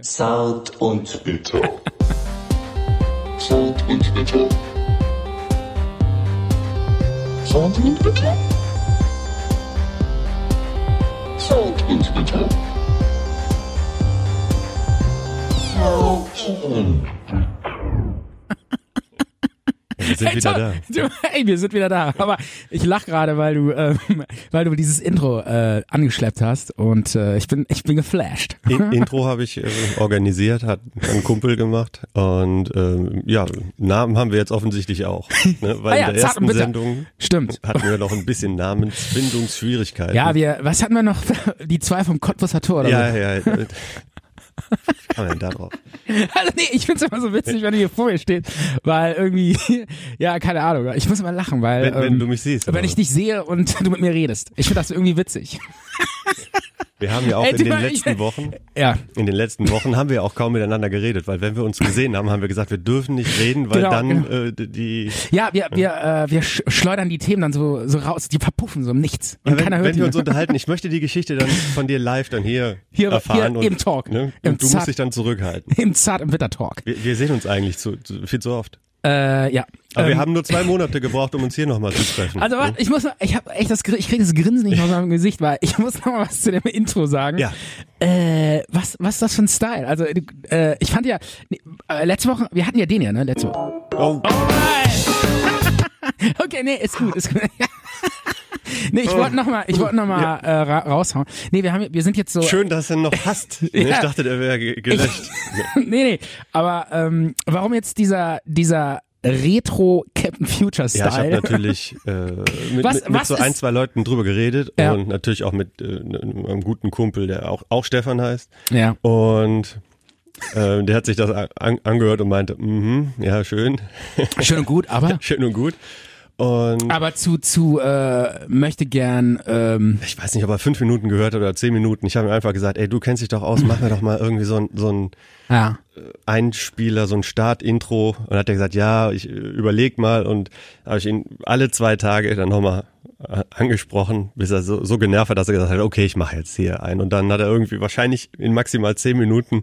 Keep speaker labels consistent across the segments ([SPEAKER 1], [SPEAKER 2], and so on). [SPEAKER 1] Zart und bitter.
[SPEAKER 2] Zart und bitter. Zart und bitter. Zart und bitter.
[SPEAKER 3] Wir sind wieder da.
[SPEAKER 4] Du, hey, wir sind wieder da. Aber ich lach gerade, weil du, ähm, weil du dieses Intro äh, angeschleppt hast und äh, ich bin, ich bin geflasht.
[SPEAKER 3] In, Intro habe ich äh, organisiert, hat ein Kumpel gemacht und ähm, ja, Namen haben wir jetzt offensichtlich auch. Ne? Weil
[SPEAKER 4] Ah ja,
[SPEAKER 3] in der
[SPEAKER 4] zart und
[SPEAKER 3] ersten
[SPEAKER 4] bitter.
[SPEAKER 3] Sendung
[SPEAKER 4] Stimmt.
[SPEAKER 3] hatten wir noch ein bisschen Namensfindungsschwierigkeiten.
[SPEAKER 4] Ja, wir, was hatten wir noch? Die zwei vom Cottbusser Tor oder
[SPEAKER 3] ja, ja. ja. Wie kam man denn da drauf?
[SPEAKER 4] so? Also, nee, ich find's immer so witzig, wenn du hier vor mir steht, weil irgendwie, ja, keine Ahnung. Ich muss immer lachen, weil
[SPEAKER 3] Wenn, wenn
[SPEAKER 4] ähm,
[SPEAKER 3] du mich siehst.
[SPEAKER 4] wenn
[SPEAKER 3] aber
[SPEAKER 4] ich dich sehe und du mit mir redest. Ich finde das irgendwie witzig.
[SPEAKER 3] wir haben ja auch
[SPEAKER 4] Ey,
[SPEAKER 3] in den
[SPEAKER 4] Timmer, ich-
[SPEAKER 3] letzten Wochen,
[SPEAKER 4] Ja,
[SPEAKER 3] in den letzten Wochen haben wir auch kaum miteinander geredet, weil wenn wir uns gesehen haben, haben wir gesagt, wir dürfen nicht reden, weil
[SPEAKER 4] Genau,
[SPEAKER 3] dann
[SPEAKER 4] genau.
[SPEAKER 3] Äh, die
[SPEAKER 4] ja, wir, wir, äh, wir sch- schleudern die Themen dann so, so raus, die verpuffen so im Nichts. Und
[SPEAKER 3] Ja, wenn,
[SPEAKER 4] keiner hört
[SPEAKER 3] wenn
[SPEAKER 4] die
[SPEAKER 3] wir uns
[SPEAKER 4] mehr.
[SPEAKER 3] unterhalten, ich möchte die Geschichte dann von dir live dann hier,
[SPEAKER 4] Hier-
[SPEAKER 3] erfahren.
[SPEAKER 4] hier
[SPEAKER 3] und,
[SPEAKER 4] im Talk.
[SPEAKER 3] Ne?
[SPEAKER 4] Im
[SPEAKER 3] und du
[SPEAKER 4] Zart-
[SPEAKER 3] musst dich dann zurückhalten.
[SPEAKER 4] im Zart- und Witter-Talk.
[SPEAKER 3] Wir, wir sehen uns eigentlich zu, zu, viel zu oft.
[SPEAKER 4] Äh, ja.
[SPEAKER 3] Aber
[SPEAKER 4] Ähm,
[SPEAKER 3] wir haben nur zwei Monate gebraucht, um uns hier nochmal zu treffen.
[SPEAKER 4] Also warte, ich muss, ich habe echt das, Gr- ich kriege das Grinsen nicht aus meinem Gesicht, weil ich muss noch mal was zu dem Intro sagen.
[SPEAKER 3] Ja.
[SPEAKER 4] Äh, was, was ist das für ein Style? Also äh, ich fand ja nee, äh, letzte Woche, wir hatten ja den ja, ne? Letzte Woche.
[SPEAKER 3] oh,
[SPEAKER 4] Okay, nee, ist gut, ist gut. nee,
[SPEAKER 3] Oh.
[SPEAKER 4] ich wollte noch mal, ich wollte noch mal äh, ra raushauen. Nee, wir haben, wir sind jetzt so.
[SPEAKER 3] schön, dass du ihn noch hast. Ne? Ich
[SPEAKER 4] Ja.
[SPEAKER 3] dachte, der wäre ge- gelöscht.
[SPEAKER 4] nee, nee. Aber ähm, warum jetzt dieser dieser Retro Captain Future Style?
[SPEAKER 3] Ja, ich habe natürlich äh, mit,
[SPEAKER 4] Was-
[SPEAKER 3] mit, mit
[SPEAKER 4] was
[SPEAKER 3] so
[SPEAKER 4] ist-
[SPEAKER 3] ein, zwei Leuten drüber geredet
[SPEAKER 4] Ja.
[SPEAKER 3] und natürlich auch mit äh, einem guten Kumpel, der auch, auch Stefan heißt.
[SPEAKER 4] ja.
[SPEAKER 3] Und äh, der hat sich das an, angehört und meinte, mhm, ja, schön,
[SPEAKER 4] Schön und gut, aber
[SPEAKER 3] schön und gut. Und
[SPEAKER 4] aber zu zu äh, möchte gern ähm,
[SPEAKER 3] ich weiß nicht, ob er fünf Minuten gehört hat oder zehn Minuten. Ich habe ihm einfach gesagt, ey, du kennst dich doch aus, mach mir doch mal irgendwie so ein, so ein
[SPEAKER 4] ja.
[SPEAKER 3] Einspieler, so ein Start-Intro. Und hat er gesagt, ja, ich äh, überleg mal. Und habe ich ihn alle zwei Tage dann nochmal äh, angesprochen, bis er so, so genervt war, dass er gesagt hat, okay, ich mache jetzt hier ein. Und dann hat er irgendwie wahrscheinlich in maximal zehn Minuten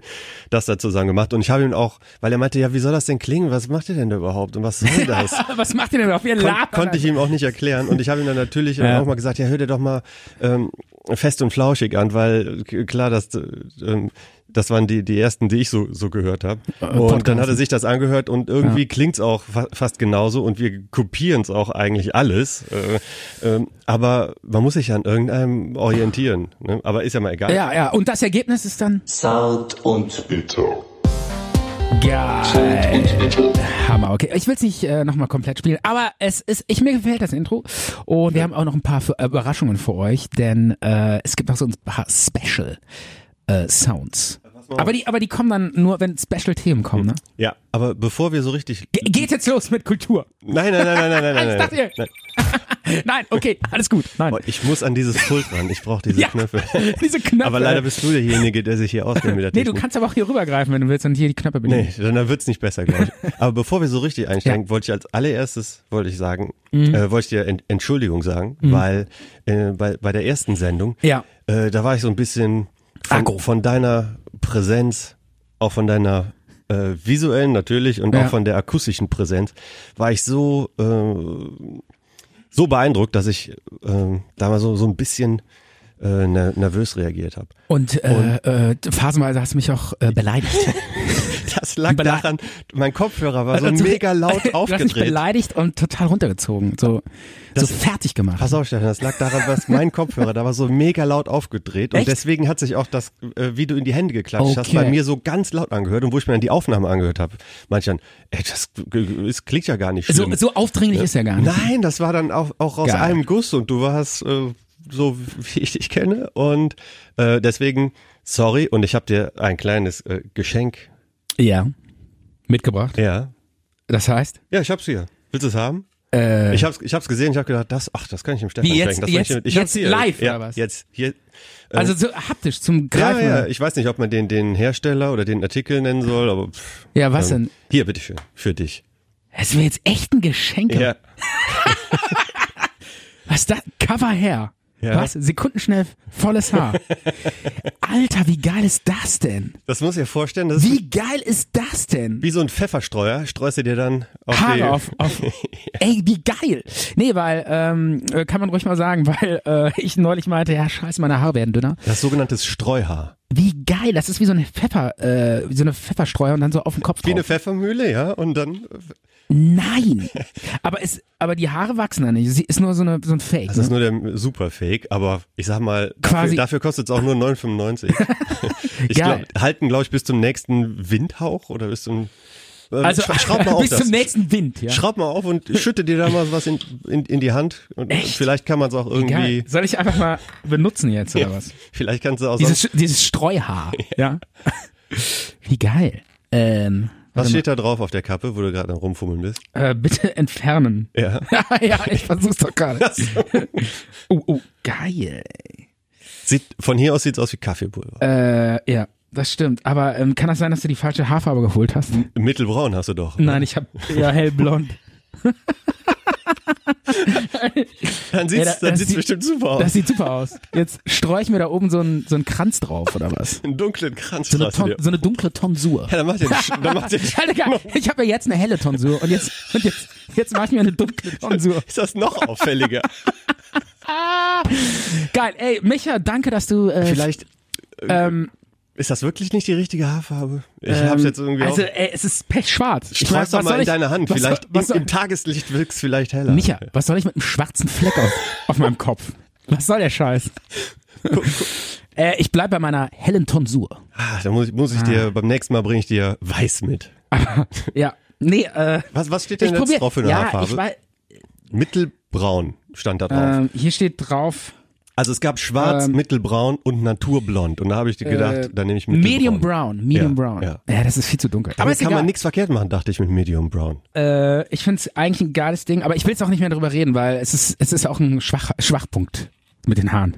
[SPEAKER 3] das da zusammen gemacht. Und ich habe ihn auch, weil er meinte, ja, wie soll das denn klingen? Was macht ihr denn da überhaupt? Und was soll das?
[SPEAKER 4] Was macht ihr denn auf? Ihr
[SPEAKER 3] Kon
[SPEAKER 4] labert.
[SPEAKER 3] konnte ich ihm auch nicht erklären. Und ich habe ihm dann natürlich
[SPEAKER 4] Ja.
[SPEAKER 3] auch mal gesagt, ja, hör dir doch mal ähm, fest und flauschig an, weil äh, klar, das, äh, ähm, das waren die, die ersten, die ich so, so gehört habe. Und dann
[SPEAKER 4] Äh, Podcasten.
[SPEAKER 3] hat er sich das angehört und irgendwie klingt's auch fa fast genauso und wir kopieren's auch eigentlich alles. Äh, ähm, aber man muss sich an irgendeinem orientieren. Ne? Aber ist ja mal egal.
[SPEAKER 4] Ja, ja. Und das Ergebnis ist dann
[SPEAKER 1] Zart und bitter.
[SPEAKER 4] geil.
[SPEAKER 2] Und bitter.
[SPEAKER 4] Hammer. Okay, ich will's nicht äh, nochmal komplett spielen, aber es ist, ich mir gefällt das Intro und wir haben auch noch ein paar für, äh, Überraschungen für euch, denn äh, es gibt noch so ein paar Special äh, Sounds. Aber die, aber die kommen dann nur, wenn Special-Themen kommen. Ne?
[SPEAKER 3] ja, aber bevor wir so richtig.
[SPEAKER 4] Ge geht jetzt los mit Kultur.
[SPEAKER 3] Nein, nein, nein, nein, nein, nein. nein,
[SPEAKER 4] dachte, ihr-
[SPEAKER 3] nein, nein.
[SPEAKER 4] Nein, okay, alles gut. Nein,
[SPEAKER 3] Boah, Ich muss an dieses Pult ran. Ich brauche diese
[SPEAKER 4] Ja.
[SPEAKER 3] Knöpfe.
[SPEAKER 4] diese Knöpfe.
[SPEAKER 3] Aber leider bist du derjenige, der sich hier auskennt mit der
[SPEAKER 4] nee, du
[SPEAKER 3] Technik.
[SPEAKER 4] kannst aber auch hier rübergreifen, wenn du willst und hier die Knöpfe bedienen.
[SPEAKER 3] Nee, dann, dann wird's nicht besser, glaube ich. Aber bevor wir so richtig einsteigen, wollte ich als allererstes, wollte ich sagen,
[SPEAKER 4] Mhm.
[SPEAKER 3] äh, wollte ich dir Ent Entschuldigung sagen, weil äh, bei, bei der ersten Sendung,
[SPEAKER 4] Ja.
[SPEAKER 3] äh, da war ich so ein bisschen
[SPEAKER 4] Aggro.
[SPEAKER 3] von, von deiner Präsenz, auch von deiner äh, visuellen natürlich und
[SPEAKER 4] Ja.
[SPEAKER 3] auch von der akustischen Präsenz, war ich so, äh, so beeindruckt, dass ich äh, da mal so, so ein bisschen äh, ner nervös reagiert habe.
[SPEAKER 4] Und, äh, äh, phasenweise hast du mich auch äh, beleidigt.
[SPEAKER 3] Das lag
[SPEAKER 4] Bele-
[SPEAKER 3] daran, mein Kopfhörer war so
[SPEAKER 4] Also,
[SPEAKER 3] mega laut
[SPEAKER 4] Du hast mich
[SPEAKER 3] aufgedreht.
[SPEAKER 4] beleidigt und total runtergezogen. So, so fertig gemacht.
[SPEAKER 3] Pass auf, Stefan, das lag daran, dass mein Kopfhörer, da war so mega laut aufgedreht und
[SPEAKER 4] Echt?
[SPEAKER 3] deswegen hat sich auch das, äh, wie du in die Hände geklatscht hast,
[SPEAKER 4] Okay.
[SPEAKER 3] bei mir so ganz laut angehört und wo ich mir dann die Aufnahme angehört habe, manche dann, ey, das, das klingt ja gar nicht
[SPEAKER 4] so,
[SPEAKER 3] schlimm.
[SPEAKER 4] so aufdringlich ist ja gar nicht.
[SPEAKER 3] Nein, das war dann auch, auch aus
[SPEAKER 4] Geil.
[SPEAKER 3] einem Guss und du warst äh, so, wie ich dich kenne und äh, deswegen, sorry und ich habe dir ein kleines äh, Geschenk,
[SPEAKER 4] Ja. Mitgebracht.
[SPEAKER 3] ja,
[SPEAKER 4] Das heißt,
[SPEAKER 3] ja, ich hab's hier. Willst du es haben?
[SPEAKER 4] äh,
[SPEAKER 3] Ich hab's, ich hab's gesehen, ich hab gedacht, das, ach, das kann ich dem Stefan
[SPEAKER 4] Wie, jetzt-
[SPEAKER 3] schenken. Das
[SPEAKER 4] jetzt-
[SPEAKER 3] möchte ich, ich
[SPEAKER 4] jetzt
[SPEAKER 3] hab's hier.
[SPEAKER 4] live,
[SPEAKER 3] ja,
[SPEAKER 4] oder was?
[SPEAKER 3] Jetzt hier.
[SPEAKER 4] also so haptisch zum
[SPEAKER 3] Ja,
[SPEAKER 4] Greifen.
[SPEAKER 3] ja, ich weiß nicht, ob man den, den Hersteller oder den Artikel nennen soll, aber pff,
[SPEAKER 4] Ja, was denn?
[SPEAKER 3] hier, bitteschön, für dich.
[SPEAKER 4] Das wäre jetzt echt ein Geschenk.
[SPEAKER 3] Ja,
[SPEAKER 4] Was da? Cover her.
[SPEAKER 3] Ja.
[SPEAKER 4] Was? Sekundenschnell, volles Haar. Alter, wie geil ist das denn?
[SPEAKER 3] Das muss ich vorstellen, das ist
[SPEAKER 4] Wie geil ist das denn?
[SPEAKER 3] wie so ein Pfefferstreuer, streust du dir dann auf die...
[SPEAKER 4] Haare auf, auf. Ey, wie geil. Nee, weil, ähm, äh, kann man ruhig mal sagen, weil äh, ich neulich meinte, ja, scheiße, meine Haare werden dünner.
[SPEAKER 3] Das sogenannte Streuhaar.
[SPEAKER 4] Wie geil, das ist wie so eine Pfeffer, äh, wie so eine Pfefferstreuer und dann so auf den Kopf
[SPEAKER 3] Wie eine
[SPEAKER 4] drauf.
[SPEAKER 3] Pfeffermühle, ja, und dann...
[SPEAKER 4] Nein! Aber es, aber die Haare wachsen da nicht. Sie ist nur so, eine, so ein Fake.
[SPEAKER 3] Das ist
[SPEAKER 4] Ne?
[SPEAKER 3] nur der Superfake, aber ich sag mal, dafür,
[SPEAKER 4] Quasi-
[SPEAKER 3] dafür kostet es auch nur 9,95. ich glaub,
[SPEAKER 4] Geil.
[SPEAKER 3] halten, glaube ich, bis zum nächsten Windhauch oder bis zum... äh, schra- schraub mal
[SPEAKER 4] Also,
[SPEAKER 3] auf
[SPEAKER 4] bis
[SPEAKER 3] das.
[SPEAKER 4] zum nächsten Wind, ja.
[SPEAKER 3] Schraub mal auf und schütte dir da mal was in, in, in die Hand und
[SPEAKER 4] Echt?
[SPEAKER 3] vielleicht kann man es auch irgendwie...
[SPEAKER 4] Geil. Soll ich einfach mal benutzen jetzt oder was?
[SPEAKER 3] Vielleicht kannst du auch sonst,
[SPEAKER 4] Dieses, dieses Streuhaar, ja. Wie geil. Ähm,
[SPEAKER 3] Was steht da drauf auf der Kappe, wo du gerade am rumfummeln bist?
[SPEAKER 4] äh, bitte entfernen.
[SPEAKER 3] Ja.
[SPEAKER 4] ja, ich versuch's doch gerade.
[SPEAKER 3] So.
[SPEAKER 4] Oh, oh, geil.
[SPEAKER 3] Sieht, von hier aus sieht's aus wie Kaffeepulver.
[SPEAKER 4] Äh, ja, das stimmt. Aber ähm, kann das sein, dass du die falsche Haarfarbe geholt hast?
[SPEAKER 3] Mittelbraun hast du doch.
[SPEAKER 4] Äh. Nein, ich habe ja hellblond.
[SPEAKER 3] Dann sieht's,
[SPEAKER 4] Ja, da-
[SPEAKER 3] dann
[SPEAKER 4] das
[SPEAKER 3] sieht's
[SPEAKER 4] sieht-
[SPEAKER 3] bestimmt super aus.
[SPEAKER 4] Das sieht super aus. Jetzt streue ich mir da oben so einen so einen Kranz drauf oder was?
[SPEAKER 3] Einen dunklen Kranz
[SPEAKER 4] So eine,
[SPEAKER 3] hast du
[SPEAKER 4] Ton,
[SPEAKER 3] dir.
[SPEAKER 4] so eine dunkle Tonsur.
[SPEAKER 3] Ja, dann mach dir den, Sch- dann mach dir den Sch-
[SPEAKER 4] Alter, geil. Ich habe ja jetzt eine helle Tonsur und jetzt und jetzt jetzt mache ich mir eine dunkle Tonsur.
[SPEAKER 3] Ist das noch auffälliger?
[SPEAKER 4] Geil, ey, Micha, danke, dass du äh,
[SPEAKER 3] Vielleicht
[SPEAKER 4] ähm,
[SPEAKER 3] äh, ist das wirklich nicht die richtige Haarfarbe. Ich
[SPEAKER 4] ähm,
[SPEAKER 3] hab's jetzt irgendwie
[SPEAKER 4] also
[SPEAKER 3] auch.
[SPEAKER 4] ey, es ist pechschwarz. Ich
[SPEAKER 3] Streif's doch
[SPEAKER 4] was
[SPEAKER 3] mal
[SPEAKER 4] soll
[SPEAKER 3] in
[SPEAKER 4] ich-
[SPEAKER 3] deine Hand.
[SPEAKER 4] was soll-
[SPEAKER 3] Vielleicht
[SPEAKER 4] was soll,
[SPEAKER 3] im, im Tageslicht wirkst vielleicht heller.
[SPEAKER 4] Micha, was soll ich mit einem schwarzen Fleck auf, auf meinem Kopf? Was soll der Scheiß? äh, ich bleib bei meiner hellen Tonsur.
[SPEAKER 3] Ah, da muss ich, muss ich dir beim nächsten Mal bringe ich dir weiß mit.
[SPEAKER 4] Ja, nee, äh,
[SPEAKER 3] Was, was steht
[SPEAKER 4] ich
[SPEAKER 3] denn jetzt
[SPEAKER 4] probier.
[SPEAKER 3] drauf für eine
[SPEAKER 4] ja, ich
[SPEAKER 3] Haarfarbe?
[SPEAKER 4] weiß,
[SPEAKER 3] Mittelbraun stand da drauf.
[SPEAKER 4] ähm, hier steht drauf
[SPEAKER 3] Also es gab schwarz,
[SPEAKER 4] Ähm,
[SPEAKER 3] mittelbraun und naturblond. Und da habe ich gedacht,
[SPEAKER 4] äh,
[SPEAKER 3] da nehme ich mittelbraun.
[SPEAKER 4] Medium Brown. Medium
[SPEAKER 3] Ja,
[SPEAKER 4] Brown.
[SPEAKER 3] ja.
[SPEAKER 4] Ja. das ist viel zu dunkel. Aber
[SPEAKER 3] Damit
[SPEAKER 4] ist
[SPEAKER 3] kann
[SPEAKER 4] egal.
[SPEAKER 3] man nichts verkehrt machen, dachte ich mit medium brown.
[SPEAKER 4] äh, ich find's eigentlich ein geiles Ding, aber ich will's auch nicht mehr darüber reden, weil es ist, es ist auch ein Schwach, Schwachpunkt mit den Haaren.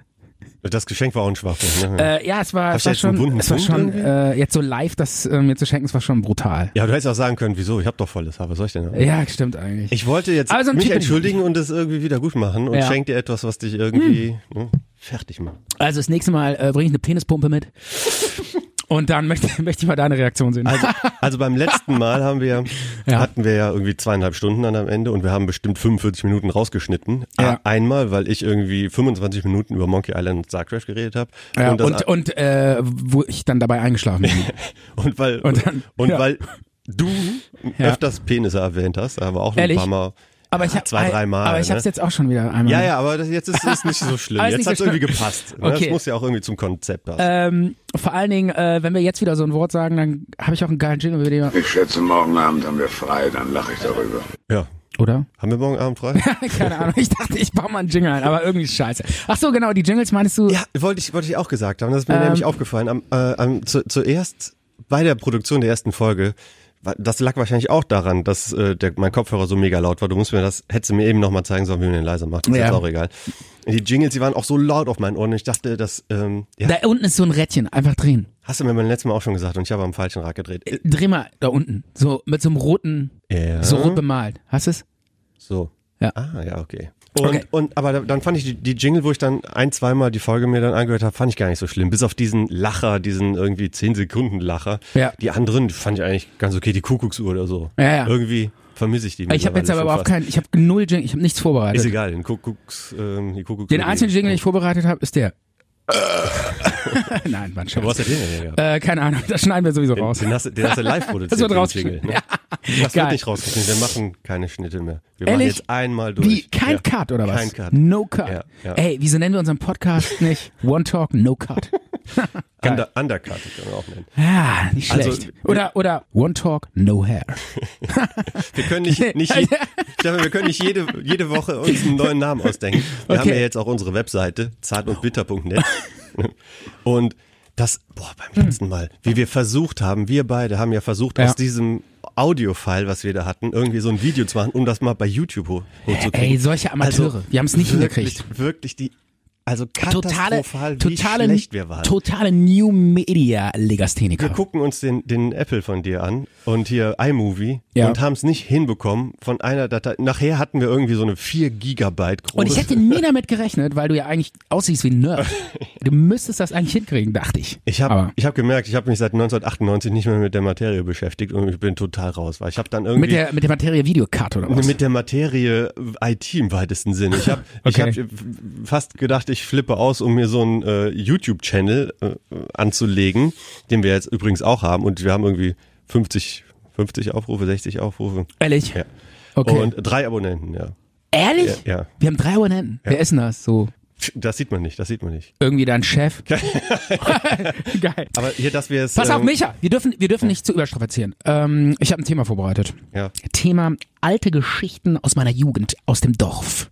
[SPEAKER 3] Das Geschenk war auch ein Schwachpunkt. Ne?
[SPEAKER 4] Äh, ja, es war,
[SPEAKER 3] Hast
[SPEAKER 4] es
[SPEAKER 3] du
[SPEAKER 4] war
[SPEAKER 3] jetzt einen
[SPEAKER 4] schon,
[SPEAKER 3] wunden
[SPEAKER 4] es war
[SPEAKER 3] Punkt
[SPEAKER 4] schon
[SPEAKER 3] irgendwie?
[SPEAKER 4] äh, jetzt so live, das äh, mir zu schenken, es war schon brutal.
[SPEAKER 3] ja, du hättest auch sagen können, wieso, ich habe doch volles Haar, was soll ich denn? noch?
[SPEAKER 4] Ja, stimmt eigentlich.
[SPEAKER 3] Ich wollte jetzt
[SPEAKER 4] Aber so Äh, also ein
[SPEAKER 3] mich
[SPEAKER 4] Typ bin ich
[SPEAKER 3] entschuldigen und es irgendwie wieder gut machen und
[SPEAKER 4] Ja. Hm.
[SPEAKER 3] schenk dir etwas, was dich irgendwie ne, fertig macht.
[SPEAKER 4] Also das nächste Mal äh, bringe ich eine Penispumpe mit. Und dann möchte, möchte ich mal deine Reaktion sehen.
[SPEAKER 3] Also, also beim letzten Mal haben wir,
[SPEAKER 4] Ja.
[SPEAKER 3] hatten wir ja irgendwie zweieinhalb Stunden dann am Ende und wir haben bestimmt 45 Minuten rausgeschnitten.
[SPEAKER 4] Ja.
[SPEAKER 3] Einmal, weil ich irgendwie 25 Minuten über Monkey Island und Star Crash geredet habe.
[SPEAKER 4] ja,
[SPEAKER 3] und, das
[SPEAKER 4] und und äh, wo ich dann dabei eingeschlafen bin.
[SPEAKER 3] Und weil, und
[SPEAKER 4] Und dann- ja.
[SPEAKER 3] weil du
[SPEAKER 4] Ja.
[SPEAKER 3] öfters Penisse erwähnt hast, aber auch noch ein
[SPEAKER 4] Ehrlich?
[SPEAKER 3] paar Mal.
[SPEAKER 4] Aber
[SPEAKER 3] ja,
[SPEAKER 4] ich hab,
[SPEAKER 3] zwei, drei Mal.
[SPEAKER 4] Aber ich
[SPEAKER 3] ne?
[SPEAKER 4] hab's jetzt auch schon wieder einmal.
[SPEAKER 3] ja, ja, aber das, jetzt ist es nicht so schlimm.
[SPEAKER 4] Alles
[SPEAKER 3] jetzt
[SPEAKER 4] nicht
[SPEAKER 3] hat es
[SPEAKER 4] so
[SPEAKER 3] irgendwie
[SPEAKER 4] schlimm.
[SPEAKER 3] gepasst. Ne? Das
[SPEAKER 4] Okay.
[SPEAKER 3] muss ja auch irgendwie zum Konzept passen.
[SPEAKER 4] Ähm, vor allen Dingen, äh, wenn wir jetzt wieder so ein Wort sagen, dann habe ich auch einen geilen Jingle über den.
[SPEAKER 5] Ich schätze, morgen Abend haben wir frei, dann lache ich darüber.
[SPEAKER 3] ja.
[SPEAKER 4] Oder?
[SPEAKER 3] Haben wir morgen Abend frei?
[SPEAKER 4] Keine Ahnung. Ich dachte, ich baue mal einen Jingle ein, aber irgendwie ist scheiße. Ach so, genau, die Jingles meinst du?
[SPEAKER 3] ja, wollte ich, wollte ich auch gesagt haben. Das ist mir nämlich
[SPEAKER 4] Ähm.
[SPEAKER 3] aufgefallen. Am, äh, am, zu, zuerst bei der Produktion der ersten Folge, wa- das lag wahrscheinlich auch daran, dass äh, der, mein Kopfhörer so mega laut war. Du musst mir das, hättest du mir eben nochmal zeigen sollen, wie man den leiser macht. Ist
[SPEAKER 4] Ja.
[SPEAKER 3] jetzt auch egal. Die Jingles, die waren auch so laut auf meinen Ohren. Ich dachte, dass, ähm, ja,
[SPEAKER 4] Da unten ist so ein Rädchen, einfach drehen.
[SPEAKER 3] Hast du mir beim letzten Mal auch schon gesagt und ich habe am falschen Rad gedreht. Äh,
[SPEAKER 4] Dreh mal da unten, so mit so einem roten,
[SPEAKER 3] Ja.
[SPEAKER 4] so rot bemalt. Hast du es?
[SPEAKER 3] So.
[SPEAKER 4] Ja.
[SPEAKER 3] Ah, ja, okay. Und,
[SPEAKER 4] Okay.
[SPEAKER 3] und aber da- dann fand ich die, die Jingle, wo ich dann ein, zweimal die Folge mir dann angehört habe, fand ich gar nicht so schlimm. Bis auf diesen Lacher, diesen irgendwie 10 Sekunden Lacher.
[SPEAKER 4] Ja.
[SPEAKER 3] Die anderen fand ich eigentlich ganz okay, die Kuckucksuhr oder so.
[SPEAKER 4] Ja, ja.
[SPEAKER 3] Irgendwie vermisse ich die
[SPEAKER 4] Ich habe jetzt aber
[SPEAKER 3] mittlerweile schon
[SPEAKER 4] überhaupt keinen, ich habe null Jingle, ich habe nichts
[SPEAKER 3] fast. Ist
[SPEAKER 4] vorbereitet.
[SPEAKER 3] egal, den Kuckucks, ähm, die Kuckucks.
[SPEAKER 4] Den einzigen Jingle, den ich vorbereitet habe, ist der. Nein, Mann,
[SPEAKER 3] Du hast
[SPEAKER 4] Scherz.
[SPEAKER 3] ja den denn gehabt.
[SPEAKER 4] Äh, keine Ahnung, das schneiden wir sowieso
[SPEAKER 3] Den,
[SPEAKER 4] raus.
[SPEAKER 3] den, hast, du- den hast du live produziert.
[SPEAKER 4] wird
[SPEAKER 3] den
[SPEAKER 4] rausgeschnitten.
[SPEAKER 3] Jingle, ne? Das wird
[SPEAKER 4] Geil.
[SPEAKER 3] nicht rausgeschnitten. Wir machen keine Schnitte mehr. Wir machen
[SPEAKER 4] Ehrlich?
[SPEAKER 3] jetzt einmal durch.
[SPEAKER 4] Wie, kein
[SPEAKER 3] Ja.
[SPEAKER 4] Cut oder was?
[SPEAKER 3] Kein Cut.
[SPEAKER 4] No Cut.
[SPEAKER 3] Ja, ja.
[SPEAKER 4] Ey, wieso nennen wir unseren Podcast nicht One Talk, No Cut?
[SPEAKER 3] Under, Undercut kann man auch nennen.
[SPEAKER 4] Ja, nicht schlecht.
[SPEAKER 3] Also-
[SPEAKER 4] oder, oder One Talk, No Hair.
[SPEAKER 3] Wir können nicht, nicht je- Stefan, wir können nicht jede, jede Woche uns einen neuen Namen ausdenken. Wir
[SPEAKER 4] Okay.
[SPEAKER 3] haben ja jetzt auch unsere Webseite, zartundbitter.net. Und das, boah, beim letzten Mal, wie wir versucht haben, wir beide haben ja versucht,
[SPEAKER 4] Ja.
[SPEAKER 3] aus diesem Audio-File, was wir da hatten, irgendwie so ein Video zu machen, um das mal bei YouTube ho- hochzukriegen.
[SPEAKER 4] Ey, solche Amateure. Wir haben es nicht
[SPEAKER 3] wirklich,
[SPEAKER 4] hingekriegt.
[SPEAKER 3] Wirklich die Also
[SPEAKER 4] Totale,
[SPEAKER 3] katastrophal, wie
[SPEAKER 4] totale,
[SPEAKER 3] schlecht wir waren.
[SPEAKER 4] totale New Media
[SPEAKER 3] Wir
[SPEAKER 4] Legastheniker.
[SPEAKER 3] gucken uns den, den Apple von dir an und hier iMovie
[SPEAKER 4] Ja.
[SPEAKER 3] und haben es nicht hinbekommen von einer Datei. Nachher hatten wir irgendwie so eine 4 Gigabyte große.
[SPEAKER 4] Und ich hätte nie damit gerechnet, weil du ja eigentlich aussiehst wie ein Nerd. Du müsstest das eigentlich hinkriegen, dachte ich.
[SPEAKER 3] ich habe
[SPEAKER 4] Aber
[SPEAKER 3] ich hab gemerkt, ich habe mich seit 1998 nicht mehr mit der Materie beschäftigt und ich bin total raus. Weil ich habe dann irgendwie
[SPEAKER 4] mit der, mit der Materie Videokarte oder was?
[SPEAKER 3] Mit der Materie IT im weitesten Sinne. Ich habe
[SPEAKER 4] Okay.
[SPEAKER 3] ich hab fast gedacht, ich flippe aus, um mir so einen äh, YouTube-Channel äh, anzulegen, den wir jetzt übrigens auch haben. Und wir haben irgendwie 50, 50 Aufrufe, 60 Aufrufe.
[SPEAKER 4] Ehrlich?
[SPEAKER 3] Ja.
[SPEAKER 4] Okay.
[SPEAKER 3] Und drei Abonnenten, ja.
[SPEAKER 4] Ehrlich?
[SPEAKER 3] Ja, ja.
[SPEAKER 4] Wir haben drei Abonnenten. Wer ist denn das? So
[SPEAKER 3] Das sieht man nicht, das sieht man nicht.
[SPEAKER 4] irgendwie dein Chef? Geil.
[SPEAKER 3] Aber hier, dass wir es.
[SPEAKER 4] Pass auf,
[SPEAKER 3] ähm,
[SPEAKER 4] Micha, wir dürfen, wir dürfen nicht zu überstrapazieren. Ähm, ich habe ein Thema vorbereitet.
[SPEAKER 3] Ja.
[SPEAKER 4] Thema alte Geschichten aus meiner Jugend, aus dem Dorf.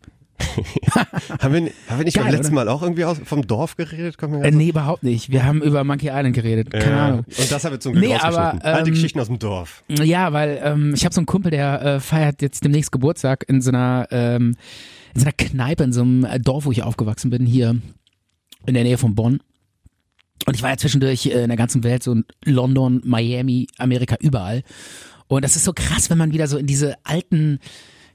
[SPEAKER 3] Haben wir, haben wir nicht beim
[SPEAKER 4] Geil,
[SPEAKER 3] letzten Mal auch irgendwie aus, vom Dorf geredet? Kommt mir
[SPEAKER 4] Äh,
[SPEAKER 3] ganz-
[SPEAKER 4] nee, überhaupt nicht. Wir haben über Monkey Island geredet. Keine
[SPEAKER 3] Also Ja.
[SPEAKER 4] Ahnung.
[SPEAKER 3] Und das haben wir zum Glück
[SPEAKER 4] Nee, aber,
[SPEAKER 3] rausgeschnitten. Alte
[SPEAKER 4] ähm,
[SPEAKER 3] Geschichten aus dem Dorf.
[SPEAKER 4] Ja, weil ähm, ich habe so einen Kumpel, der äh, feiert jetzt demnächst Geburtstag in so einer ähm, in so einer Kneipe in so einem äh, Dorf, wo ich aufgewachsen bin, hier in der Nähe von Bonn. Und ich war ja zwischendurch äh, in der ganzen Welt, so in London, Miami, Amerika, überall. Und das ist so krass, wenn man wieder so in diese alten,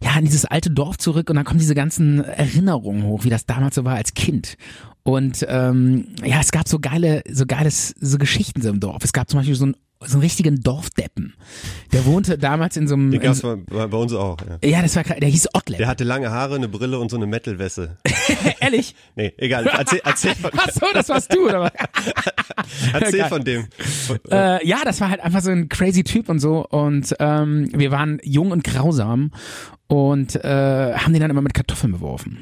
[SPEAKER 4] ja, in dieses alte Dorf zurück und dann kommen diese ganzen Erinnerungen hoch, wie das damals so war als Kind. Und ähm, ja, es gab so geile, so geiles, so Geschichten so im Dorf. Es gab zum Beispiel so einen, so einen richtigen Dorfdeppen. Der wohnte damals in so einem.
[SPEAKER 3] Die
[SPEAKER 4] In
[SPEAKER 3] gab es
[SPEAKER 4] so,
[SPEAKER 3] bei, bei bei uns auch. Ja.
[SPEAKER 4] ja, das war krass. Der hieß
[SPEAKER 3] Der
[SPEAKER 4] Otlet.
[SPEAKER 3] hatte lange Haare, eine Brille und so eine Metal-Weste.
[SPEAKER 4] Ehrlich?
[SPEAKER 3] Nee, egal. Erzähl, erzähl, von,
[SPEAKER 4] Ach so, das warst du, oder was?
[SPEAKER 3] erzähl
[SPEAKER 4] Geil.
[SPEAKER 3] von dem.
[SPEAKER 4] äh, ja, das war halt einfach so ein crazy Typ und so. Und ähm, wir waren jung und grausam und äh, haben den dann immer mit Kartoffeln beworfen.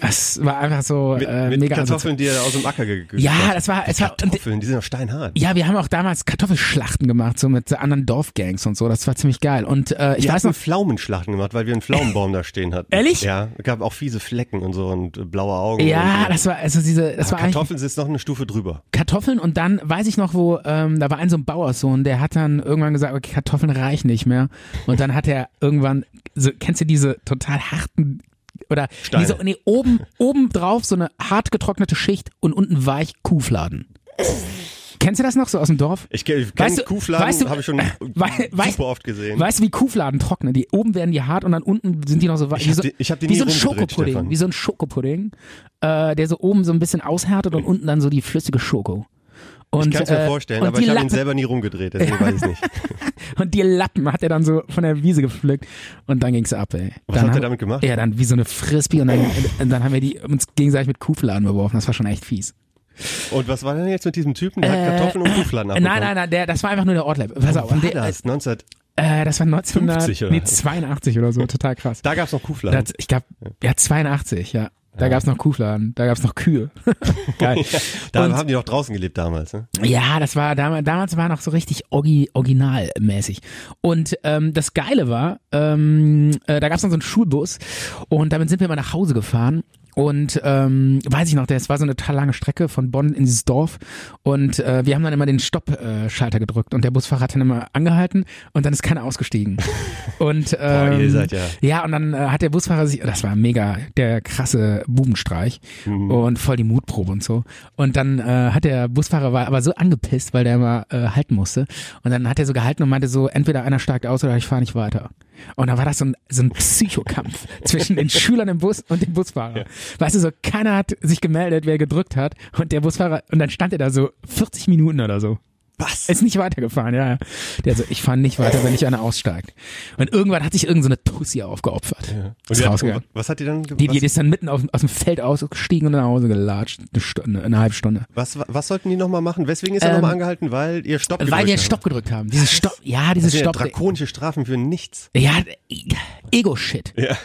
[SPEAKER 4] Das war einfach so
[SPEAKER 3] Mit,
[SPEAKER 4] äh,
[SPEAKER 3] mit
[SPEAKER 4] mega
[SPEAKER 3] Kartoffeln, die er aus dem Acker ge- ge-
[SPEAKER 4] Ja, das war, es war, und,
[SPEAKER 3] Kartoffeln, die sind auch steinhart.
[SPEAKER 4] ja, wir haben auch damals Kartoffelschlachten gemacht, so mit anderen Dorfgangs und so. Das war ziemlich geil. Und äh, ich
[SPEAKER 3] Wir
[SPEAKER 4] weiß
[SPEAKER 3] hatten
[SPEAKER 4] noch,
[SPEAKER 3] Pflaumenschlachten gemacht, weil wir einen Pflaumenbaum da stehen hatten.
[SPEAKER 4] Ehrlich?
[SPEAKER 3] Ja, gab auch fiese Flecken und so und äh, blaue Augen.
[SPEAKER 4] ja,
[SPEAKER 3] und,
[SPEAKER 4] das war, also diese, das war eigentlich
[SPEAKER 3] Kartoffeln sind noch eine Stufe drüber.
[SPEAKER 4] Kartoffeln und dann weiß ich noch, wo, ähm, da war ein so ein Bauerssohn, der hat dann irgendwann gesagt, okay, Kartoffeln reichen nicht mehr. Und dann hat er irgendwann, so, kennst du diese total harten oder
[SPEAKER 3] Steine.
[SPEAKER 4] diese, nee, oben, oben drauf so eine hart getrocknete Schicht und unten weich Kuhfladen. Kennst du das noch so aus dem Dorf?
[SPEAKER 3] Ich kenne
[SPEAKER 4] Weißt du-
[SPEAKER 3] Kuhfladen,
[SPEAKER 4] weißt du-
[SPEAKER 3] habe ich schon
[SPEAKER 4] Wei- weißt-
[SPEAKER 3] super oft gesehen.
[SPEAKER 4] Weißt du, wie Kuhfladen trocknen? Die oben werden die hart und dann unten sind die noch so weich.
[SPEAKER 3] Ich
[SPEAKER 4] wie
[SPEAKER 3] hab
[SPEAKER 4] so,
[SPEAKER 3] die- ich hab die
[SPEAKER 4] wie
[SPEAKER 3] nie
[SPEAKER 4] so ein
[SPEAKER 3] rumgedreht,
[SPEAKER 4] Schokopudding,
[SPEAKER 3] Stefan.
[SPEAKER 4] wie so ein Schokopudding, äh, der so oben so ein bisschen aushärtet und unten dann so die flüssige Schoko. Und,
[SPEAKER 3] ich kann es mir
[SPEAKER 4] äh,
[SPEAKER 3] vorstellen,
[SPEAKER 4] und
[SPEAKER 3] aber
[SPEAKER 4] die
[SPEAKER 3] ich habe ihn
[SPEAKER 4] Lappen-
[SPEAKER 3] selber nie rumgedreht, deswegen weiß ich nicht.
[SPEAKER 4] Und die Lappen hat er dann so von der Wiese gepflückt und dann ging's ab, ey.
[SPEAKER 3] Was
[SPEAKER 4] dann
[SPEAKER 3] habt ihr
[SPEAKER 4] haben-
[SPEAKER 3] damit gemacht?
[SPEAKER 4] Ja, dann wie so eine Frisbee und dann, und dann haben wir die uns gegenseitig mit Kuhfladen beworfen. Das war schon echt fies.
[SPEAKER 3] Und was war denn jetzt mit diesem Typen? Der
[SPEAKER 4] Äh,
[SPEAKER 3] hat Kartoffeln und Kuhfladen abbekommen.
[SPEAKER 4] Nein, nein, nein, der, das war einfach nur der Ortlab. Pass auf.
[SPEAKER 3] War
[SPEAKER 4] und der,
[SPEAKER 3] das? 19,
[SPEAKER 4] äh, das war
[SPEAKER 3] 50
[SPEAKER 4] 1982
[SPEAKER 3] oder
[SPEAKER 4] nee,
[SPEAKER 3] was?
[SPEAKER 4] 82 oder so. Total krass.
[SPEAKER 3] da gab es noch
[SPEAKER 4] Da
[SPEAKER 3] Kuhfladen.
[SPEAKER 4] hat's- ich glaube, ja, 82, ja. Da gab's noch Kuhfladen, da gab's noch Kühe. Geil.
[SPEAKER 3] Da
[SPEAKER 4] Und-
[SPEAKER 3] haben die noch draußen gelebt damals. Ne?
[SPEAKER 4] Ja, das war damals, damals war noch so richtig orgi, originalmäßig. Und ähm, das Geile war, ähm, äh, da gab es dann so einen Schulbus und damit sind wir mal nach Hause gefahren. Und ähm, weiß ich noch, das war so eine total lange Strecke von Bonn in dieses Dorf. Und äh, wir haben dann immer den Stopp-Schalter äh, Schalter gedrückt und der Busfahrer hat dann immer angehalten und dann ist keiner ausgestiegen. Und ähm,
[SPEAKER 3] ihr seid ja-
[SPEAKER 4] ja, und dann äh, hat der Busfahrer sich, das war mega der krasse Bubenstreich
[SPEAKER 3] Mhm.
[SPEAKER 4] und voll die Mutprobe und so. Und dann äh, hat der Busfahrer war aber so angepisst, weil der immer äh, halten musste. Und dann hat er so gehalten und meinte so, entweder einer steigt aus oder ich fahre nicht weiter. Und dann war das so ein, so ein Psychokampf zwischen den Schülern im Bus und dem Busfahrer. Weißt du, so keiner hat sich gemeldet, wer gedrückt hat. Und der Busfahrer, und dann stand er da so 40 Minuten oder so.
[SPEAKER 3] Was?
[SPEAKER 4] Ist nicht weitergefahren, ja. ja. Der so, ich fahre nicht weiter, wenn nicht einer aussteigt. Und irgendwann hat sich irgendeine so eine Tussi aufgeopfert.
[SPEAKER 3] Und
[SPEAKER 4] Ist
[SPEAKER 3] die hat,
[SPEAKER 4] rausgegangen.
[SPEAKER 3] was hat die dann ge-
[SPEAKER 4] Die,
[SPEAKER 3] was,
[SPEAKER 4] die ist dann mitten auf, aus dem Feld ausgestiegen und nach Hause gelatscht. Eine, Stunde, eine halbe Stunde.
[SPEAKER 3] was, was sollten die nochmal machen? Weswegen ist er
[SPEAKER 4] Ähm,
[SPEAKER 3] nochmal angehalten? Weil ihr Stopp
[SPEAKER 4] Weil
[SPEAKER 3] gedrückt
[SPEAKER 4] wir
[SPEAKER 3] habt.
[SPEAKER 4] Stopp gedrückt haben. Dieses Stopp, ja, dieses
[SPEAKER 3] Das sind ja
[SPEAKER 4] Stopp.
[SPEAKER 3] drakonische Strafen für nichts.
[SPEAKER 4] Ja, Ego-Shit.
[SPEAKER 3] Ja.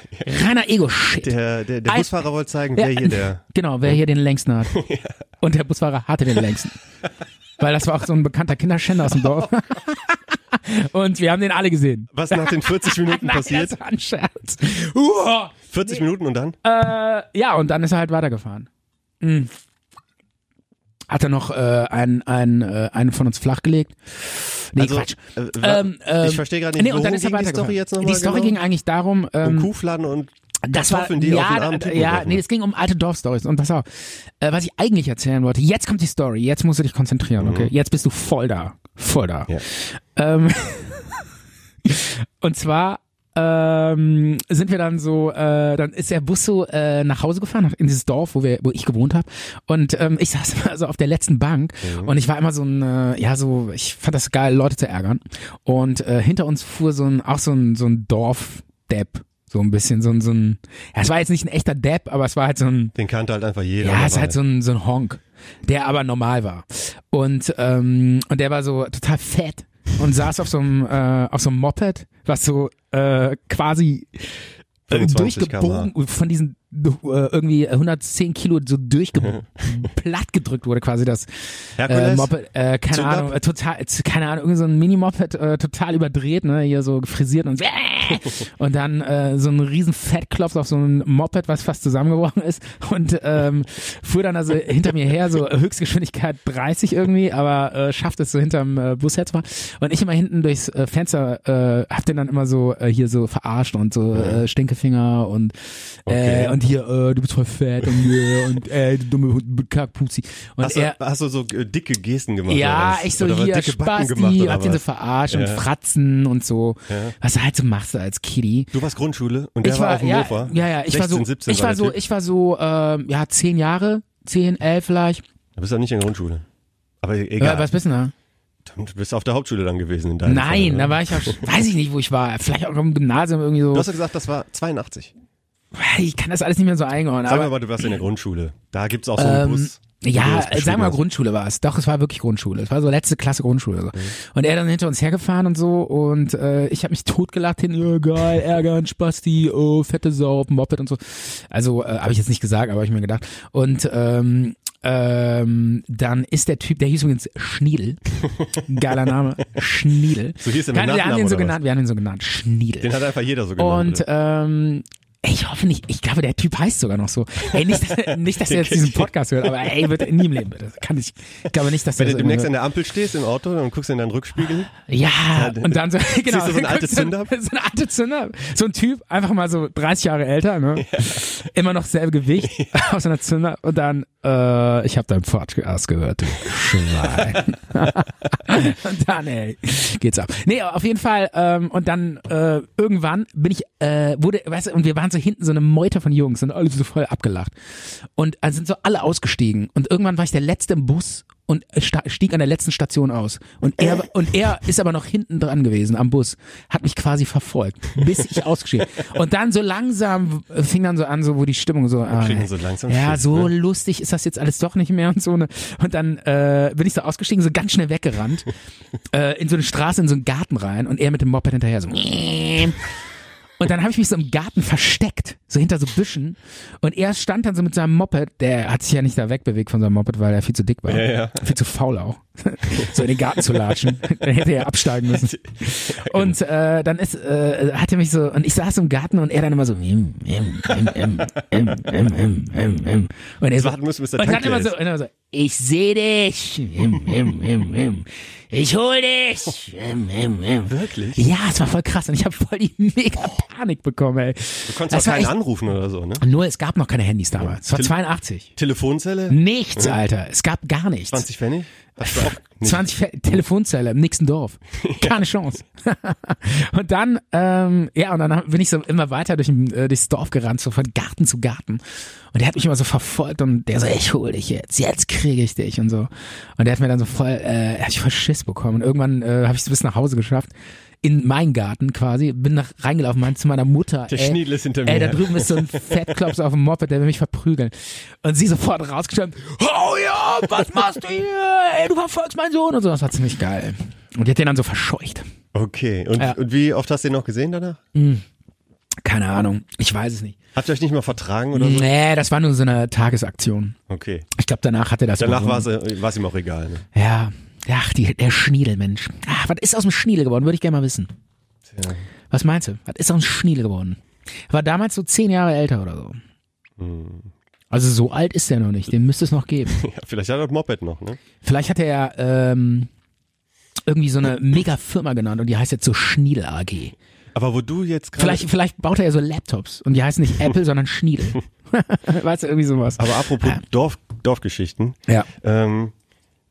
[SPEAKER 4] Reiner Ego-Shit.
[SPEAKER 3] Der, der, der
[SPEAKER 4] Ein-
[SPEAKER 3] Busfahrer wollte zeigen, wer hier der.
[SPEAKER 4] Genau, wer hier den längsten hat. Und der Busfahrer hatte den längsten. Weil das war auch so ein bekannter Kinderschänder aus dem Dorf. Und wir haben den alle gesehen.
[SPEAKER 3] Was nach den 40 Minuten
[SPEAKER 4] Nein,
[SPEAKER 3] passiert?
[SPEAKER 4] das war ein Scherz. Uah.
[SPEAKER 3] 40 Minuten und dann?
[SPEAKER 4] Äh, Ja, und dann ist er halt weitergefahren. Mhm. Hat er noch äh, einen, einen, äh, einen von uns flachgelegt? Nee,
[SPEAKER 3] Also,
[SPEAKER 4] Quatsch.
[SPEAKER 3] äh, wa-
[SPEAKER 4] ähm, ähm,
[SPEAKER 3] ich verstehe gerade nicht,
[SPEAKER 4] und dann
[SPEAKER 3] worum
[SPEAKER 4] ist er
[SPEAKER 3] ging die
[SPEAKER 4] weitergefahren.
[SPEAKER 3] Story jetzt nochmal
[SPEAKER 4] Die Story
[SPEAKER 3] genau?
[SPEAKER 4] ging eigentlich darum, ähm,
[SPEAKER 3] um Kuhfladen und
[SPEAKER 4] Das war,
[SPEAKER 3] Kartoffeln, die
[SPEAKER 4] ja,
[SPEAKER 3] auf den armen Typen
[SPEAKER 4] ja
[SPEAKER 3] geworfen
[SPEAKER 4] nee,
[SPEAKER 3] wird.
[SPEAKER 4] es ging um alte Dorfstories. Und pass auf, äh, was ich eigentlich erzählen wollte, jetzt kommt die Story, jetzt musst du dich konzentrieren, okay? Jetzt bist du voll da, voll da.
[SPEAKER 3] Mhm. Ja.
[SPEAKER 4] Ähm, und zwar ähm, sind wir dann so, äh, dann ist der Bus so äh, nach Hause gefahren, nach, in dieses Dorf, wo wir, wo ich gewohnt habe. Und ähm, ich saß immer so auf der letzten Bank und ich war immer so ein, äh, ja, so, ich fand das geil, Leute zu ärgern. Und äh, hinter uns fuhr so ein, auch so ein, so ein Dorfdepp. So ein bisschen, so ein, so ein, ja, es war jetzt nicht ein echter Depp, aber es war halt so ein,
[SPEAKER 3] Den kannte halt einfach jeder.
[SPEAKER 4] ja, es ist
[SPEAKER 3] dabei.
[SPEAKER 4] halt so ein, so ein Honk, der aber normal war. Und, ähm, und der war so total fett und saß auf so einem, äh, auf so einem Moped, was so äh, quasi
[SPEAKER 3] 25
[SPEAKER 4] durchgebogen von diesen äh, irgendwie 110 Kilo so durchgebogen, platt gedrückt wurde quasi das
[SPEAKER 3] Herkules?
[SPEAKER 4] äh, Moped, äh, keine
[SPEAKER 3] Zug ab?
[SPEAKER 4] Ahnung, äh, total, äh, keine Ahnung, irgend so ein Mini-Moped, äh, total überdreht, ne, hier so frisiert und so, äh, und dann äh, so ein riesen Fettklops auf so ein Moped, was fast zusammengebrochen ist und ähm, fuhr dann also hinter mir her, so Höchstgeschwindigkeit 30 irgendwie, aber äh, schafft es so hinterm äh, Bus herzufahren und ich immer hinten durchs äh, Fenster äh, hab den dann immer so äh, hier so verarscht und so äh, Stinkefinger und äh,
[SPEAKER 3] Okay.
[SPEAKER 4] und hier, äh, du bist voll fett und, äh, und äh, du dumme Hund- Kackpuzi und
[SPEAKER 3] Hast,
[SPEAKER 4] er
[SPEAKER 3] du, hast du so äh, dicke Gesten gemacht?
[SPEAKER 4] ja,
[SPEAKER 3] oder was?
[SPEAKER 4] ich so
[SPEAKER 3] oder was,
[SPEAKER 4] hier
[SPEAKER 3] dicke Backen
[SPEAKER 4] Spasti,
[SPEAKER 3] gemacht, oder
[SPEAKER 4] hab den so
[SPEAKER 3] was?
[SPEAKER 4] verarscht und
[SPEAKER 3] Ja.
[SPEAKER 4] Fratzen und so. Was du halt so machst als Kitty.
[SPEAKER 3] Du warst Grundschule und der
[SPEAKER 4] ich
[SPEAKER 3] war,
[SPEAKER 4] war,
[SPEAKER 3] auf dem
[SPEAKER 4] ja,
[SPEAKER 3] Mofa.
[SPEAKER 4] ja, ja, ich
[SPEAKER 3] 16,
[SPEAKER 4] war so,
[SPEAKER 3] 17
[SPEAKER 4] ich war
[SPEAKER 3] der
[SPEAKER 4] so,
[SPEAKER 3] Typ.
[SPEAKER 4] ich war so, ähm, ja, zehn Jahre, zehn, elf vielleicht.
[SPEAKER 3] Du bist ja nicht in der Grundschule. Aber
[SPEAKER 4] Ja,
[SPEAKER 3] egal.
[SPEAKER 4] was bist du da?
[SPEAKER 3] du bist auf der Hauptschule dann gewesen in deinem Fall,
[SPEAKER 4] Nein,
[SPEAKER 3] ne?
[SPEAKER 4] da war ich auch, weiß ich nicht, wo ich war. Vielleicht auch im Gymnasium irgendwie so.
[SPEAKER 3] Du hast ja gesagt, das war 82.
[SPEAKER 4] ich kann das alles nicht mehr so einordnen.
[SPEAKER 3] Sag
[SPEAKER 4] Aber Ähm,
[SPEAKER 3] mir mal, du warst in der Grundschule. Da gibt's auch so einen Bus. wie du
[SPEAKER 4] Ja,
[SPEAKER 3] das beschrieben
[SPEAKER 4] sag mal,
[SPEAKER 3] hast.
[SPEAKER 4] Grundschule war es. Doch, es war wirklich Grundschule. Es war so letzte Klasse Grundschule.
[SPEAKER 3] Mhm.
[SPEAKER 4] So. Und er dann hinter uns hergefahren und so. Und äh, ich habe mich totgelacht hin. Oh, geil, ärgern, Spasti, oh, fette Sau auf dem Moped und so. Also äh, habe ich jetzt nicht gesagt, aber habe ich mir gedacht. Und ähm, ähm, dann ist der Typ, der hieß übrigens Schniedel. Geiler Name, Schniedel.
[SPEAKER 3] So hieß er mit
[SPEAKER 4] Kann- wir haben
[SPEAKER 3] Nachnamen
[SPEAKER 4] ihn so
[SPEAKER 3] oder was?
[SPEAKER 4] genannt, wir haben ihn so genannt, Schniedel.
[SPEAKER 3] Den hat einfach jeder so genannt.
[SPEAKER 4] Und
[SPEAKER 3] Genau, oder?
[SPEAKER 4] ähm, ich hoffe nicht, ich glaube, der Typ heißt sogar noch so. Ey, nicht, dass- nicht dass er jetzt diesen Podcast hört, aber ey, wird er nie im Leben, bitte. Kann ich, ich glaube nicht, dass
[SPEAKER 3] Wenn
[SPEAKER 4] er
[SPEAKER 3] du
[SPEAKER 4] das
[SPEAKER 3] demnächst an
[SPEAKER 4] irgendwann
[SPEAKER 3] der Ampel stehst im Auto und guckst in deinen Rückspiegel,
[SPEAKER 4] Ja,
[SPEAKER 3] Ja,
[SPEAKER 4] und dann so, genau.
[SPEAKER 3] du so eine alte
[SPEAKER 4] guckst du-
[SPEAKER 3] Zünder?
[SPEAKER 4] So eine alte Zünder. So ein Typ, einfach mal so 30 Jahre älter, ne? Immer noch selbe Gewicht aus einer Zünder. Und dann, äh, ich habe deinen Podcast gehört, du Schwein. und dann, ey, geht's ab. Nee, auf jeden Fall. Ähm, und dann äh, irgendwann bin ich, äh, wurde, weißt du, und wir waren so hinten so eine Meute von Jungs und alle so voll abgelacht. Und dann sind so alle ausgestiegen. Und irgendwann war ich der Letzte im Bus und äh, sta- stieg an der letzten Station aus. Und er,
[SPEAKER 3] Äh.
[SPEAKER 4] und er ist aber noch hinten dran gewesen am Bus, hat mich quasi verfolgt, bis ich ausgestiegen. Und dann so langsam äh, fing dann so an, so wo die Stimmung so, ah,
[SPEAKER 3] kriegen so langsam
[SPEAKER 4] ja,
[SPEAKER 3] Schiss,
[SPEAKER 4] so
[SPEAKER 3] ne?
[SPEAKER 4] lustig ist das jetzt alles doch nicht mehr und so. Ne? Und dann äh, bin ich so ausgestiegen, so ganz schnell weggerannt, äh, in so eine Straße, in so einen Garten rein und er mit dem Moped hinterher so. Und dann habe ich mich so im Garten versteckt, so hinter so Büschen. Und er stand dann so mit seinem Moped, der hat sich ja nicht da wegbewegt von seinem Moped, weil er viel zu dick war.
[SPEAKER 3] ja.
[SPEAKER 4] Viel zu faul auch. so in den Garten zu latschen. dann hätte er absteigen müssen. Und
[SPEAKER 3] genau.
[SPEAKER 4] äh, dann ist, äh, hat er mich so, und ich saß im Garten und er dann immer so, mm, mm, mm, mm, mm, mm, mm, mm. und er so,
[SPEAKER 3] warten müssen, bis der
[SPEAKER 4] und dann
[SPEAKER 3] Tank leer
[SPEAKER 4] immer so,
[SPEAKER 3] ist.
[SPEAKER 4] und immer so, ich seh dich, mm, mm, mm, mm. ich hol dich. Mm, mm, mm.
[SPEAKER 3] Wirklich?
[SPEAKER 4] Ja, es war voll krass und ich habe voll die mega Panik bekommen, ey.
[SPEAKER 3] du konntest
[SPEAKER 4] Das
[SPEAKER 3] auch
[SPEAKER 4] war
[SPEAKER 3] keinen
[SPEAKER 4] echt-
[SPEAKER 3] anrufen oder so, ne?
[SPEAKER 4] Nur es gab noch keine Handys damals, es war
[SPEAKER 3] Tele-
[SPEAKER 4] 82.
[SPEAKER 3] Telefonzelle? Mhm.
[SPEAKER 4] Nichts, Alter, es gab gar nichts.
[SPEAKER 3] 20 Pfennig? Hast du auch nicht.
[SPEAKER 4] 20 Fe Telefonzelle im nächsten Dorf. Keine Chance. und dann, ähm, ja, und dann hab- bin ich so immer weiter durch, den, äh, durchs Dorf gerannt, so von Garten zu Garten. Und der hat mich immer so verfolgt und der so, ich hol dich jetzt, jetzt kriege ich dich und so. Und der hat mir dann so voll, äh, hab ich voll Schiss bekommen. Und irgendwann äh, habe ich es bis nach Hause geschafft. In meinen Garten quasi, bin nach reingelaufen, meinte zu meiner Mutter.
[SPEAKER 3] Der
[SPEAKER 4] ey,
[SPEAKER 3] Schniedel ist hinter
[SPEAKER 4] Ey,
[SPEAKER 3] mir.
[SPEAKER 4] da drüben ist so ein Fettklops auf dem Moped, der will mich verprügeln. Und sie sofort rausgestanden, oh ja, was machst du hier? Ey, du verfolgst meinen Sohn und so. Das war ziemlich geil. Und die hat den dann so verscheucht.
[SPEAKER 3] Okay, und,
[SPEAKER 4] Ja.
[SPEAKER 3] und wie oft hast du den noch gesehen danach?
[SPEAKER 4] Keine Ahnung, ich weiß es nicht.
[SPEAKER 3] Habt ihr euch nicht mal vertragen oder so?
[SPEAKER 4] Nee, das war nur so eine Tagesaktion.
[SPEAKER 3] Okay.
[SPEAKER 4] Ich glaube, danach hatte das.
[SPEAKER 3] Danach war
[SPEAKER 4] überwunden.
[SPEAKER 3] es ihm auch egal, ne?
[SPEAKER 4] Ja. Ach, die, der Schniedel, Mensch. Ach, was ist aus dem Schniedel geworden? Würde ich gerne mal wissen. Was meinst du? Was ist aus dem Schniedel geworden? War damals so zehn Jahre älter oder so. Also so alt ist der noch nicht. Den müsste es noch geben.
[SPEAKER 3] Ja, vielleicht hat er das Moped noch, ne?
[SPEAKER 4] Vielleicht hat er ja ähm, irgendwie so eine Mega-Firma genannt und die heißt jetzt so Schniedel AG.
[SPEAKER 3] Aber wo du jetzt gerade.
[SPEAKER 4] Vielleicht, vielleicht baut er ja so Laptops und die heißen nicht Apple, sondern Schniedel. weißt du, irgendwie sowas.
[SPEAKER 3] Aber apropos Dorf, Dorfgeschichten.
[SPEAKER 4] Ja.
[SPEAKER 3] Ähm,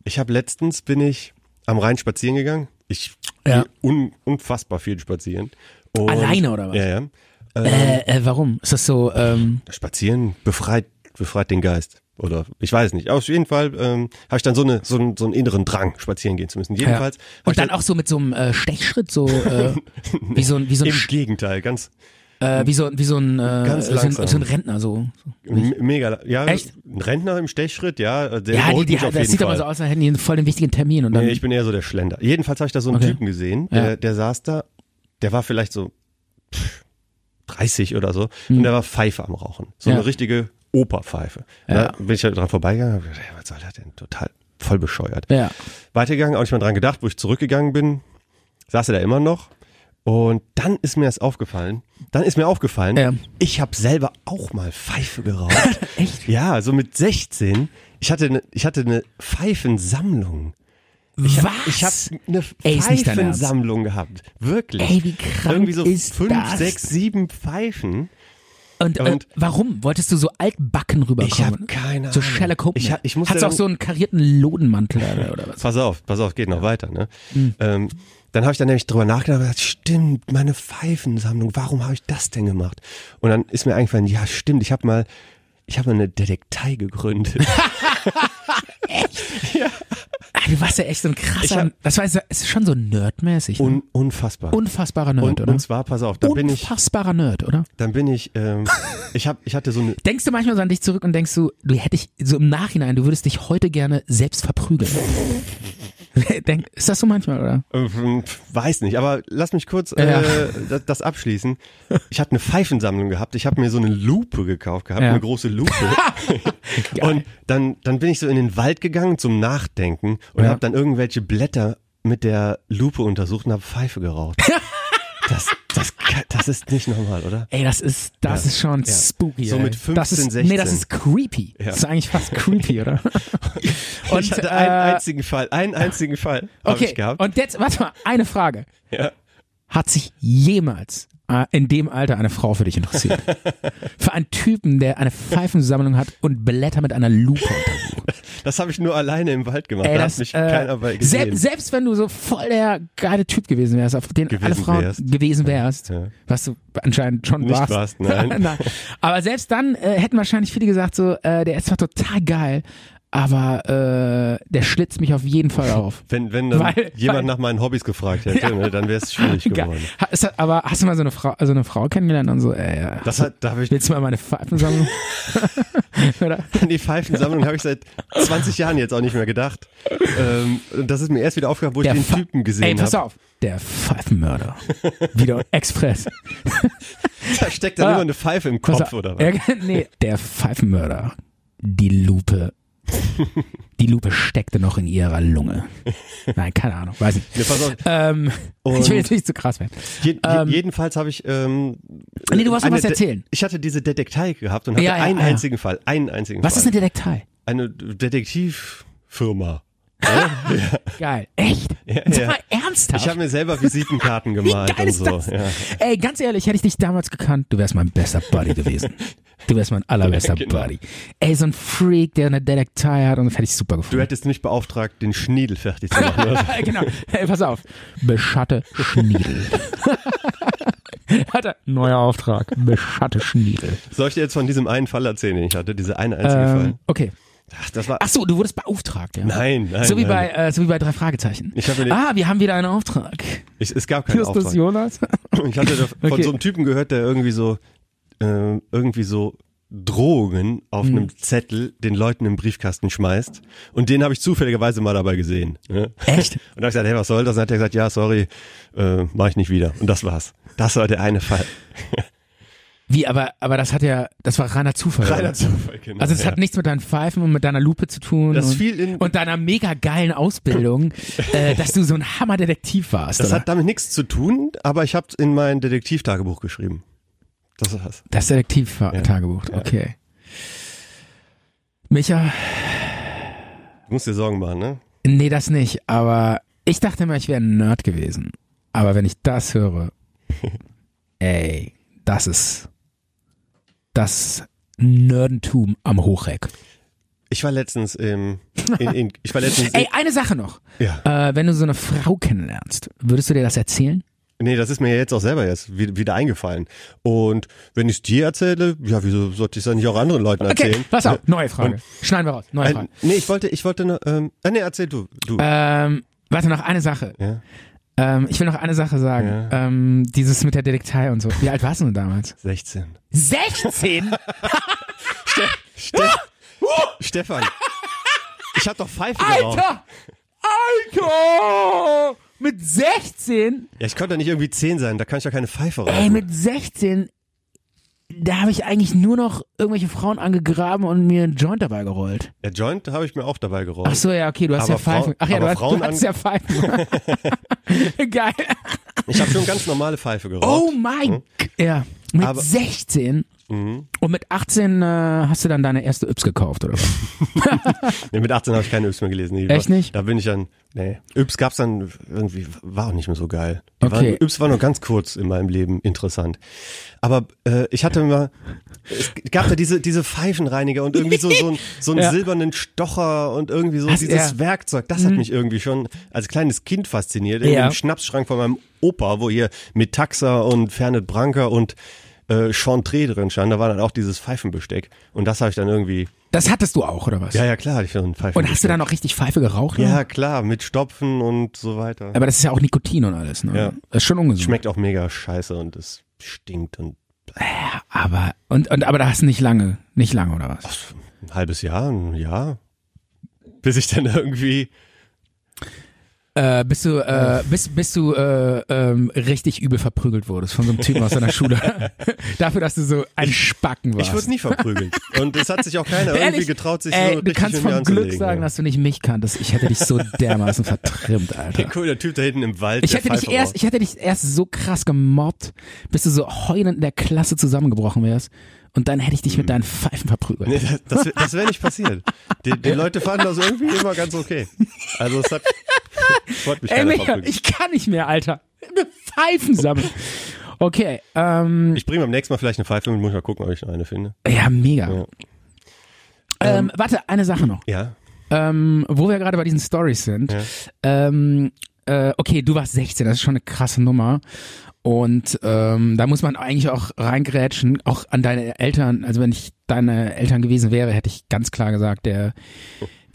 [SPEAKER 3] ich habe letztens bin ich am Rhein spazieren gegangen. Ich
[SPEAKER 4] Ja.
[SPEAKER 3] gehe un, unfassbar viel spazieren. Und-
[SPEAKER 4] Alleine oder was?
[SPEAKER 3] Ja, ja. ähm,
[SPEAKER 4] Äh, äh, warum? Ist das so, ähm,
[SPEAKER 3] Spazieren befreit, befreit den Geist. Oder ich weiß nicht. Auf jeden Fall ähm, habe ich dann so, eine, so, einen, so einen inneren Drang, spazieren gehen zu müssen. Jedenfalls.
[SPEAKER 4] ja.
[SPEAKER 3] hab ich
[SPEAKER 4] Und dann auch so mit so einem äh, Stechschritt, so, äh, wie so ein, wie so ein,
[SPEAKER 3] Im
[SPEAKER 4] Sch-
[SPEAKER 3] Gegenteil, ganz
[SPEAKER 4] äh, wie so, ein- wie so ein, äh,
[SPEAKER 3] Ganz
[SPEAKER 4] so ein,
[SPEAKER 3] langsam.
[SPEAKER 4] so ein Rentner, so.
[SPEAKER 3] me- mega. Ja,
[SPEAKER 4] Echt?
[SPEAKER 3] ein Rentner im Stechschritt, ja. äh, Der
[SPEAKER 4] Ja, die,
[SPEAKER 3] überholt
[SPEAKER 4] die,
[SPEAKER 3] mich auf
[SPEAKER 4] das
[SPEAKER 3] jeden
[SPEAKER 4] sieht aber
[SPEAKER 3] Fall.
[SPEAKER 4] so aus, als hätten die einen voll den wichtigen Termin und dann,
[SPEAKER 3] Nee, ich bin eher so der Schlender. Jedenfalls habe ich da so einen
[SPEAKER 4] Okay.
[SPEAKER 3] Typen gesehen,
[SPEAKER 4] Ja.
[SPEAKER 3] der, der saß da, der war vielleicht so pff, 30 oder so und der war Pfeife am Rauchen. So
[SPEAKER 4] Hm. Ja.
[SPEAKER 3] eine richtige Operpfeife.
[SPEAKER 4] Ja.
[SPEAKER 3] Da bin ich halt dran vorbeigegangen, hab gedacht, "Ey, was soll der denn? Total voll bescheuert.
[SPEAKER 4] ja.
[SPEAKER 3] Weitergegangen, auch nicht mal dran gedacht, wo ich zurückgegangen bin, saß er da immer noch. Und dann ist mir das aufgefallen. Dann ist mir aufgefallen,
[SPEAKER 4] Ja.
[SPEAKER 3] ich habe selber auch mal Pfeife geraucht.
[SPEAKER 4] Echt?
[SPEAKER 3] Ja, so mit 16. Ich hatte eine, ich hatte eine Pfeifensammlung.
[SPEAKER 4] Was?
[SPEAKER 3] Ich habe eine
[SPEAKER 4] Ey, ist nicht dein Ernst.
[SPEAKER 3] Pfeifensammlung gehabt. Wirklich.
[SPEAKER 4] Ey, wie krank
[SPEAKER 3] Irgendwie so
[SPEAKER 4] ist
[SPEAKER 3] fünf,
[SPEAKER 4] das?
[SPEAKER 3] sechs, sieben Pfeifen.
[SPEAKER 4] Und, äh,
[SPEAKER 3] Und-
[SPEAKER 4] warum? Wolltest du so altbacken rüberkommen?
[SPEAKER 3] Ich hab keine
[SPEAKER 4] So
[SPEAKER 3] Ahnung.
[SPEAKER 4] Sherlock Holmes.
[SPEAKER 3] Ich hab- ich musste
[SPEAKER 4] Hat's auch
[SPEAKER 3] dann-
[SPEAKER 4] so einen karierten Lodenmantel oder, oder was?
[SPEAKER 3] Pass auf, pass auf, geht noch weiter. Ne? Ähm, dann habe ich dann nämlich drüber nachgedacht, und gesagt, stimmt, meine Pfeifensammlung, warum habe ich das denn gemacht? Und dann ist mir eingefallen, ja stimmt, ich habe mal, ich habe mal eine Detektei gegründet.
[SPEAKER 4] Ah, du warst ja echt so ein
[SPEAKER 3] Ich
[SPEAKER 4] krasser,
[SPEAKER 3] hab-
[SPEAKER 4] das war, es ist schon so nerdmäßig. Ne?
[SPEAKER 3] Un, unfassbar.
[SPEAKER 4] Unfassbarer Nerd,
[SPEAKER 3] und,
[SPEAKER 4] oder?
[SPEAKER 3] und zwar, pass auf, dann bin ich,
[SPEAKER 4] Unfassbarer Nerd, oder?
[SPEAKER 3] dann bin ich, ähm, ich, hab, ich hatte so eine,
[SPEAKER 4] Denkst du manchmal so an dich zurück und denkst du, du hättest dich so im Nachhinein, du würdest dich heute gerne selbst verprügeln. Denk, ist das so manchmal, oder?
[SPEAKER 3] Ähm, Weiß nicht, aber lass mich kurz
[SPEAKER 4] Ja.
[SPEAKER 3] äh, das, das abschließen. Ich hatte eine Pfeifensammlung gehabt. Ich habe mir so eine Lupe gekauft gehabt,
[SPEAKER 4] Ja.
[SPEAKER 3] eine große Lupe. und dann, dann bin ich so in den Wald gegangen zum Nachdenken und
[SPEAKER 4] Ja.
[SPEAKER 3] habe dann irgendwelche Blätter mit der Lupe untersucht und habe Pfeife geraucht. das, das, kann- das ist nicht normal, oder?
[SPEAKER 4] Ey, das ist, das
[SPEAKER 3] Ja.
[SPEAKER 4] ist schon
[SPEAKER 3] Ja.
[SPEAKER 4] spooky.
[SPEAKER 3] So
[SPEAKER 4] ey.
[SPEAKER 3] mit 15,
[SPEAKER 4] das ist, Nee, das
[SPEAKER 3] 16.
[SPEAKER 4] ist creepy. Das ist eigentlich fast creepy, oder? Und,
[SPEAKER 3] ich hatte einen
[SPEAKER 4] äh,
[SPEAKER 3] einzigen Fall, einen einzigen Fall habe
[SPEAKER 4] Okay,
[SPEAKER 3] ich gehabt.
[SPEAKER 4] und jetzt, warte mal, eine Frage.
[SPEAKER 3] Ja.
[SPEAKER 4] Hat sich jemals äh, in dem Alter eine Frau für dich interessiert? für einen Typen, der eine Pfeifensammlung hat und Blätter mit einer Lupe untersucht.
[SPEAKER 3] Das habe ich nur alleine im Wald gemacht.
[SPEAKER 4] Ey,
[SPEAKER 3] da
[SPEAKER 4] das,
[SPEAKER 3] hat mich
[SPEAKER 4] äh,
[SPEAKER 3] keiner bei
[SPEAKER 4] selbst,
[SPEAKER 3] gesehen.
[SPEAKER 4] selbst wenn du so voll der geile Typ gewesen wärst, auf den alle
[SPEAKER 3] Gewesen
[SPEAKER 4] Frauen
[SPEAKER 3] wärst.
[SPEAKER 4] gewesen wärst,
[SPEAKER 3] Ja.
[SPEAKER 4] was du anscheinend schon
[SPEAKER 3] Nicht
[SPEAKER 4] warst.
[SPEAKER 3] warst, nein.
[SPEAKER 4] Aber selbst dann äh, hätten wahrscheinlich viele gesagt so, äh, der ist zwar total geil, aber äh, der schlitzt mich auf jeden Fall auf.
[SPEAKER 3] Wenn, wenn dann
[SPEAKER 4] Weil-
[SPEAKER 3] jemand
[SPEAKER 4] weil-
[SPEAKER 3] nach meinen Hobbys gefragt hätte, ne, dann wäre es schwierig
[SPEAKER 4] Geil.
[SPEAKER 3] geworden.
[SPEAKER 4] Ha- ist das- Aber hast du mal so eine Frau, so eine Frau kennengelernt und so, ey, ja.
[SPEAKER 3] Das hat, da habe ich
[SPEAKER 4] willst du mal meine Pfeifen sammeln? Oder?
[SPEAKER 3] die Pfeifensammlung habe ich seit 20 Jahren jetzt auch nicht mehr gedacht. Ähm, und das ist mir erst wieder aufgehört, wo ich den
[SPEAKER 4] Pfe-
[SPEAKER 3] Typen
[SPEAKER 4] Ey,
[SPEAKER 3] gesehen
[SPEAKER 4] pass
[SPEAKER 3] habe.
[SPEAKER 4] auf. Der Pfeifenmörder. Wieder Express.
[SPEAKER 3] Da steckt dann
[SPEAKER 4] Ah.
[SPEAKER 3] immer eine Pfeife im
[SPEAKER 4] Pass
[SPEAKER 3] Kopf
[SPEAKER 4] auf.
[SPEAKER 3] oder was?
[SPEAKER 4] Ja, nee, der Pfeifenmörder. Die Lupe. Die Lupe steckte noch in ihrer Lunge. Nein, keine Ahnung, weiß nicht.
[SPEAKER 3] Nee, pass auf.
[SPEAKER 4] Ähm, ich
[SPEAKER 3] Und-
[SPEAKER 4] will jetzt nicht zu krass werden.
[SPEAKER 3] Je, je,
[SPEAKER 4] Ähm.
[SPEAKER 3] jedenfalls habe ich. Ähm,
[SPEAKER 4] Nee, du wolltest noch
[SPEAKER 3] eine
[SPEAKER 4] was
[SPEAKER 3] De-
[SPEAKER 4] erzählen.
[SPEAKER 3] Ich hatte diese Detektei gehabt und hatte
[SPEAKER 4] Ja, ja,
[SPEAKER 3] einen
[SPEAKER 4] ja.
[SPEAKER 3] einzigen Fall. Einen einzigen
[SPEAKER 4] Was ist
[SPEAKER 3] Fall.
[SPEAKER 4] eine Detektei?
[SPEAKER 3] Eine Detektivfirma.
[SPEAKER 4] Geil. Echt?
[SPEAKER 3] Ja,
[SPEAKER 4] Sag
[SPEAKER 3] ja.
[SPEAKER 4] mal ernsthaft.
[SPEAKER 3] Ich habe mir selber Visitenkarten gemalt
[SPEAKER 4] Wie geil
[SPEAKER 3] und
[SPEAKER 4] ist
[SPEAKER 3] so.
[SPEAKER 4] das?
[SPEAKER 3] Ja.
[SPEAKER 4] Ey, ganz ehrlich, hätte ich dich damals gekannt, du wärst mein bester Buddy gewesen. Du wärst mein allerbester
[SPEAKER 3] Genau.
[SPEAKER 4] Buddy. Ey, so ein Freak, der eine Detektei hat und das hätte ich super
[SPEAKER 3] Du
[SPEAKER 4] gefunden.
[SPEAKER 3] hättest mich beauftragt, den Schniedel fertig zu machen. oder?
[SPEAKER 4] genau. Ey, pass auf. Beschatte Schniedel. hat er. Neuer Auftrag. Beschatte Schniedel.
[SPEAKER 3] Soll ich dir jetzt von diesem einen Fall erzählen, den ich hatte? Diese eine einzige
[SPEAKER 4] Ähm,
[SPEAKER 3] Fall?
[SPEAKER 4] okay.
[SPEAKER 3] Ach, das war.
[SPEAKER 4] Ach so, du wurdest beauftragt, ja.
[SPEAKER 3] Nein, nein.
[SPEAKER 4] So wie,
[SPEAKER 3] nein.
[SPEAKER 4] bei, äh, so wie bei drei Fragezeichen.
[SPEAKER 3] Ich hab mir den-
[SPEAKER 4] ah, wir haben wieder einen Auftrag.
[SPEAKER 3] Ich, es gab keinen
[SPEAKER 4] Hier ist das
[SPEAKER 3] Auftrag.
[SPEAKER 4] Jonas.
[SPEAKER 3] Ich hatte da von
[SPEAKER 4] Okay.
[SPEAKER 3] so einem Typen gehört, der irgendwie so, äh, irgendwie so Drohungen auf einem Zettel den Leuten im Briefkasten schmeißt. Und den habe ich zufälligerweise mal dabei gesehen. Ne?
[SPEAKER 4] Echt?
[SPEAKER 3] Und da habe ich gesagt, hey, was soll das? Und dann hat er gesagt, ja, sorry, äh, mache ich nicht wieder. Und das war's. Das war der eine Fall.
[SPEAKER 4] Wie, aber, aber das hat ja, das war reiner Zufall. oder?
[SPEAKER 3] Zufall, genau.
[SPEAKER 4] Also es
[SPEAKER 3] ja.
[SPEAKER 4] hat nichts mit deinen Pfeifen und mit deiner Lupe zu tun
[SPEAKER 3] Das
[SPEAKER 4] und,
[SPEAKER 3] fiel in-
[SPEAKER 4] und deiner mega geilen Ausbildung, äh, dass du so ein Hammerdetektiv warst.
[SPEAKER 3] das
[SPEAKER 4] oder?
[SPEAKER 3] hat damit nichts zu tun, aber ich habe in mein Detektivtagebuch geschrieben. Das war's.
[SPEAKER 4] das Detektiv-Tagebuch, okay. Micha,
[SPEAKER 3] Du musst dir Sorgen machen, ne?
[SPEAKER 4] nee, das nicht, aber ich dachte immer, ich wäre ein Nerd gewesen. Aber wenn ich das höre, Ey, das ist das Nerdentum am Hochreck.
[SPEAKER 3] Ich war letztens im, in, in, ich war letztens, in,
[SPEAKER 4] Ey, eine Sache noch.
[SPEAKER 3] ja.
[SPEAKER 4] Äh, wenn du so eine Frau kennenlernst, würdest du dir das erzählen?
[SPEAKER 3] Nee, das ist mir jetzt auch selber jetzt wie- wieder eingefallen. Und wenn ich es dir erzähle, ja, wieso sollte ich es dann nicht auch anderen Leuten
[SPEAKER 4] Okay,
[SPEAKER 3] erzählen?
[SPEAKER 4] pass auf, neue Frage.
[SPEAKER 3] Und-
[SPEAKER 4] Schneiden wir raus, neue
[SPEAKER 3] Äh,
[SPEAKER 4] Frage.
[SPEAKER 3] nee, ich wollte, ich wollte, nur, ähm, ah, nee, erzähl du, du.
[SPEAKER 4] Ähm, warte, noch eine Sache.
[SPEAKER 3] Ja.
[SPEAKER 4] Ähm, ich will noch eine Sache sagen. Ähm, dieses mit der Detektei und so. Wie alt warst du denn damals?
[SPEAKER 3] 16.
[SPEAKER 4] 16?
[SPEAKER 3] Stefan, ich hab doch Pfeife geraucht.
[SPEAKER 4] Alter! Alter! Mit 16?
[SPEAKER 3] Ja, ich konnte nicht irgendwie 10 sein, da kann ich ja keine Pfeife rauchen.
[SPEAKER 4] Ey, mit 16, da habe ich eigentlich nur noch irgendwelche Frauen angegraben und mir einen Joint dabei gerollt.
[SPEAKER 3] Der Joint habe ich mir auch dabei geraucht.
[SPEAKER 4] Ach so, ja, okay, du hast
[SPEAKER 3] Aber
[SPEAKER 4] ja Pfeifen.
[SPEAKER 3] Frau-
[SPEAKER 4] Ach ja, du
[SPEAKER 3] aber
[SPEAKER 4] hast, du
[SPEAKER 3] Frauen
[SPEAKER 4] hast ja Pfeifen. Geil.
[SPEAKER 3] Ich habe schon ganz normale Pfeife geraucht.
[SPEAKER 4] Oh mein Gott. Ja, mit
[SPEAKER 3] Mhm. Aber- Mhm.
[SPEAKER 4] 16 und mit 18 äh, hast du dann deine erste Yps gekauft, oder was?
[SPEAKER 3] Nee, mit 18 habe ich keine Yps mehr gelesen. Nee,
[SPEAKER 4] Echt
[SPEAKER 3] war-
[SPEAKER 4] nicht?
[SPEAKER 3] Da bin ich dann, nee. Yps gab's dann irgendwie, war auch nicht mehr so geil. Die
[SPEAKER 4] Okay.
[SPEAKER 3] Waren, Yps war nur ganz kurz in meinem Leben interessant. Aber äh, ich hatte immer, es gab da diese, diese Pfeifenreiniger und irgendwie so, so, ein, so einen
[SPEAKER 4] Ja.
[SPEAKER 3] silbernen Stocher und irgendwie so
[SPEAKER 4] Hast-
[SPEAKER 3] dieses
[SPEAKER 4] ja. Mhm.
[SPEAKER 3] Werkzeug. Das hat mich irgendwie schon als kleines Kind fasziniert.
[SPEAKER 4] Ja.
[SPEAKER 3] Im Schnapsschrank von meinem Opa, wo hier Metaxa und Fernet Branca und äh, Chantre drin standen, da war dann auch dieses Pfeifenbesteck. Und das habe ich dann irgendwie,
[SPEAKER 4] Das hattest du auch, oder was?
[SPEAKER 3] ja, ja klar, hatte ich dann ein Pfeifenbesteck.
[SPEAKER 4] Und hast du dann noch richtig Pfeife geraucht?
[SPEAKER 3] Ja, klar, mit Stopfen und so weiter.
[SPEAKER 4] Aber das ist ja auch Nikotin und alles, ne?
[SPEAKER 3] Ja.
[SPEAKER 4] Das ist schon ungesund.
[SPEAKER 3] Schmeckt auch mega scheiße und es stinkt und
[SPEAKER 4] Aber, und, und, aber da hast du nicht lange, nicht lange, oder was?
[SPEAKER 3] ein halbes Jahr, ein Jahr. Bis ich dann irgendwie.
[SPEAKER 4] Äh, bis du, äh, bis, bis du äh, ähm, richtig übel verprügelt wurdest von so einem Typen aus deiner Schule. Dafür, dass du so ein Spacken warst.
[SPEAKER 3] Ich wurde nie verprügelt. Und es hat sich auch keiner irgendwie getraut, sich
[SPEAKER 4] ey,
[SPEAKER 3] so
[SPEAKER 4] Du
[SPEAKER 3] richtig
[SPEAKER 4] kannst
[SPEAKER 3] in
[SPEAKER 4] vom
[SPEAKER 3] mir
[SPEAKER 4] Glück
[SPEAKER 3] anzulegen,
[SPEAKER 4] sagen,
[SPEAKER 3] ja.
[SPEAKER 4] dass du nicht mich kanntest. Ich hätte dich so dermaßen vertrimmt, Alter.
[SPEAKER 3] Cool, der Typ da hinten im Wald.
[SPEAKER 4] Ich
[SPEAKER 3] der
[SPEAKER 4] hätte, dich
[SPEAKER 3] Pfeife
[SPEAKER 4] erst,
[SPEAKER 3] raucht.
[SPEAKER 4] ich hätte dich erst so krass gemobbt, bis du so heulend in der Klasse zusammengebrochen wärst. Und dann hätte ich dich mit deinen Pfeifen verprügelt.
[SPEAKER 3] Mhm. Nee, das das, wär- das wäre nicht passiert. Die, die Leute fanden das irgendwie immer ganz okay. Also es hat. es wollte mich
[SPEAKER 4] Ey,
[SPEAKER 3] keiner
[SPEAKER 4] Micha,
[SPEAKER 3] verprügeln.
[SPEAKER 4] ich kann nicht mehr, Alter. Mit Pfeifen sammeln. Okay, ähm,
[SPEAKER 3] Ich bringe beim nächsten Mal vielleicht eine Pfeife mit, muss ich mal gucken, ob ich noch eine finde.
[SPEAKER 4] äh, ja, mega.
[SPEAKER 3] Ja.
[SPEAKER 4] Ähm, warte, eine Sache noch.
[SPEAKER 3] Ja.
[SPEAKER 4] Ähm, wo wir gerade bei diesen Stories sind. Ähm, äh, okay, du warst 16, das ist schon eine krasse Nummer. Und ähm, da muss man eigentlich auch reingrätschen, auch an deine Eltern. Also wenn ich deine Eltern gewesen wäre, hätte ich ganz klar gesagt, der,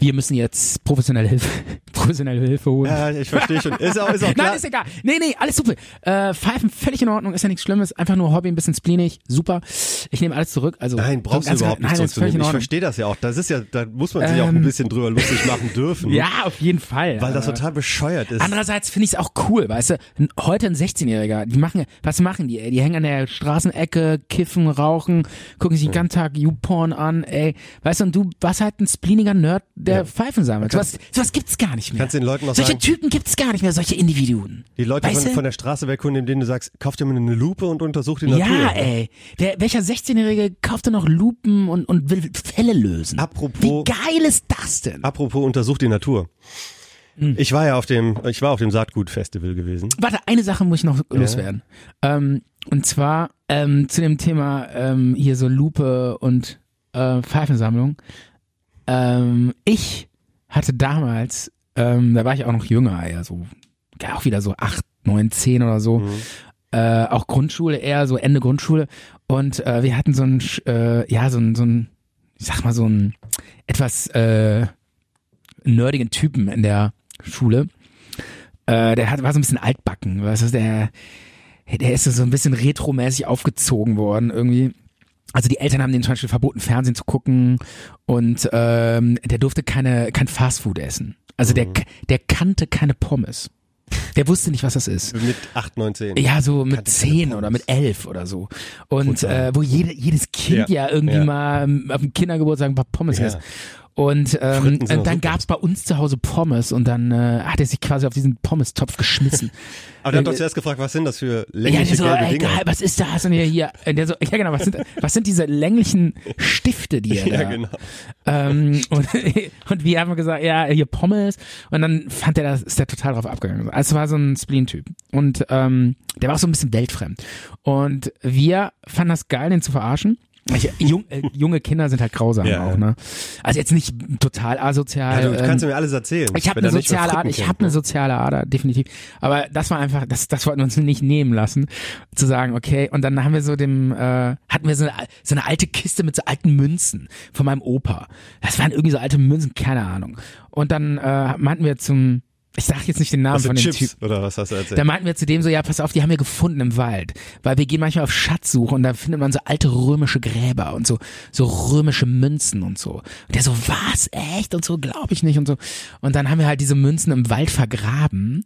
[SPEAKER 4] wir müssen jetzt professionelle Hilfe, professionelle Hilfe holen.
[SPEAKER 3] Ja, ich verstehe schon. Ist auch, ist auch klar.
[SPEAKER 4] Nein, ist egal. Nee, nee, alles super. Äh, Pfeifen völlig in Ordnung, ist ja nichts Schlimmes. Einfach nur Hobby, ein bisschen spleenig, super. Ich nehme alles zurück. Also,
[SPEAKER 3] Nein, brauchst du
[SPEAKER 4] ganz-
[SPEAKER 3] überhaupt nicht
[SPEAKER 4] nein, ist völlig
[SPEAKER 3] zurückzunehmen.
[SPEAKER 4] in
[SPEAKER 3] Ich
[SPEAKER 4] Ordnung.
[SPEAKER 3] verstehe das ja auch. Das ist ja, da muss man sich auch ein
[SPEAKER 4] Ähm,
[SPEAKER 3] bisschen drüber lustig machen dürfen.
[SPEAKER 4] Ja, auf jeden Fall.
[SPEAKER 3] Weil das
[SPEAKER 4] Äh,
[SPEAKER 3] total bescheuert ist.
[SPEAKER 4] Andererseits finde ich es auch cool, weißt du, N- heute ein 16-Jähriger, die machen, was machen die, ey? Die hängen an der Straßenecke, kiffen, rauchen, gucken sich den ganzen Tag YouPorn an, ey. Weißt du, und du warst halt ein spleeniger Nerd, der Pfeifen sammelt. Sowas, sowas gibt's gar nicht mehr.
[SPEAKER 3] Kannst den Leuten auch
[SPEAKER 4] solche
[SPEAKER 3] sagen-
[SPEAKER 4] Typen gibt's gar nicht mehr, solche Individuen.
[SPEAKER 3] Die Leute
[SPEAKER 4] weißt
[SPEAKER 3] von,
[SPEAKER 4] du?
[SPEAKER 3] von der Straße wegholen, indem du sagst, kauf dir mal eine Lupe und untersuch die Natur.
[SPEAKER 4] Ja, ey. Wer, welcher 16-Jährige kauft denn noch Lupen und, und will Fälle lösen?
[SPEAKER 3] Apropos-
[SPEAKER 4] Wie geil ist das denn?
[SPEAKER 3] Apropos untersuch die Natur.
[SPEAKER 4] Hm.
[SPEAKER 3] Ich war ja auf dem, ich war auf dem Saatgut-Festival gewesen.
[SPEAKER 4] Warte, eine Sache muss ich noch loswerden. Ähm, und zwar ähm, zu dem Thema ähm, hier so Lupe und äh, Pfeifensammlung. Ähm, ich hatte damals, ähm, da war ich auch noch jünger, ja, so, ja, auch wieder so acht, neun, zehn oder so. Äh, auch Grundschule eher, so Ende Grundschule. Und äh, wir hatten so ein, Sch- äh, ja, so ein, so ein, ich sag mal, so ein etwas äh, nerdigen Typen in der Schule äh, der hat, war so ein bisschen altbacken, weißt du, der, der ist so- so ein bisschen retromäßig aufgezogen worden irgendwie. Also die Eltern haben den zum Beispiel verboten, Fernsehen zu gucken und ähm, der durfte keine, kein Fastfood essen. Also der, der kannte keine Pommes. Der wusste nicht, was das ist.
[SPEAKER 3] Mit 8, 9, 10.
[SPEAKER 4] Ja, so mit
[SPEAKER 3] Kannte keine
[SPEAKER 4] zehn
[SPEAKER 3] Pommes.
[SPEAKER 4] oder mit elf oder so. Und
[SPEAKER 3] Brutal.
[SPEAKER 4] äh, wo jede, jedes Kind ja,
[SPEAKER 3] Ja,
[SPEAKER 4] irgendwie
[SPEAKER 3] ja.
[SPEAKER 4] mal ähm, auf dem Kindergeburtstag ein paar Pommes
[SPEAKER 3] Ja.
[SPEAKER 4] isst. Und ähm,
[SPEAKER 3] Fritten
[SPEAKER 4] und
[SPEAKER 3] sind doch
[SPEAKER 4] dann
[SPEAKER 3] super.
[SPEAKER 4] gab's bei uns zu Hause Pommes und dann äh, hat er sich quasi auf diesen Pommes-Topf geschmissen.
[SPEAKER 3] Aber der hat doch zuerst gefragt, was sind das für
[SPEAKER 4] Ja, der
[SPEAKER 3] längliche
[SPEAKER 4] so,
[SPEAKER 3] gelbe
[SPEAKER 4] ey,
[SPEAKER 3] Dinger?
[SPEAKER 4] geil, was ist das? Und der hier, äh, der so, ja genau, was sind, was sind diese länglichen Stifte, die er
[SPEAKER 3] Ja,
[SPEAKER 4] da
[SPEAKER 3] genau.
[SPEAKER 4] ähm, und, und wir haben gesagt, ja, hier Pommes. Und dann fand er das, ist der total drauf abgegangen. Also es war so ein Spleen-Typ. Und ähm, der war auch so ein bisschen weltfremd. Und wir fanden das geil, den zu verarschen. Ich, jung, äh, junge Kinder sind halt grausam
[SPEAKER 3] Ja,
[SPEAKER 4] auch,
[SPEAKER 3] ja.
[SPEAKER 4] ne? Also jetzt nicht total asozial.
[SPEAKER 3] Ja, Also, du
[SPEAKER 4] ähm,
[SPEAKER 3] kannst mir alles erzählen.
[SPEAKER 4] ich habe
[SPEAKER 3] wenn
[SPEAKER 4] eine
[SPEAKER 3] er nicht mehr
[SPEAKER 4] soziale Ader,
[SPEAKER 3] Fritten
[SPEAKER 4] ich
[SPEAKER 3] kennt,
[SPEAKER 4] habe eine
[SPEAKER 3] ne?
[SPEAKER 4] soziale Ader, definitiv. Aber das war einfach, das, das wollten wir uns nicht nehmen lassen, zu sagen, okay, und dann haben wir so dem, äh, hatten wir so eine, so eine alte Kiste mit so alten Münzen von meinem Opa. Das waren irgendwie so alte Münzen, keine Ahnung. Und dann äh, meinten wir zum, ich sag jetzt nicht den Namen
[SPEAKER 3] Was
[SPEAKER 4] von
[SPEAKER 3] sind
[SPEAKER 4] dem
[SPEAKER 3] Also Chips
[SPEAKER 4] Typ.
[SPEAKER 3] oder was hast du erzählt?
[SPEAKER 4] Da meinten wir zu dem so, ja, pass auf, die haben wir gefunden im Wald. Weil wir gehen manchmal auf Schatzsuche und da findet man so alte römische Gräber und so, so römische Münzen und so. Und der so, was, echt? Und so, glaube ich nicht und so. Und dann haben wir halt diese Münzen im Wald vergraben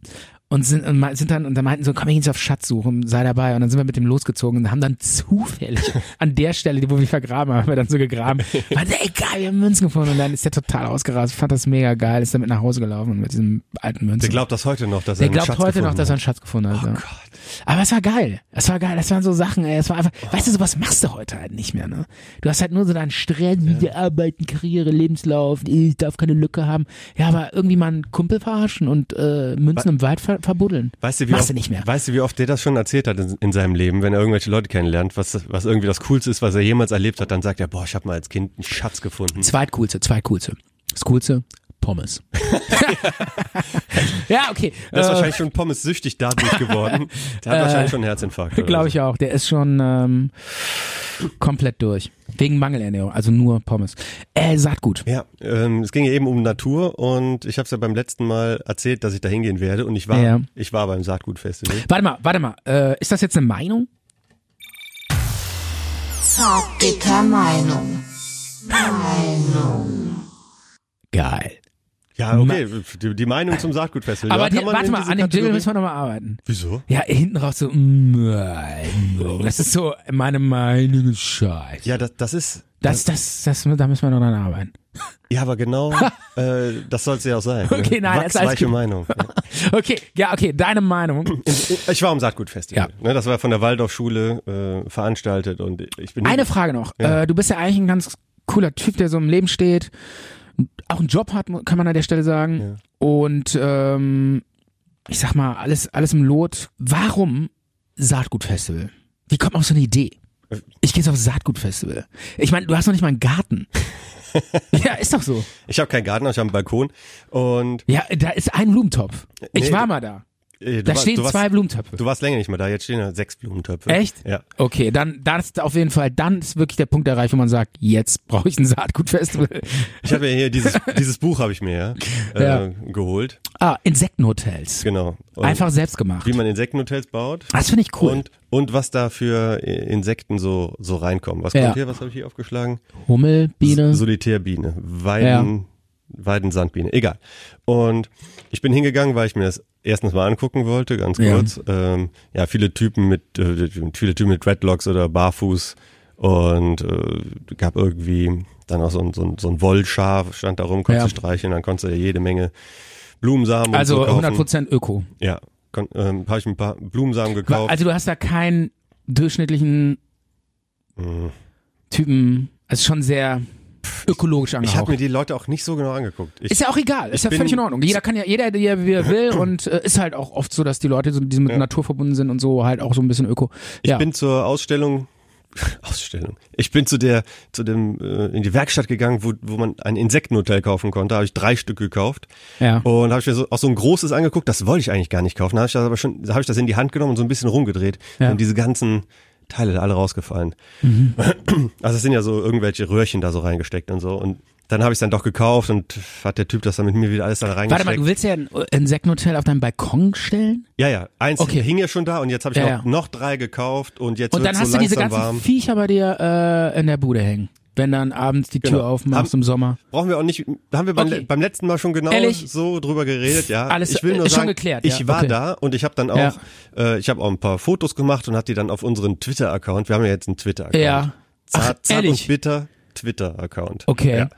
[SPEAKER 4] und sind, und me- sind dann, und dann meinten so, komm, wir gehen jetzt auf Schatzsuche, und sei dabei. Und dann sind wir mit dem losgezogen und haben dann zufällig an der Stelle, die- wo wir vergraben haben, haben wir dann so gegraben. War so, egal, wir haben Münzen gefunden. Und dann ist der total ausgerastet, fand das mega geil, ist damit nach Hause gelaufen und mit diesem alten Münzen.
[SPEAKER 3] der glaubt das heute noch, dass er
[SPEAKER 4] Der
[SPEAKER 3] einen
[SPEAKER 4] glaubt
[SPEAKER 3] Schatz
[SPEAKER 4] heute noch,
[SPEAKER 3] gefunden
[SPEAKER 4] dass er
[SPEAKER 3] hat.
[SPEAKER 4] einen Schatz gefunden hat. ja.
[SPEAKER 3] Oh Gott. Oh.
[SPEAKER 4] Aber es war geil. Es war geil. Das waren so Sachen, ey. Es war einfach, weißt du, sowas machst du heute halt nicht mehr, ne? Du hast halt nur so deinen Stress, wieder arbeiten, Karriere, Lebenslauf, ich darf keine Lücke haben. Ja, aber irgendwie mal einen Kumpel verarschen und äh, Münzen im Wald ver verbuddeln.
[SPEAKER 3] Weißt du, wie
[SPEAKER 4] machst
[SPEAKER 3] oft,
[SPEAKER 4] du nicht mehr.
[SPEAKER 3] Weißt du, wie oft der das schon erzählt hat in, in seinem Leben, wenn er irgendwelche Leute kennenlernt, was, was irgendwie das Coolste ist, was er jemals erlebt hat, dann sagt er, boah, ich habe mal als Kind einen Schatz gefunden.
[SPEAKER 4] Zweitcoolste, zweitcoolste. Das coolste, Pommes. ja, okay.
[SPEAKER 3] Der ist
[SPEAKER 4] Äh,
[SPEAKER 3] wahrscheinlich schon pommessüchtig dadurch geworden. Der hat wahrscheinlich schon einen Herzinfarkt. oder
[SPEAKER 4] Glaube
[SPEAKER 3] so.
[SPEAKER 4] Äh, ich auch. Der ist schon ähm, komplett durch. Wegen Mangelernährung, also nur Pommes. Äh, Saatgut.
[SPEAKER 3] Ja, ähm, es ging ja eben um Natur und ich habe es ja beim letzten Mal erzählt, dass ich da hingehen werde und ich war,
[SPEAKER 4] Ja.
[SPEAKER 3] ich war beim Saatgutfestival.
[SPEAKER 4] Warte mal, warte mal. Äh, ist das jetzt eine Meinung?
[SPEAKER 6] Zartbitter Meinung. Meinung.
[SPEAKER 4] Geil.
[SPEAKER 3] Ja, okay, die, die Meinung zum Saatgutfestival.
[SPEAKER 4] Aber
[SPEAKER 3] ja,
[SPEAKER 4] die,
[SPEAKER 3] kann man
[SPEAKER 4] warte
[SPEAKER 3] in
[SPEAKER 4] mal,
[SPEAKER 3] diese
[SPEAKER 4] an dem Jingle
[SPEAKER 3] Kategorie-
[SPEAKER 4] müssen wir nochmal arbeiten.
[SPEAKER 3] Wieso?
[SPEAKER 4] Ja, hinten raus so, mm, äh, das ist so, meine Meinung ist scheiße.
[SPEAKER 3] Ja, das, das ist.
[SPEAKER 4] Das, das, das, da müssen wir noch dran arbeiten.
[SPEAKER 3] Ja, aber genau, äh, das soll es ja auch sein.
[SPEAKER 4] Okay,
[SPEAKER 3] ne?
[SPEAKER 4] nein, das ist alles
[SPEAKER 3] Wachsweiche
[SPEAKER 4] gut.
[SPEAKER 3] Meinung. ja.
[SPEAKER 4] Okay, ja, okay, deine Meinung.
[SPEAKER 3] Ich war am Saatgutfestival.
[SPEAKER 4] Ja.
[SPEAKER 3] Ne, das war von der Waldorfschule äh, veranstaltet und ich bin.
[SPEAKER 4] Eine Frage noch.
[SPEAKER 3] Hm. Ja.
[SPEAKER 4] Äh, du bist ja eigentlich ein ganz cooler Typ, der so im Leben steht, auch einen Job hat, mu- kann man an der Stelle sagen.
[SPEAKER 3] Ja.
[SPEAKER 4] Und ähm, ich sag mal, alles, alles im Lot. Warum Saatgutfestival? Wie kommt man auf so eine Idee? Ich gehe jetzt aufs Saatgutfestival. Ich meine, du hast noch nicht mal einen Garten. ja, ist doch so.
[SPEAKER 3] Ich habe keinen Garten, ich habe einen Balkon und
[SPEAKER 4] Ja, da ist ein Blumentopf. Ich
[SPEAKER 3] Nee,
[SPEAKER 4] war
[SPEAKER 3] du-
[SPEAKER 4] mal da.
[SPEAKER 3] äh, du,
[SPEAKER 4] Da
[SPEAKER 3] warst-
[SPEAKER 4] stehen
[SPEAKER 3] du warst,
[SPEAKER 4] zwei Blumentöpfe.
[SPEAKER 3] Du warst länger nicht mehr da. Jetzt stehen da sechs Blumentöpfe.
[SPEAKER 4] Echt?
[SPEAKER 3] Ja.
[SPEAKER 4] Okay, dann das ist auf jeden Fall, dann ist wirklich der Punkt erreicht, wo man sagt, jetzt brauche ich ein Saatgutfestival.
[SPEAKER 3] Ich habe ja hier dieses dieses Buch habe ich mir ja, äh,
[SPEAKER 4] Ja.
[SPEAKER 3] geholt.
[SPEAKER 4] Ah, Insektenhotels.
[SPEAKER 3] Genau. Und
[SPEAKER 4] Einfach selbst gemacht.
[SPEAKER 3] Wie man Insektenhotels baut.
[SPEAKER 4] Das finde ich cool.
[SPEAKER 3] Und, und was da für äh, Insekten so, so reinkommen. Was
[SPEAKER 4] Ja.
[SPEAKER 3] kommt hier? Was habe ich hier aufgeschlagen?
[SPEAKER 4] Hummel, Biene.
[SPEAKER 3] Solitärbiene, Weiden, Weidensandbiene, egal. Und ich bin hingegangen, weil ich mir das erstens mal angucken wollte, ganz
[SPEAKER 4] Ja.
[SPEAKER 3] kurz. Ähm, ja, viele Typen mit äh, viele Typen mit Dreadlocks oder Barfuß und äh, gab irgendwie dann auch so ein, so ein, so ein Wollschaf, stand da rum, konntest
[SPEAKER 4] Ja.
[SPEAKER 3] du streicheln, dann konntest du ja jede Menge Blumensamen und
[SPEAKER 4] also
[SPEAKER 3] so kaufen.
[SPEAKER 4] 100% Öko.
[SPEAKER 3] Ja, kon- ähm, habe ich ein paar Blumensamen gekauft.
[SPEAKER 4] Also du hast da keinen durchschnittlichen
[SPEAKER 3] Mhm.
[SPEAKER 4] Typen, also schon sehr ökologisch
[SPEAKER 3] ich habe
[SPEAKER 4] angehaucht.
[SPEAKER 3] mir die Leute auch nicht so genau angeguckt. Ich,
[SPEAKER 4] Ist ja auch egal, ist ja
[SPEAKER 3] bin-
[SPEAKER 4] völlig in Ordnung. Jeder kann ja, jeder, der wie er will und äh, ist halt auch oft so, dass die Leute, so, die mit Natur verbunden sind und so, halt auch so ein bisschen öko.
[SPEAKER 3] Ich
[SPEAKER 4] ja.
[SPEAKER 3] bin zur Ausstellung Ausstellung. Ich bin zu der zu dem äh, in die Werkstatt gegangen, wo, wo man ein Insektenhotel kaufen konnte. Habe ich drei Stück gekauft
[SPEAKER 4] Ja.
[SPEAKER 3] und habe ich mir so, auch so ein großes angeguckt. Das wollte ich eigentlich gar nicht kaufen. Da habe ich das aber schon, da habe ich das in die Hand genommen und so ein bisschen rumgedreht
[SPEAKER 4] Ja. Mhm.
[SPEAKER 3] und diese ganzen Teile alle rausgefallen. Also es sind ja so irgendwelche Röhrchen da so reingesteckt und so und dann habe ich es dann doch gekauft und hat der Typ das dann mit mir wieder alles da
[SPEAKER 4] Warte
[SPEAKER 3] reingesteckt.
[SPEAKER 4] mal, du willst ja ein Insektenhotel auf deinen Balkon stellen?
[SPEAKER 3] ja, ja, eins
[SPEAKER 4] Okay.
[SPEAKER 3] hing ja schon da und jetzt habe ich
[SPEAKER 4] Ja,
[SPEAKER 3] noch,
[SPEAKER 4] ja.
[SPEAKER 3] noch drei gekauft und jetzt
[SPEAKER 4] Und
[SPEAKER 3] wird
[SPEAKER 4] dann hast
[SPEAKER 3] so
[SPEAKER 4] du diese
[SPEAKER 3] langsam
[SPEAKER 4] ganzen
[SPEAKER 3] warm.
[SPEAKER 4] Viecher bei dir äh, in der Bude hängen. Wenn dann abends die Tür
[SPEAKER 3] Genau.
[SPEAKER 4] aufmachst
[SPEAKER 3] Haben-
[SPEAKER 4] im Sommer.
[SPEAKER 3] Brauchen wir auch nicht, da haben wir beim,
[SPEAKER 4] Okay.
[SPEAKER 3] beim letzten Mal schon genau
[SPEAKER 4] Ehrlich?
[SPEAKER 3] so drüber geredet, ja.
[SPEAKER 4] Alles,
[SPEAKER 3] ich will
[SPEAKER 4] äh,
[SPEAKER 3] nur
[SPEAKER 4] ist schon
[SPEAKER 3] sagen,
[SPEAKER 4] geklärt,
[SPEAKER 3] ich
[SPEAKER 4] ja,
[SPEAKER 3] war
[SPEAKER 4] okay.
[SPEAKER 3] da und ich habe dann auch,
[SPEAKER 4] Ja.
[SPEAKER 3] äh, ich habe auch ein paar Fotos gemacht und habe die dann auf unseren Twitter-Account, wir haben ja jetzt einen Twitter-Account.
[SPEAKER 4] Ja. Ach,
[SPEAKER 3] Zart, zart
[SPEAKER 4] ehrlich?
[SPEAKER 3] und bitter Twitter-Account.
[SPEAKER 4] Okay.
[SPEAKER 3] Ja.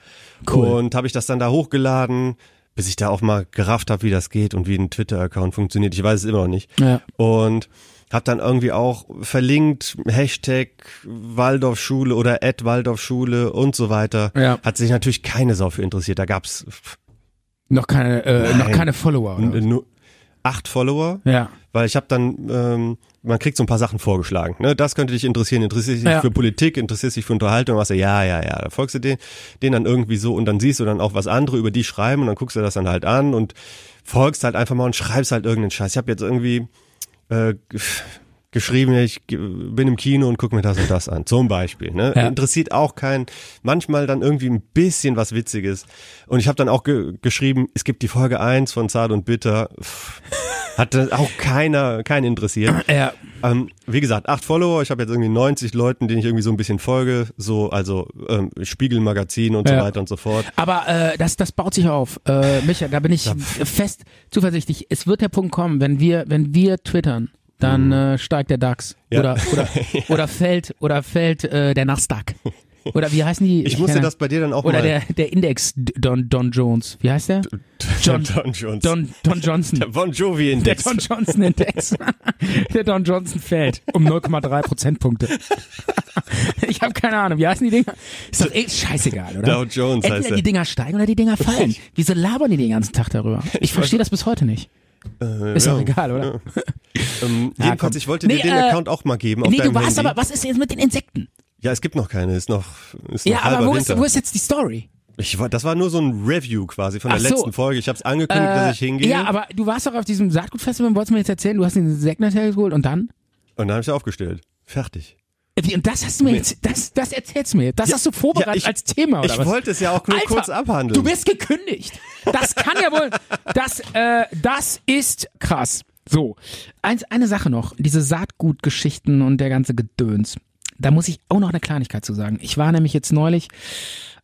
[SPEAKER 4] Cool.
[SPEAKER 3] Und habe ich das dann da hochgeladen, bis ich da auch mal gerafft habe, wie das geht und wie ein Twitter-Account funktioniert. Ich weiß es immer noch nicht.
[SPEAKER 4] Ja.
[SPEAKER 3] Und habe dann irgendwie auch verlinkt, Hashtag Waldorfschule oder at Waldorfschule und so weiter.
[SPEAKER 4] Ja.
[SPEAKER 3] Hat sich natürlich keine Sau für interessiert. Da gab's
[SPEAKER 4] Noch keine, äh, noch
[SPEAKER 3] Nein.
[SPEAKER 4] keine Follower.
[SPEAKER 3] n-
[SPEAKER 4] Oder?
[SPEAKER 3] nur acht Follower.
[SPEAKER 4] Ja.
[SPEAKER 3] Weil ich habe dann, ähm, man kriegt so ein paar Sachen vorgeschlagen. Ne? Das könnte dich interessieren. Interessierst dich
[SPEAKER 4] Ja.
[SPEAKER 3] für Politik, interessierst dich für Unterhaltung. Was, ja, ja, ja. Da folgst du den, den dann irgendwie so und dann siehst du dann auch, was andere über die schreiben und dann guckst du das dann halt an und folgst halt einfach mal und schreibst halt irgendeinen Scheiß. Ich habe jetzt irgendwie äh, g- geschrieben, ich g- bin im Kino und guck mir das und das an. Zum Beispiel. Ne?
[SPEAKER 4] Ja.
[SPEAKER 3] Interessiert auch keinen. Manchmal dann irgendwie ein bisschen was Witziges. Und ich habe dann auch ge geschrieben, es gibt die Folge 1 von Zart und Bitter. Pff, Hat das auch keiner, keinen interessiert.
[SPEAKER 4] Ja.
[SPEAKER 3] Ähm, wie gesagt, acht Follower, ich habe jetzt irgendwie 90 Leuten, denen ich irgendwie so ein bisschen folge, so, also ähm, Spiegelmagazin und
[SPEAKER 4] Ja.
[SPEAKER 3] so weiter und so fort.
[SPEAKER 4] Aber äh, das, das baut sich auf. Äh, Micha, da bin ich fest zuversichtlich. Es wird der Punkt kommen, wenn wir, wenn wir twittern, dann äh, steigt der DAX.
[SPEAKER 3] Mhm. Ja.
[SPEAKER 4] Oder, oder, oder fällt, oder fällt äh, der Nasdaq. Oder wie heißen die?
[SPEAKER 3] Ich musste
[SPEAKER 4] keine-
[SPEAKER 3] das bei dir dann auch
[SPEAKER 4] Oder
[SPEAKER 3] mal.
[SPEAKER 4] der, der Index D- Don, Don Jones. Wie heißt der? John-
[SPEAKER 3] Don Jones.
[SPEAKER 4] Don, Don Johnson.
[SPEAKER 3] der Bon Jovi
[SPEAKER 4] Der
[SPEAKER 3] Index.
[SPEAKER 4] Don Johnson Index. Der Don Johnson fällt um 0,3 Prozentpunkte. Ich habe keine Ahnung, wie heißen die Dinger? Ist doch eh scheißegal, oder?
[SPEAKER 3] Dow Jones
[SPEAKER 4] Entweder
[SPEAKER 3] heißt er.
[SPEAKER 4] die Dinger steigen oder die Dinger fallen. Wieso labern die den ganzen Tag darüber? Ich verstehe das bis heute nicht. Ist doch
[SPEAKER 3] ja.
[SPEAKER 4] egal, oder?
[SPEAKER 3] Ähm,
[SPEAKER 4] Ja,
[SPEAKER 3] jedenfalls,
[SPEAKER 4] komm.
[SPEAKER 3] ich wollte
[SPEAKER 4] Nee,
[SPEAKER 3] dir den
[SPEAKER 4] äh,
[SPEAKER 3] Account auch mal geben auf
[SPEAKER 4] Nee,
[SPEAKER 3] deinem
[SPEAKER 4] du warst
[SPEAKER 3] Handy.
[SPEAKER 4] aber, was ist jetzt mit den Insekten?
[SPEAKER 3] ja, es gibt noch keine, ist noch, ist noch
[SPEAKER 4] Ja,
[SPEAKER 3] halber
[SPEAKER 4] aber wo
[SPEAKER 3] Winter.
[SPEAKER 4] ist, wo ist jetzt die Story?
[SPEAKER 3] ich, war- das war nur so ein Review quasi von
[SPEAKER 4] Ach so.
[SPEAKER 3] der
[SPEAKER 4] Äh,
[SPEAKER 3] letzten Folge. Ich habe es angekündigt, dass ich hingehe
[SPEAKER 4] Ja, aber du warst doch auf diesem Saatgutfestival und wolltest mir jetzt erzählen, du hast den Insektenhotel geholt und dann?
[SPEAKER 3] und dann habe ich aufgestellt. Fertig.
[SPEAKER 4] Wie, Und das hast du mir jetzt, das, das erzählst du mir. jetzt. Das hast du vorbereitet
[SPEAKER 3] ja, ich-
[SPEAKER 4] als Thema, oder
[SPEAKER 3] ich
[SPEAKER 4] was?
[SPEAKER 3] wollte es ja auch nur
[SPEAKER 4] Alter,
[SPEAKER 3] kurz abhandeln.
[SPEAKER 4] Du bist gekündigt. Das kann ja wohl. Das, äh, das ist krass. So, eins, eine Sache noch. Diese Saatgutgeschichten und der ganze Gedöns. Da muss ich auch noch eine Kleinigkeit zu sagen. Ich war nämlich jetzt neulich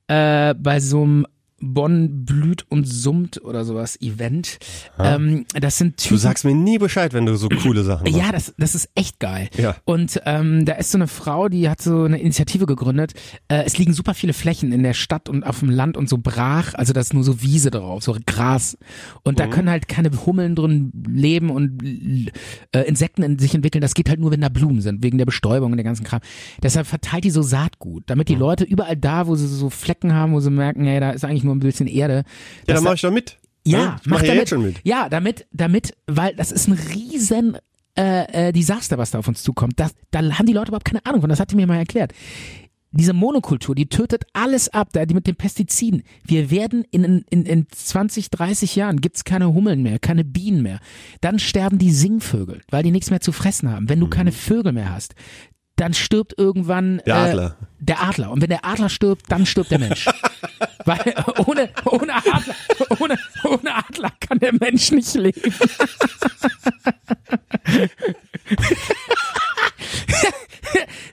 [SPEAKER 4] äh, bei so einem Bonn blüht und summt oder sowas Event. Ähm, das sind Typen.
[SPEAKER 3] Du sagst mir nie Bescheid, wenn du so coole Sachen machst.
[SPEAKER 4] Ja, das, das ist echt geil.
[SPEAKER 3] Ja.
[SPEAKER 4] Und ähm, da ist so eine Frau, die hat so eine Initiative gegründet. Äh, es liegen super viele Flächen in der Stadt und auf dem Land und so brach, also da ist nur so Wiese drauf, so Gras. Und
[SPEAKER 3] Mhm.
[SPEAKER 4] da können halt keine Hummeln drin leben und äh, Insekten in sich entwickeln. Das geht halt nur, wenn da Blumen sind, wegen der Bestäubung und der ganzen Kram. Deshalb verteilt die so Saatgut, damit
[SPEAKER 3] Mhm.
[SPEAKER 4] die Leute überall da, wo sie so Flecken haben, wo sie merken, hey, da ist eigentlich nur ein bisschen Erde.
[SPEAKER 3] Ja,
[SPEAKER 4] dass
[SPEAKER 3] dann
[SPEAKER 4] da-
[SPEAKER 3] mache ich doch mit.
[SPEAKER 4] ja,
[SPEAKER 3] Ne? ich mache
[SPEAKER 4] damit,
[SPEAKER 3] ja jetzt schon mit.
[SPEAKER 4] Ja, damit, damit, weil das ist ein riesen äh, äh, Desaster, was da auf uns zukommt. Das, da haben die Leute überhaupt keine Ahnung von. Das hat die mir mal erklärt. Diese Monokultur, die tötet alles ab, da die mit den Pestiziden. Wir werden in, in, in 20, 30 Jahren gibt's keine Hummeln mehr, keine Bienen mehr. Dann sterben die Singvögel, weil die nichts mehr zu fressen haben.
[SPEAKER 3] Mhm.
[SPEAKER 4] Wenn du keine Vögel mehr hast, dann stirbt irgendwann
[SPEAKER 3] Der
[SPEAKER 4] äh,
[SPEAKER 3] Adler.
[SPEAKER 4] Der Adler. Und wenn der Adler stirbt, dann stirbt der Mensch. Weil ohne, ohne, Adler, ohne, ohne Adler kann der Mensch nicht leben.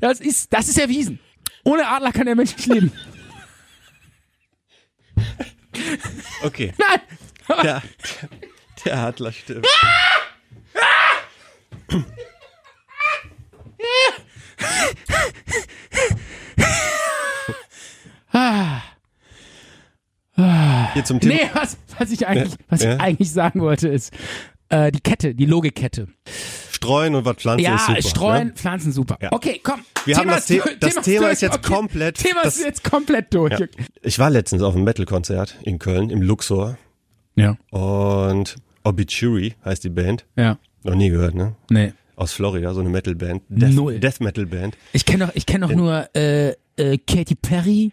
[SPEAKER 4] Das ist, das ist erwiesen. Ohne Adler kann der Mensch nicht leben.
[SPEAKER 3] Okay.
[SPEAKER 4] Nein!
[SPEAKER 3] Der, der Adler stirbt.
[SPEAKER 4] Ah.
[SPEAKER 3] Hier zum Thema.
[SPEAKER 4] Nee, was, was ich eigentlich, was
[SPEAKER 3] Ja.
[SPEAKER 4] ich eigentlich sagen wollte ist, äh, die Kette, die Logikkette.
[SPEAKER 3] Streuen und was pflanzen
[SPEAKER 4] Ja,
[SPEAKER 3] ist super.
[SPEAKER 4] streuen,
[SPEAKER 3] Ne?
[SPEAKER 4] Pflanzen super.
[SPEAKER 3] Ja.
[SPEAKER 4] Okay, komm.
[SPEAKER 3] Wir haben das
[SPEAKER 4] ist
[SPEAKER 3] The-
[SPEAKER 4] durch,
[SPEAKER 3] das Thema ist jetzt
[SPEAKER 4] durch,
[SPEAKER 3] komplett-
[SPEAKER 4] Thema ist
[SPEAKER 3] das-
[SPEAKER 4] jetzt komplett durch.
[SPEAKER 3] Ja. Ich war letztens auf einem Metal-Konzert in Köln, im Luxor.
[SPEAKER 4] Ja.
[SPEAKER 3] Und Obituary heißt die Band.
[SPEAKER 4] ja.
[SPEAKER 3] Noch nie gehört, ne?
[SPEAKER 4] Nee.
[SPEAKER 3] Aus Florida, so eine Metal-Band. Death,
[SPEAKER 4] Null.
[SPEAKER 3] Death Metal-Band.
[SPEAKER 4] Ich kenne doch, ich kenne doch nur äh, äh, Katy Perry,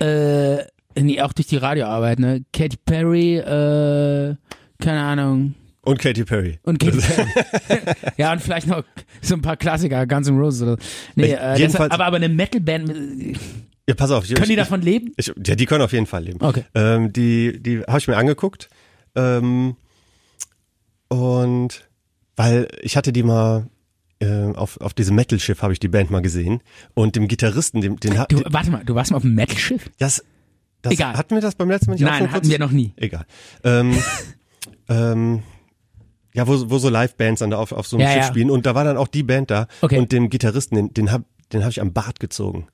[SPEAKER 4] äh, nee, auch durch die Radioarbeit, ne? Katy Perry, äh, keine Ahnung.
[SPEAKER 3] Und Katy Perry.
[SPEAKER 4] Und Katy Perry. ja, und vielleicht noch so ein paar Klassiker, Guns N' Roses oder so. Nee, äh,
[SPEAKER 3] Jedenfalls-
[SPEAKER 4] deshalb, aber, aber eine Metalband, äh,
[SPEAKER 3] Ja, pass auf.
[SPEAKER 4] können die davon leben?
[SPEAKER 3] Ich, ja, die können auf jeden Fall leben.
[SPEAKER 4] Okay.
[SPEAKER 3] Ähm, die die habe ich mir angeguckt. Ähm, und weil ich hatte die mal ähm, auf, auf diesem Metal-Schiff habe ich die Band mal gesehen. Und dem Gitarristen, dem, den hat
[SPEAKER 4] Du, warte mal, du warst mal auf einem Metal-Schiff?
[SPEAKER 3] das, das
[SPEAKER 4] Egal.
[SPEAKER 3] hatten wir das beim letzten Mal nicht auch
[SPEAKER 4] Nein,
[SPEAKER 3] schon
[SPEAKER 4] hatten
[SPEAKER 3] kurz?
[SPEAKER 4] wir noch nie.
[SPEAKER 3] Egal. Ähm, ähm, ja, wo, wo so Live-Bands dann da auf, auf so einem
[SPEAKER 4] Ja,
[SPEAKER 3] Schiff
[SPEAKER 4] ja.
[SPEAKER 3] spielen. Und da war dann auch die Band da.
[SPEAKER 4] Okay.
[SPEAKER 3] Und dem Gitarristen, den, den habe den hab ich am Bart gezogen.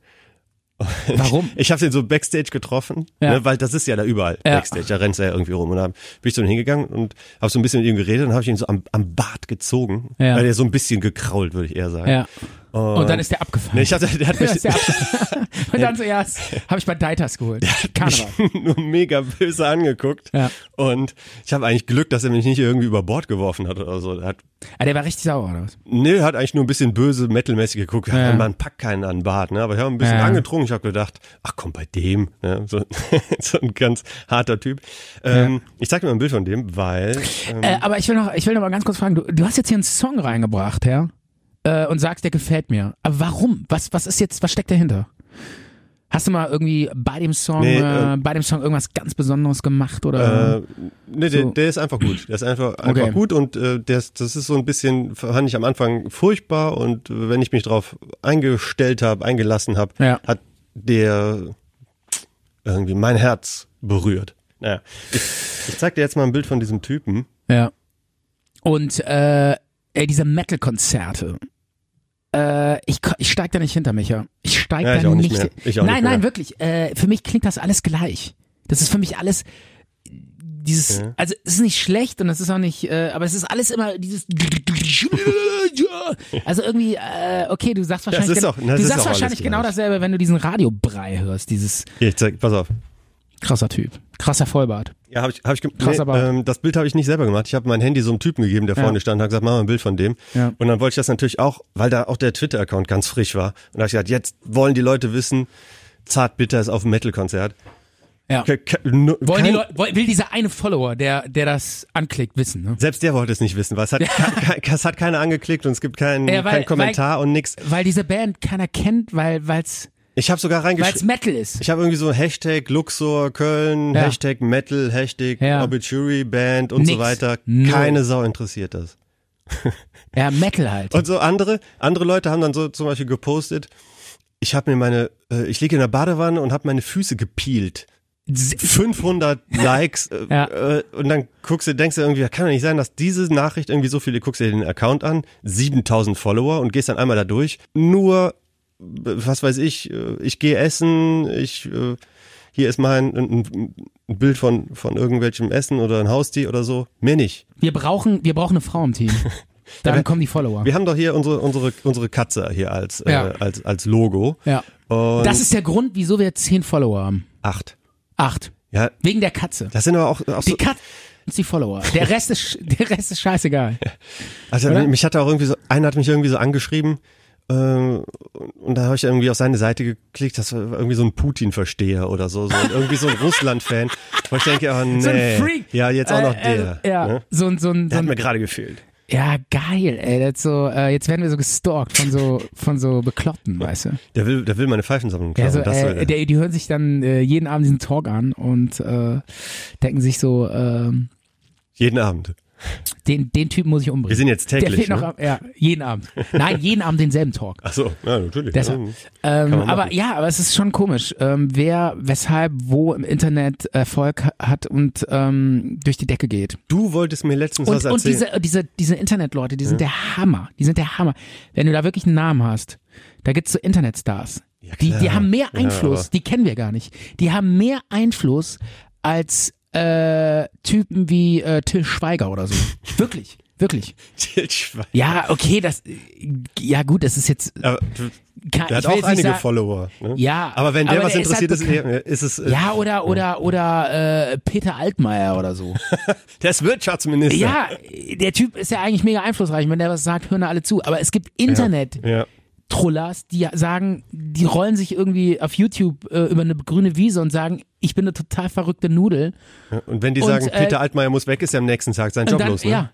[SPEAKER 4] Warum?
[SPEAKER 3] Ich habe den so Backstage getroffen,
[SPEAKER 4] Ja.
[SPEAKER 3] ne, weil das ist ja da überall
[SPEAKER 4] Ja.
[SPEAKER 3] Backstage, da rennt er ja irgendwie rum. Und dann bin ich zu ihm hingegangen und habe so ein bisschen mit ihm geredet und habe ich ihn so am, am Bart gezogen,
[SPEAKER 4] Ja.
[SPEAKER 3] weil er so ein bisschen gekrault, würde ich eher sagen.
[SPEAKER 4] Ja. Und dann ist der abgefahren.
[SPEAKER 3] Nee, ich hatte, der hat mich,
[SPEAKER 4] Das ist ja abgefahren. Und dann zuerst habe ich bei Deiters geholt. Karneval.
[SPEAKER 3] mich nur mega böse angeguckt.
[SPEAKER 4] Ja.
[SPEAKER 3] Und ich habe eigentlich Glück, dass er mich nicht irgendwie über Bord geworfen hat oder so. Er hat,
[SPEAKER 4] Ah, der war richtig sauer, oder was?
[SPEAKER 3] nee, hat eigentlich nur ein bisschen böse, metalmäßig geguckt. Ja.
[SPEAKER 4] Ja.
[SPEAKER 3] Man packt keinen an den Bart, ne? Aber ich habe ein bisschen
[SPEAKER 4] Ja.
[SPEAKER 3] angetrunken. Ich habe gedacht, ach komm, bei dem. Ne? So, so ein ganz harter Typ. Ähm, Ich zeig dir mal ein Bild von dem, weil ähm,
[SPEAKER 4] Äh, aber ich will, noch, ich will noch mal ganz kurz fragen, du, du hast jetzt hier einen Song reingebracht, ja? Äh, und sagst, der gefällt mir. Aber warum? Was, was ist jetzt, was steckt dahinter? Hast du mal irgendwie bei dem Song,
[SPEAKER 3] Nee,
[SPEAKER 4] äh,
[SPEAKER 3] äh,
[SPEAKER 4] bei dem Song irgendwas ganz Besonderes gemacht oder?
[SPEAKER 3] Äh, nee, der,
[SPEAKER 4] Ähm, So.
[SPEAKER 3] der ist einfach gut. Der ist einfach, einfach
[SPEAKER 4] Okay.
[SPEAKER 3] gut und äh, der ist, das ist so ein bisschen, fand ich am Anfang furchtbar und äh, wenn ich mich drauf eingestellt habe, eingelassen habe,
[SPEAKER 4] Ja.
[SPEAKER 3] hat der irgendwie mein Herz berührt. Naja, ich, ich zeig dir jetzt mal ein Bild von diesem Typen.
[SPEAKER 4] ja. Und äh, ey, diese Metal-Konzerte. Äh, ich, ko- ich steig da nicht hinter, Micha. Ich steig
[SPEAKER 3] Ja,
[SPEAKER 4] da
[SPEAKER 3] ich auch nicht mehr. Ich auch
[SPEAKER 4] nein,
[SPEAKER 3] nicht
[SPEAKER 4] nein,
[SPEAKER 3] mehr.
[SPEAKER 4] wirklich. Äh, für mich klingt das alles gleich. Das ist für mich alles dieses,
[SPEAKER 3] Ja.
[SPEAKER 4] also es ist nicht schlecht und es ist auch nicht, äh, aber es ist alles immer dieses. Also irgendwie, äh, okay, du sagst wahrscheinlich,
[SPEAKER 3] ist
[SPEAKER 4] gen-
[SPEAKER 3] doch- das
[SPEAKER 4] du
[SPEAKER 3] ist
[SPEAKER 4] sagst
[SPEAKER 3] doch alles
[SPEAKER 4] wahrscheinlich genau
[SPEAKER 3] gleich.
[SPEAKER 4] dasselbe, wenn du diesen Radiobrei hörst, dieses
[SPEAKER 3] Hier, ich zeig, pass auf.
[SPEAKER 4] krasser Typ, krasser Vollbart.
[SPEAKER 3] Ja, habe ich, hab ich gem-
[SPEAKER 4] Krass,
[SPEAKER 3] nee,
[SPEAKER 4] aber-
[SPEAKER 3] ähm, das Bild habe ich nicht selber gemacht. Ich habe mein Handy so einem Typen gegeben, der
[SPEAKER 4] Ja.
[SPEAKER 3] vorne stand, hat gesagt, mach mal ein Bild von dem.
[SPEAKER 4] Ja.
[SPEAKER 3] Und dann wollte ich das natürlich auch, weil da auch der Twitter-Account ganz frisch war. Und da habe ich gesagt, jetzt wollen die Leute wissen, Zartbitter ist auf dem Metal-Konzert.
[SPEAKER 4] Ja.
[SPEAKER 3] Ke- ke- nu-
[SPEAKER 4] Wollen die
[SPEAKER 3] kein-
[SPEAKER 4] Leute, woll- will dieser eine Follower, der, der das anklickt, wissen, ne?
[SPEAKER 3] Selbst der wollte es nicht wissen, weil es hat, ke- ke- es hat keiner angeklickt und es gibt keinen
[SPEAKER 4] Ja, weil-
[SPEAKER 3] keinen Kommentar und nix.
[SPEAKER 4] Weil diese Band keiner kennt, weil, weil's,
[SPEAKER 3] Ich habe sogar
[SPEAKER 4] weil's
[SPEAKER 3] reingeschrieben.
[SPEAKER 4] Metal ist.
[SPEAKER 3] Ich habe irgendwie so Hashtag Luxor Köln,
[SPEAKER 4] Ja.
[SPEAKER 3] Hashtag Metal, Hashtag
[SPEAKER 4] Ja.
[SPEAKER 3] Obituary Band und so
[SPEAKER 4] Nix.
[SPEAKER 3] weiter.
[SPEAKER 4] Null.
[SPEAKER 3] Keine Sau interessiert das.
[SPEAKER 4] Ja, Metal halt.
[SPEAKER 3] Und so andere, andere Leute haben dann so zum Beispiel gepostet, ich habe mir meine, äh, ich liege in der Badewanne und habe meine Füße gepeelt. 500 Likes äh,
[SPEAKER 4] Ja.
[SPEAKER 3] äh, und dann guckst du, denkst du irgendwie, kann doch nicht sein, dass diese Nachricht irgendwie so viele, guckst dir den Account an, 7000 Follower und gehst dann einmal da durch, nur, äh, was weiß ich, äh, ich gehe essen, ich, äh, hier ist mein, ein, ein Bild von, von irgendwelchem Essen oder ein Haustier oder so, mehr nicht.
[SPEAKER 4] Wir brauchen, wir brauchen eine Frau im Team. Dann kommen die Follower.
[SPEAKER 3] Wir haben doch hier unsere, unsere, unsere Katze hier als,
[SPEAKER 4] Ja.
[SPEAKER 3] äh, als, als Logo.
[SPEAKER 4] Ja.
[SPEAKER 3] Und
[SPEAKER 4] Das ist der Grund, wieso wir zehn Follower haben.
[SPEAKER 3] acht.
[SPEAKER 4] Acht.
[SPEAKER 3] Ja,
[SPEAKER 4] Wegen der Katze.
[SPEAKER 3] das sind aber auch, auch
[SPEAKER 4] Die
[SPEAKER 3] so,
[SPEAKER 4] Katze ist die Follower. Der Rest ist, sch- der Rest ist scheißegal.
[SPEAKER 3] also
[SPEAKER 4] oder?
[SPEAKER 3] mich hat auch irgendwie so, einer hat mich irgendwie so angeschrieben, äh, und und da habe ich irgendwie auf seine Seite geklickt, dass er irgendwie so ein Putin-Versteher oder so, so und irgendwie so ein Russland-Fan, wo ich denke, oh nee,
[SPEAKER 4] So ein Freak.
[SPEAKER 3] ja, jetzt auch noch
[SPEAKER 4] Äh,
[SPEAKER 3] der.
[SPEAKER 4] Äh, ja,
[SPEAKER 3] ne?
[SPEAKER 4] so ein, so ein, so
[SPEAKER 3] Der hat mir
[SPEAKER 4] ein
[SPEAKER 3] gerade gefehlt.
[SPEAKER 4] ja, geil, ey. Das ist so, äh, jetzt werden wir so gestalkt von so, von so Bekloppten, weißt du?
[SPEAKER 3] Der will, der will meine Pfeifensammlung klauen.
[SPEAKER 4] Also,
[SPEAKER 3] das will
[SPEAKER 4] äh,
[SPEAKER 3] er.
[SPEAKER 4] der, die hören sich dann äh, jeden Abend diesen Talk an und äh, denken sich so, ähm,
[SPEAKER 3] Jeden Abend.
[SPEAKER 4] den, den Typen muss ich umbringen.
[SPEAKER 3] Wir sind jetzt
[SPEAKER 4] Der
[SPEAKER 3] täglich,
[SPEAKER 4] fehlt noch,
[SPEAKER 3] ne?
[SPEAKER 4] ab- ja, jeden Abend. Nein, jeden Abend denselben Talk.
[SPEAKER 3] Ach so, ja, natürlich.
[SPEAKER 4] Deshalb.
[SPEAKER 3] Ja.
[SPEAKER 4] Ähm,
[SPEAKER 3] man machen.
[SPEAKER 4] aber ja, aber es ist schon komisch, ähm, wer, weshalb, wo im Internet Erfolg ha- hat und ähm, durch die Decke geht.
[SPEAKER 3] Du wolltest mir letztens was
[SPEAKER 4] Und, und
[SPEAKER 3] erzählen.
[SPEAKER 4] diese, diese, diese Internetleute, die sind der Hammer. Die sind der Hammer. Wenn du da wirklich einen Namen hast, da gibt's so Internetstars. die, die
[SPEAKER 3] klar.
[SPEAKER 4] haben mehr
[SPEAKER 3] Ja,
[SPEAKER 4] Einfluss,
[SPEAKER 3] aber-
[SPEAKER 4] die kennen wir gar nicht. Die haben mehr Einfluss als äh, Typen wie äh, Till Schweiger oder so. wirklich, wirklich.
[SPEAKER 3] Til Schweiger.
[SPEAKER 4] Ja, okay, das, ja gut, das ist jetzt,
[SPEAKER 3] Aber du-
[SPEAKER 4] kann,
[SPEAKER 3] Der
[SPEAKER 4] Ah, ich
[SPEAKER 3] hat
[SPEAKER 4] will
[SPEAKER 3] auch
[SPEAKER 4] jetzt nicht
[SPEAKER 3] einige
[SPEAKER 4] sagen,
[SPEAKER 3] Follower. Ne?
[SPEAKER 4] Ja,
[SPEAKER 3] Aber wenn der
[SPEAKER 4] aber
[SPEAKER 3] was
[SPEAKER 4] der ist
[SPEAKER 3] interessiert
[SPEAKER 4] halt
[SPEAKER 3] ist, ist es. äh,
[SPEAKER 4] Ja, oder, oder, oder äh, Peter Altmaier oder so.
[SPEAKER 3] Der ist Wirtschaftsminister.
[SPEAKER 4] Ja, der Typ ist ja eigentlich mega einflussreich. Wenn der was sagt, hören da alle zu. Aber es gibt Internet.
[SPEAKER 3] Ja.
[SPEAKER 4] Trollers, die sagen, die rollen sich irgendwie auf YouTube äh, über eine grüne Wiese und sagen, ich bin eine total verrückte Nudel.
[SPEAKER 3] Und wenn die
[SPEAKER 4] Und,
[SPEAKER 3] sagen,
[SPEAKER 4] äh,
[SPEAKER 3] Peter Altmaier muss weg, ist er am nächsten Tag sein
[SPEAKER 4] Und
[SPEAKER 3] Job
[SPEAKER 4] dann,
[SPEAKER 3] los. Ne?
[SPEAKER 4] ja.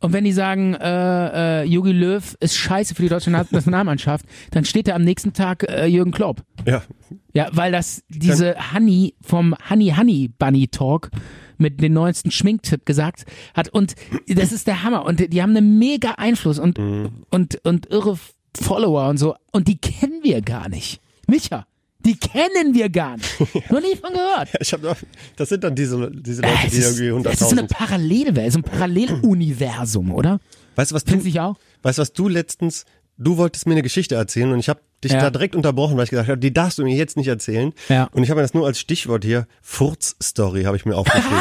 [SPEAKER 4] Und wenn die sagen, äh, äh, Jogi Löw ist scheiße für die deutsche Na- Nationalmannschaft, dann steht da am nächsten Tag äh, Jürgen Klopp.
[SPEAKER 3] ja.
[SPEAKER 4] Ja, weil das diese Honey vom Honey Honey Bunny Talk mit dem neuesten Schminktipp gesagt hat und das ist der Hammer und die- die haben einen mega Einfluss und
[SPEAKER 3] Mhm.
[SPEAKER 4] und und irre Follower und so und die kennen wir gar nicht. Micha, die kennen wir gar nicht. Noch nie von gehört.
[SPEAKER 3] Ich hab, noch- das sind dann diese, diese
[SPEAKER 4] Äh,
[SPEAKER 3] Leute,
[SPEAKER 4] es
[SPEAKER 3] die
[SPEAKER 4] ist,
[SPEAKER 3] irgendwie
[SPEAKER 4] es ist so eine
[SPEAKER 3] 100.000.
[SPEAKER 4] Parallelwelt, so ein Paralleluniversum, oder?
[SPEAKER 3] Weißt du, was du,
[SPEAKER 4] Findest du nicht auch?
[SPEAKER 3] weißt, du, was du letztens du wolltest mir eine Geschichte erzählen und ich habe dich
[SPEAKER 4] Ja.
[SPEAKER 3] da direkt unterbrochen, weil ich gesagt habe, die darfst du mir jetzt nicht erzählen.
[SPEAKER 4] Ja.
[SPEAKER 3] Und ich habe mir das nur als Stichwort hier, Furz-Story, habe ich mir aufgeschrieben.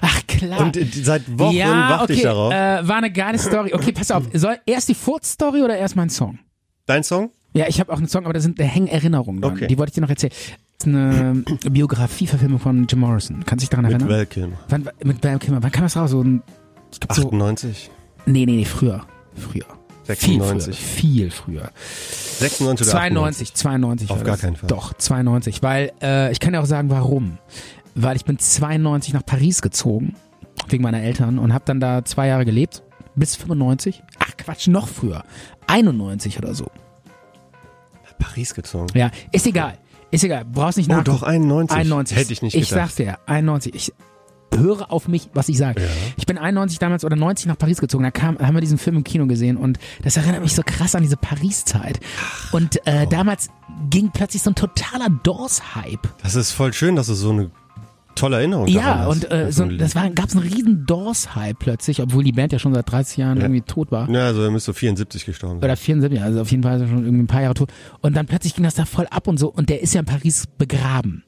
[SPEAKER 4] Ach klar.
[SPEAKER 3] und äh, seit Wochen
[SPEAKER 4] ja,
[SPEAKER 3] warte
[SPEAKER 4] okay.
[SPEAKER 3] ich darauf.
[SPEAKER 4] Äh, war eine geile Story. Okay, pass auf. Soll erst die Furz-Story oder erst mein Song?
[SPEAKER 3] Dein Song?
[SPEAKER 4] Ja, ich habe auch einen Song, aber da sind da hängen Erinnerungen dran.
[SPEAKER 3] Okay.
[SPEAKER 4] Die wollte ich dir noch erzählen. Das ist eine Biografie-Verfilmung von Jim Morrison. Kannst du dich daran
[SPEAKER 3] Mit
[SPEAKER 4] erinnern?
[SPEAKER 3] Val Kilmer.
[SPEAKER 4] Wann, mit Val Kilmer. Wann kam das raus? So ein, es gibt so,
[SPEAKER 3] 98.
[SPEAKER 4] nee, nee, nee, früher. Früher. Viel früher. Viel früher.
[SPEAKER 3] 96 oder
[SPEAKER 4] 92, 92.
[SPEAKER 3] Auf
[SPEAKER 4] war
[SPEAKER 3] gar
[SPEAKER 4] das.
[SPEAKER 3] keinen Fall.
[SPEAKER 4] Doch, 92. Weil äh, ich kann ja auch sagen, warum. Weil ich bin 92 nach Paris gezogen, wegen meiner Eltern, und habe dann da zwei Jahre gelebt, bis 95. Ach Quatsch, noch früher. 91 oder so.
[SPEAKER 3] 88. Paris gezogen.
[SPEAKER 4] Ja, ist egal. Ist egal. Brauchst nicht
[SPEAKER 3] Oh,
[SPEAKER 4] nachgucken.
[SPEAKER 3] doch, 91.
[SPEAKER 4] 91.
[SPEAKER 3] Hätte ich nicht
[SPEAKER 4] Ich
[SPEAKER 3] gedacht.
[SPEAKER 4] sag's dir, 91. Ich höre auf mich, was ich sage. Ich bin 91 damals oder 90 nach Paris gezogen. Da kam, haben wir diesen Film im Kino gesehen und das erinnert mich so krass an diese Paris-Zeit. Und
[SPEAKER 3] oh.
[SPEAKER 4] äh, damals ging plötzlich so ein totaler Doors-Hype.
[SPEAKER 3] Das ist voll schön, dass du so eine tolle Erinnerung daran
[SPEAKER 4] Ja,
[SPEAKER 3] hast.
[SPEAKER 4] und äh,
[SPEAKER 3] An
[SPEAKER 4] so,
[SPEAKER 3] ein Lied.
[SPEAKER 4] das war, gab's einen riesen Doors-Hype plötzlich, obwohl die Band ja schon seit 30 Jahren irgendwie tot war.
[SPEAKER 3] Ja, also er müsste 74 gestorben sein.
[SPEAKER 4] Oder 74, also auf jeden Fall schon irgendwie ein paar Jahre tot. Und dann plötzlich ging das da voll ab und so. Und der ist ja in Paris begraben.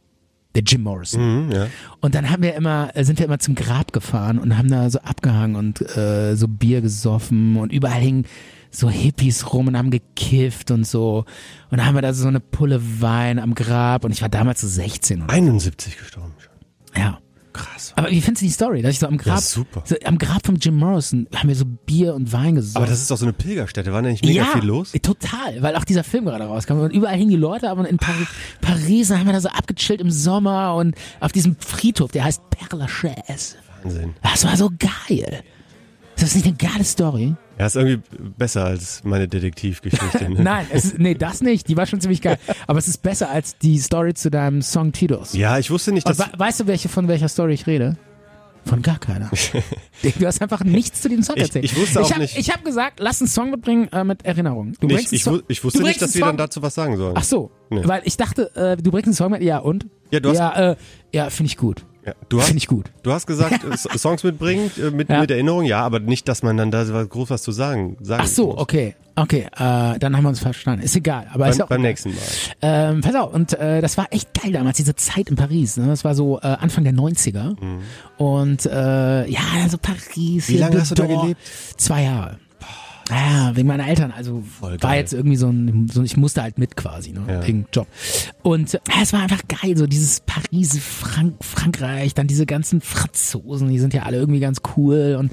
[SPEAKER 4] Der Jim Morrison.
[SPEAKER 3] Mhm, ja.
[SPEAKER 4] Und dann haben wir immer, äh, sind wir immer zum Grab gefahren und haben da so abgehangen und äh, so Bier gesoffen und überall hingen so Hippies rum und haben gekifft und so. Und dann haben wir da so eine Pulle Wein am Grab und ich war damals so 16 oder
[SPEAKER 3] 71 gestorben schon.
[SPEAKER 4] ja.
[SPEAKER 3] Krass.
[SPEAKER 4] Aber wie findest du die Story, dass ich so am Grab,
[SPEAKER 3] Ja, super.
[SPEAKER 4] So, am Grab von Jim Morrison haben wir so Bier und Wein gesoffen.
[SPEAKER 3] Aber das ist doch so eine Pilgerstätte, war da nicht mega
[SPEAKER 4] ja,
[SPEAKER 3] viel los?
[SPEAKER 4] total, weil auch dieser Film gerade rauskam und überall hingen die Leute, aber in Paris, Paris haben wir da so abgechillt im Sommer und auf diesem Friedhof, der heißt Père Lachaise.
[SPEAKER 3] Wahnsinn.
[SPEAKER 4] Das war so geil. Ist das nicht eine geile Story?
[SPEAKER 3] Ja, ist irgendwie besser als meine Detektivgeschichte. Ne?
[SPEAKER 4] Nein, es ist, nee, das nicht. Die war schon ziemlich geil. Aber es ist besser als die Story zu deinem Song Tidos.
[SPEAKER 3] Ja, ich wusste nicht,
[SPEAKER 4] Und
[SPEAKER 3] dass...
[SPEAKER 4] we weißt du, welche, von welcher Story ich rede? Von gar keiner. Du hast einfach nichts zu dem Song
[SPEAKER 3] Ich-
[SPEAKER 4] erzählt.
[SPEAKER 3] ich wusste auch
[SPEAKER 4] hab,
[SPEAKER 3] nicht-
[SPEAKER 4] Ich habe gesagt, lass einen Song mitbringen äh, mit Erinnerungen. Du
[SPEAKER 3] Ich,
[SPEAKER 4] bringst
[SPEAKER 3] ich,
[SPEAKER 4] einen
[SPEAKER 3] wu-
[SPEAKER 4] Song-
[SPEAKER 3] ich wusste
[SPEAKER 4] du
[SPEAKER 3] nicht,
[SPEAKER 4] bringst
[SPEAKER 3] dass
[SPEAKER 4] einen
[SPEAKER 3] wir
[SPEAKER 4] Song-
[SPEAKER 3] dann dazu was sagen sollen.
[SPEAKER 4] Ach so,
[SPEAKER 3] Nee.
[SPEAKER 4] weil ich dachte, äh, du bringst einen Song mit. Ja, und?
[SPEAKER 3] Ja, du hast-
[SPEAKER 4] Ja, äh, ja finde ich gut.
[SPEAKER 3] Ja, du, hast,
[SPEAKER 4] Finde ich gut.
[SPEAKER 3] du hast gesagt, äh, S- Songs mitbringen, äh, mit,
[SPEAKER 4] Ja.
[SPEAKER 3] mit Erinnerung, ja, aber nicht, dass man dann da so groß was zu sagen, sagen
[SPEAKER 4] Ach so,
[SPEAKER 3] muss.
[SPEAKER 4] okay. Okay, äh, dann haben wir uns verstanden. Ist egal. Aber ist
[SPEAKER 3] Beim,
[SPEAKER 4] auch
[SPEAKER 3] beim
[SPEAKER 4] egal.
[SPEAKER 3] nächsten Mal.
[SPEAKER 4] Ähm, pass auf, und äh, das war echt geil damals, diese Zeit in Paris. Ne? Das war so äh, Anfang der 90er. Und äh, ja, also Paris.
[SPEAKER 3] Mhm. Wie
[SPEAKER 4] hier
[SPEAKER 3] lange hast du da
[SPEAKER 4] Bedor.
[SPEAKER 3] gelebt?
[SPEAKER 4] Zwei Jahre. Ja, wegen meiner Eltern. Also war
[SPEAKER 3] geil.
[SPEAKER 4] jetzt irgendwie so ein, so, ein- ich musste halt mit quasi, ne?
[SPEAKER 3] Ja.
[SPEAKER 4] wegen Job. Und äh, es war einfach geil, so dieses Paris, Frank Frankreich, dann diese ganzen Franzosen, die sind ja alle irgendwie ganz cool und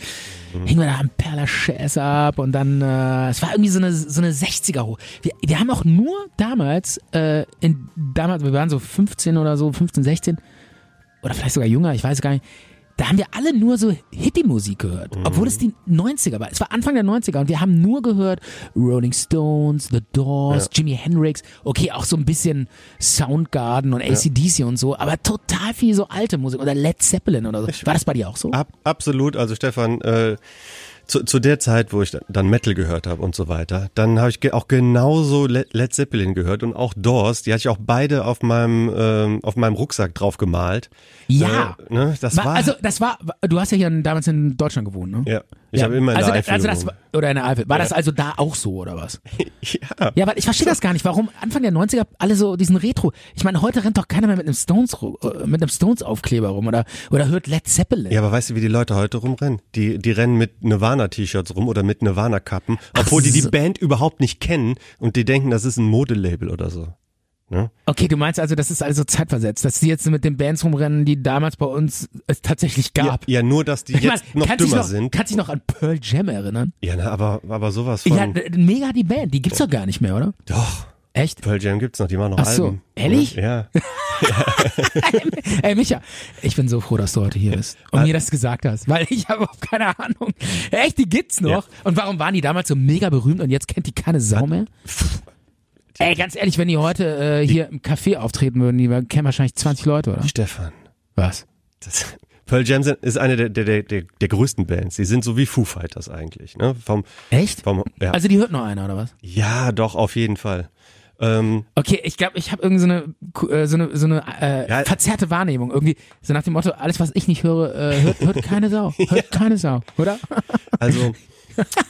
[SPEAKER 4] hingen wir da am Père Lachaise ab und dann, äh, es war irgendwie so eine, so eine 60er hoch. Wir, wir haben auch nur damals, äh, in, damals, wir waren so 15 oder so, 15, 16, oder vielleicht sogar jünger, ich weiß gar nicht. Da haben wir alle nur so Hippie-Musik gehört,
[SPEAKER 3] Mhm.
[SPEAKER 4] obwohl es die 90er war. Es war Anfang der 90er und wir haben nur gehört Rolling Stones, The Doors, Jimi Hendrix, okay, auch so ein bisschen Soundgarden und ACDC und so, aber total viel so alte Musik oder Led Zeppelin oder so. War das bei dir auch so?
[SPEAKER 3] Ab, absolut, also Stefan, äh, zu, zu der Zeit, wo ich da- dann Metal gehört habe und so weiter, dann habe ich ge auch genauso Le- Led Zeppelin gehört und auch Doors, die hatte ich auch beide auf meinem, ähm, auf meinem Rucksack drauf gemalt.
[SPEAKER 4] Ja.
[SPEAKER 3] Äh, ne? Das war,
[SPEAKER 4] War, also das war, du hast ja hier in, damals in Deutschland gewohnt, ne?
[SPEAKER 3] Ja, ich habe immer in
[SPEAKER 4] also,
[SPEAKER 3] der Eifel
[SPEAKER 4] also das war,
[SPEAKER 3] gewohnt.
[SPEAKER 4] Oder in der Eifel. War das also da auch so oder was?
[SPEAKER 3] ja.
[SPEAKER 4] Ja, aber ich verstehe das gar nicht, warum Anfang der 90er alle so diesen Retro. Ich meine, heute rennt doch keiner mehr mit einem Stones ru- äh, mit einem Stones Aufkleber rum oder oder hört Led Zeppelin.
[SPEAKER 3] Ja, aber weißt du, wie die Leute heute rumrennen? Die, die rennen mit Nirvana-T-Shirts rum oder mit Nirvana-Kappen, obwohl die die
[SPEAKER 4] so.
[SPEAKER 3] Band überhaupt nicht kennen und die denken, das ist ein Modelabel oder so.
[SPEAKER 4] Okay, du meinst also, das ist also zeitversetzt, dass die jetzt mit den Bands rumrennen, die damals bei uns es tatsächlich
[SPEAKER 3] Ja,
[SPEAKER 4] gab.
[SPEAKER 3] ja nur, dass die
[SPEAKER 4] Ich meine,
[SPEAKER 3] jetzt noch
[SPEAKER 4] kannst dich
[SPEAKER 3] dümmer
[SPEAKER 4] noch,
[SPEAKER 3] sind.
[SPEAKER 4] Kannst dich noch an Pearl Jam erinnern?
[SPEAKER 3] Ja, na, aber, aber sowas von.
[SPEAKER 4] Ja, ne d- mega die Band, die gibt's doch gar nicht mehr, oder?
[SPEAKER 3] doch,
[SPEAKER 4] Echt?
[SPEAKER 3] Pearl Jam gibt's noch, die machen noch
[SPEAKER 4] Ach so,
[SPEAKER 3] Alben.
[SPEAKER 4] ehrlich?
[SPEAKER 3] Ja.
[SPEAKER 4] Ey, Micha, ich bin so froh, dass du heute hier bist und
[SPEAKER 3] Ah.
[SPEAKER 4] mir das gesagt hast, weil ich habe auch keine Ahnung. Echt, die gibt's noch?
[SPEAKER 3] Ja.
[SPEAKER 4] Und warum waren die damals so mega berühmt und jetzt kennt die keine Sau mehr? Ey, ganz ehrlich, wenn die heute äh, hier im Café auftreten würden, die kennen wahrscheinlich 20 Leute, oder?
[SPEAKER 3] Stefan,
[SPEAKER 4] Was?
[SPEAKER 3] das, Pearl Jam sind- ist eine der, der, der, der, der größten Bands. Die sind so wie Foo Fighters eigentlich, ne? Vom,
[SPEAKER 4] Echt?
[SPEAKER 3] vom, ja.
[SPEAKER 4] Also die hört nur einer, oder was?
[SPEAKER 3] ja, doch, auf jeden Fall. Ähm,
[SPEAKER 4] Okay, ich glaube, ich habe irgendwie so eine, ku- äh, so eine, so eine äh,
[SPEAKER 3] Ja.
[SPEAKER 4] verzerrte Wahrnehmung. Irgendwie so nach dem Motto, alles, was ich nicht höre, äh, hört, hört keine Sau. Hört keine Sau, oder?
[SPEAKER 3] also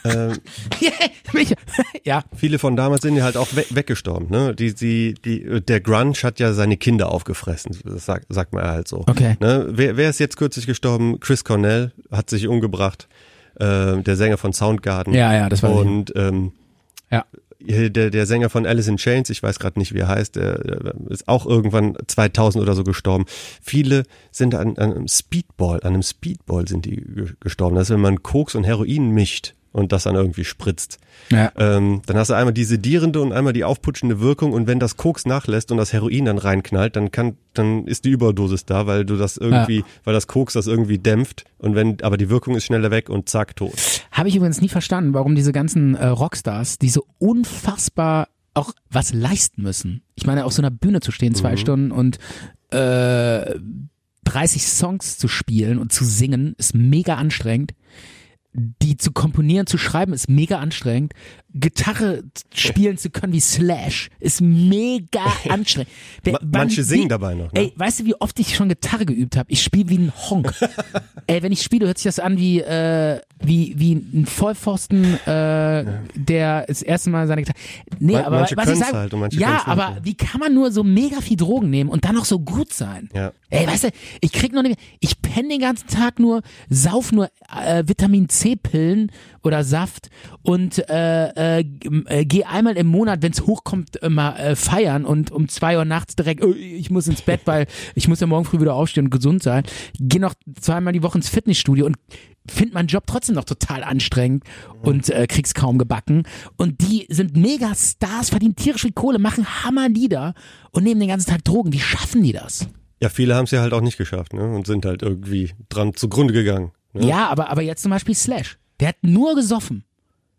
[SPEAKER 3] ähm,
[SPEAKER 4] Micha. ja,
[SPEAKER 3] viele von damals sind ja halt auch we weggestorben. Ne? Die, die, die, der Grunge hat ja seine Kinder aufgefressen, das sagt, sagt man halt so.
[SPEAKER 4] Okay.
[SPEAKER 3] Ne? Wer, wer ist jetzt kürzlich gestorben? Chris Cornell hat sich umgebracht, äh, der Sänger von Soundgarden.
[SPEAKER 4] Ja, ja, das weiß ich.
[SPEAKER 3] Und ähm,
[SPEAKER 4] ja.
[SPEAKER 3] hier der, der Sänger von Alice in Chains, ich weiß gerade nicht, wie er heißt, der, der ist auch irgendwann 2000 oder so gestorben. Viele sind an, an einem Speedball, an einem Speedball sind die ge- gestorben. Das ist, wenn man Koks und Heroin mischt und das dann irgendwie spritzt.
[SPEAKER 4] Ja.
[SPEAKER 3] Ähm, dann hast du einmal die sedierende und einmal die aufputschende Wirkung und wenn das Koks nachlässt und das Heroin dann reinknallt, dann kann, dann ist die Überdosis da, weil du das irgendwie, weil das Koks das irgendwie dämpft und wenn, aber die Wirkung ist schneller weg und zack, tot.
[SPEAKER 4] Habe ich übrigens nie verstanden, warum diese ganzen äh, Rockstars, die so unfassbar auch was leisten müssen. Ich meine, auf so einer Bühne zu stehen,
[SPEAKER 3] Mhm.
[SPEAKER 4] zwei Stunden und äh, 30 Songs zu spielen und zu singen, ist mega anstrengend. Die zu komponieren, zu schreiben, ist mega anstrengend. Gitarre t- spielen zu können wie Slash ist mega anstrengend. Der-
[SPEAKER 3] Ma-
[SPEAKER 4] wann-
[SPEAKER 3] manche singen
[SPEAKER 4] wie-
[SPEAKER 3] dabei noch, ne?
[SPEAKER 4] Ey, weißt du, wie oft ich schon Gitarre geübt habe? Ich spiele wie ein Honk. Ey, wenn ich spiele, hört sich das an wie, äh, wie, wie ein Vollpfosten, äh, der das erste Mal seine Gitarre. Nee,
[SPEAKER 3] Man-
[SPEAKER 4] aber
[SPEAKER 3] manche
[SPEAKER 4] was ich
[SPEAKER 3] können's
[SPEAKER 4] sage.
[SPEAKER 3] halt und manche
[SPEAKER 4] ja,
[SPEAKER 3] können's nicht,
[SPEAKER 4] aber
[SPEAKER 3] ja.
[SPEAKER 4] wie kann man nur so mega viel Drogen nehmen und dann noch so gut sein?
[SPEAKER 3] Ja.
[SPEAKER 4] Ey, weißt du, ich krieg noch nicht mehr, ich penne den ganzen Tag nur, sauf nur äh, Vitamin C-Pillen oder Saft und äh, äh, g- äh, geh einmal im Monat, wenn's hochkommt, immer äh, feiern und um zwei Uhr nachts direkt, äh, ich muss ins Bett, weil ich muss ja morgen früh wieder aufstehen und gesund sein. Geh noch zweimal die Woche ins Fitnessstudio und find meinen Job trotzdem noch total anstrengend und äh, krieg's kaum gebacken. Und die sind mega Stars, verdienen tierisch viel Kohle, machen Hammerlieder und nehmen den ganzen Tag Drogen. Wie schaffen die das?
[SPEAKER 3] Ja, viele haben es ja halt auch nicht geschafft ne? und sind halt irgendwie dran zugrunde gegangen. Ne?
[SPEAKER 4] Ja, aber, aber jetzt zum Beispiel Slash. Der hat nur gesoffen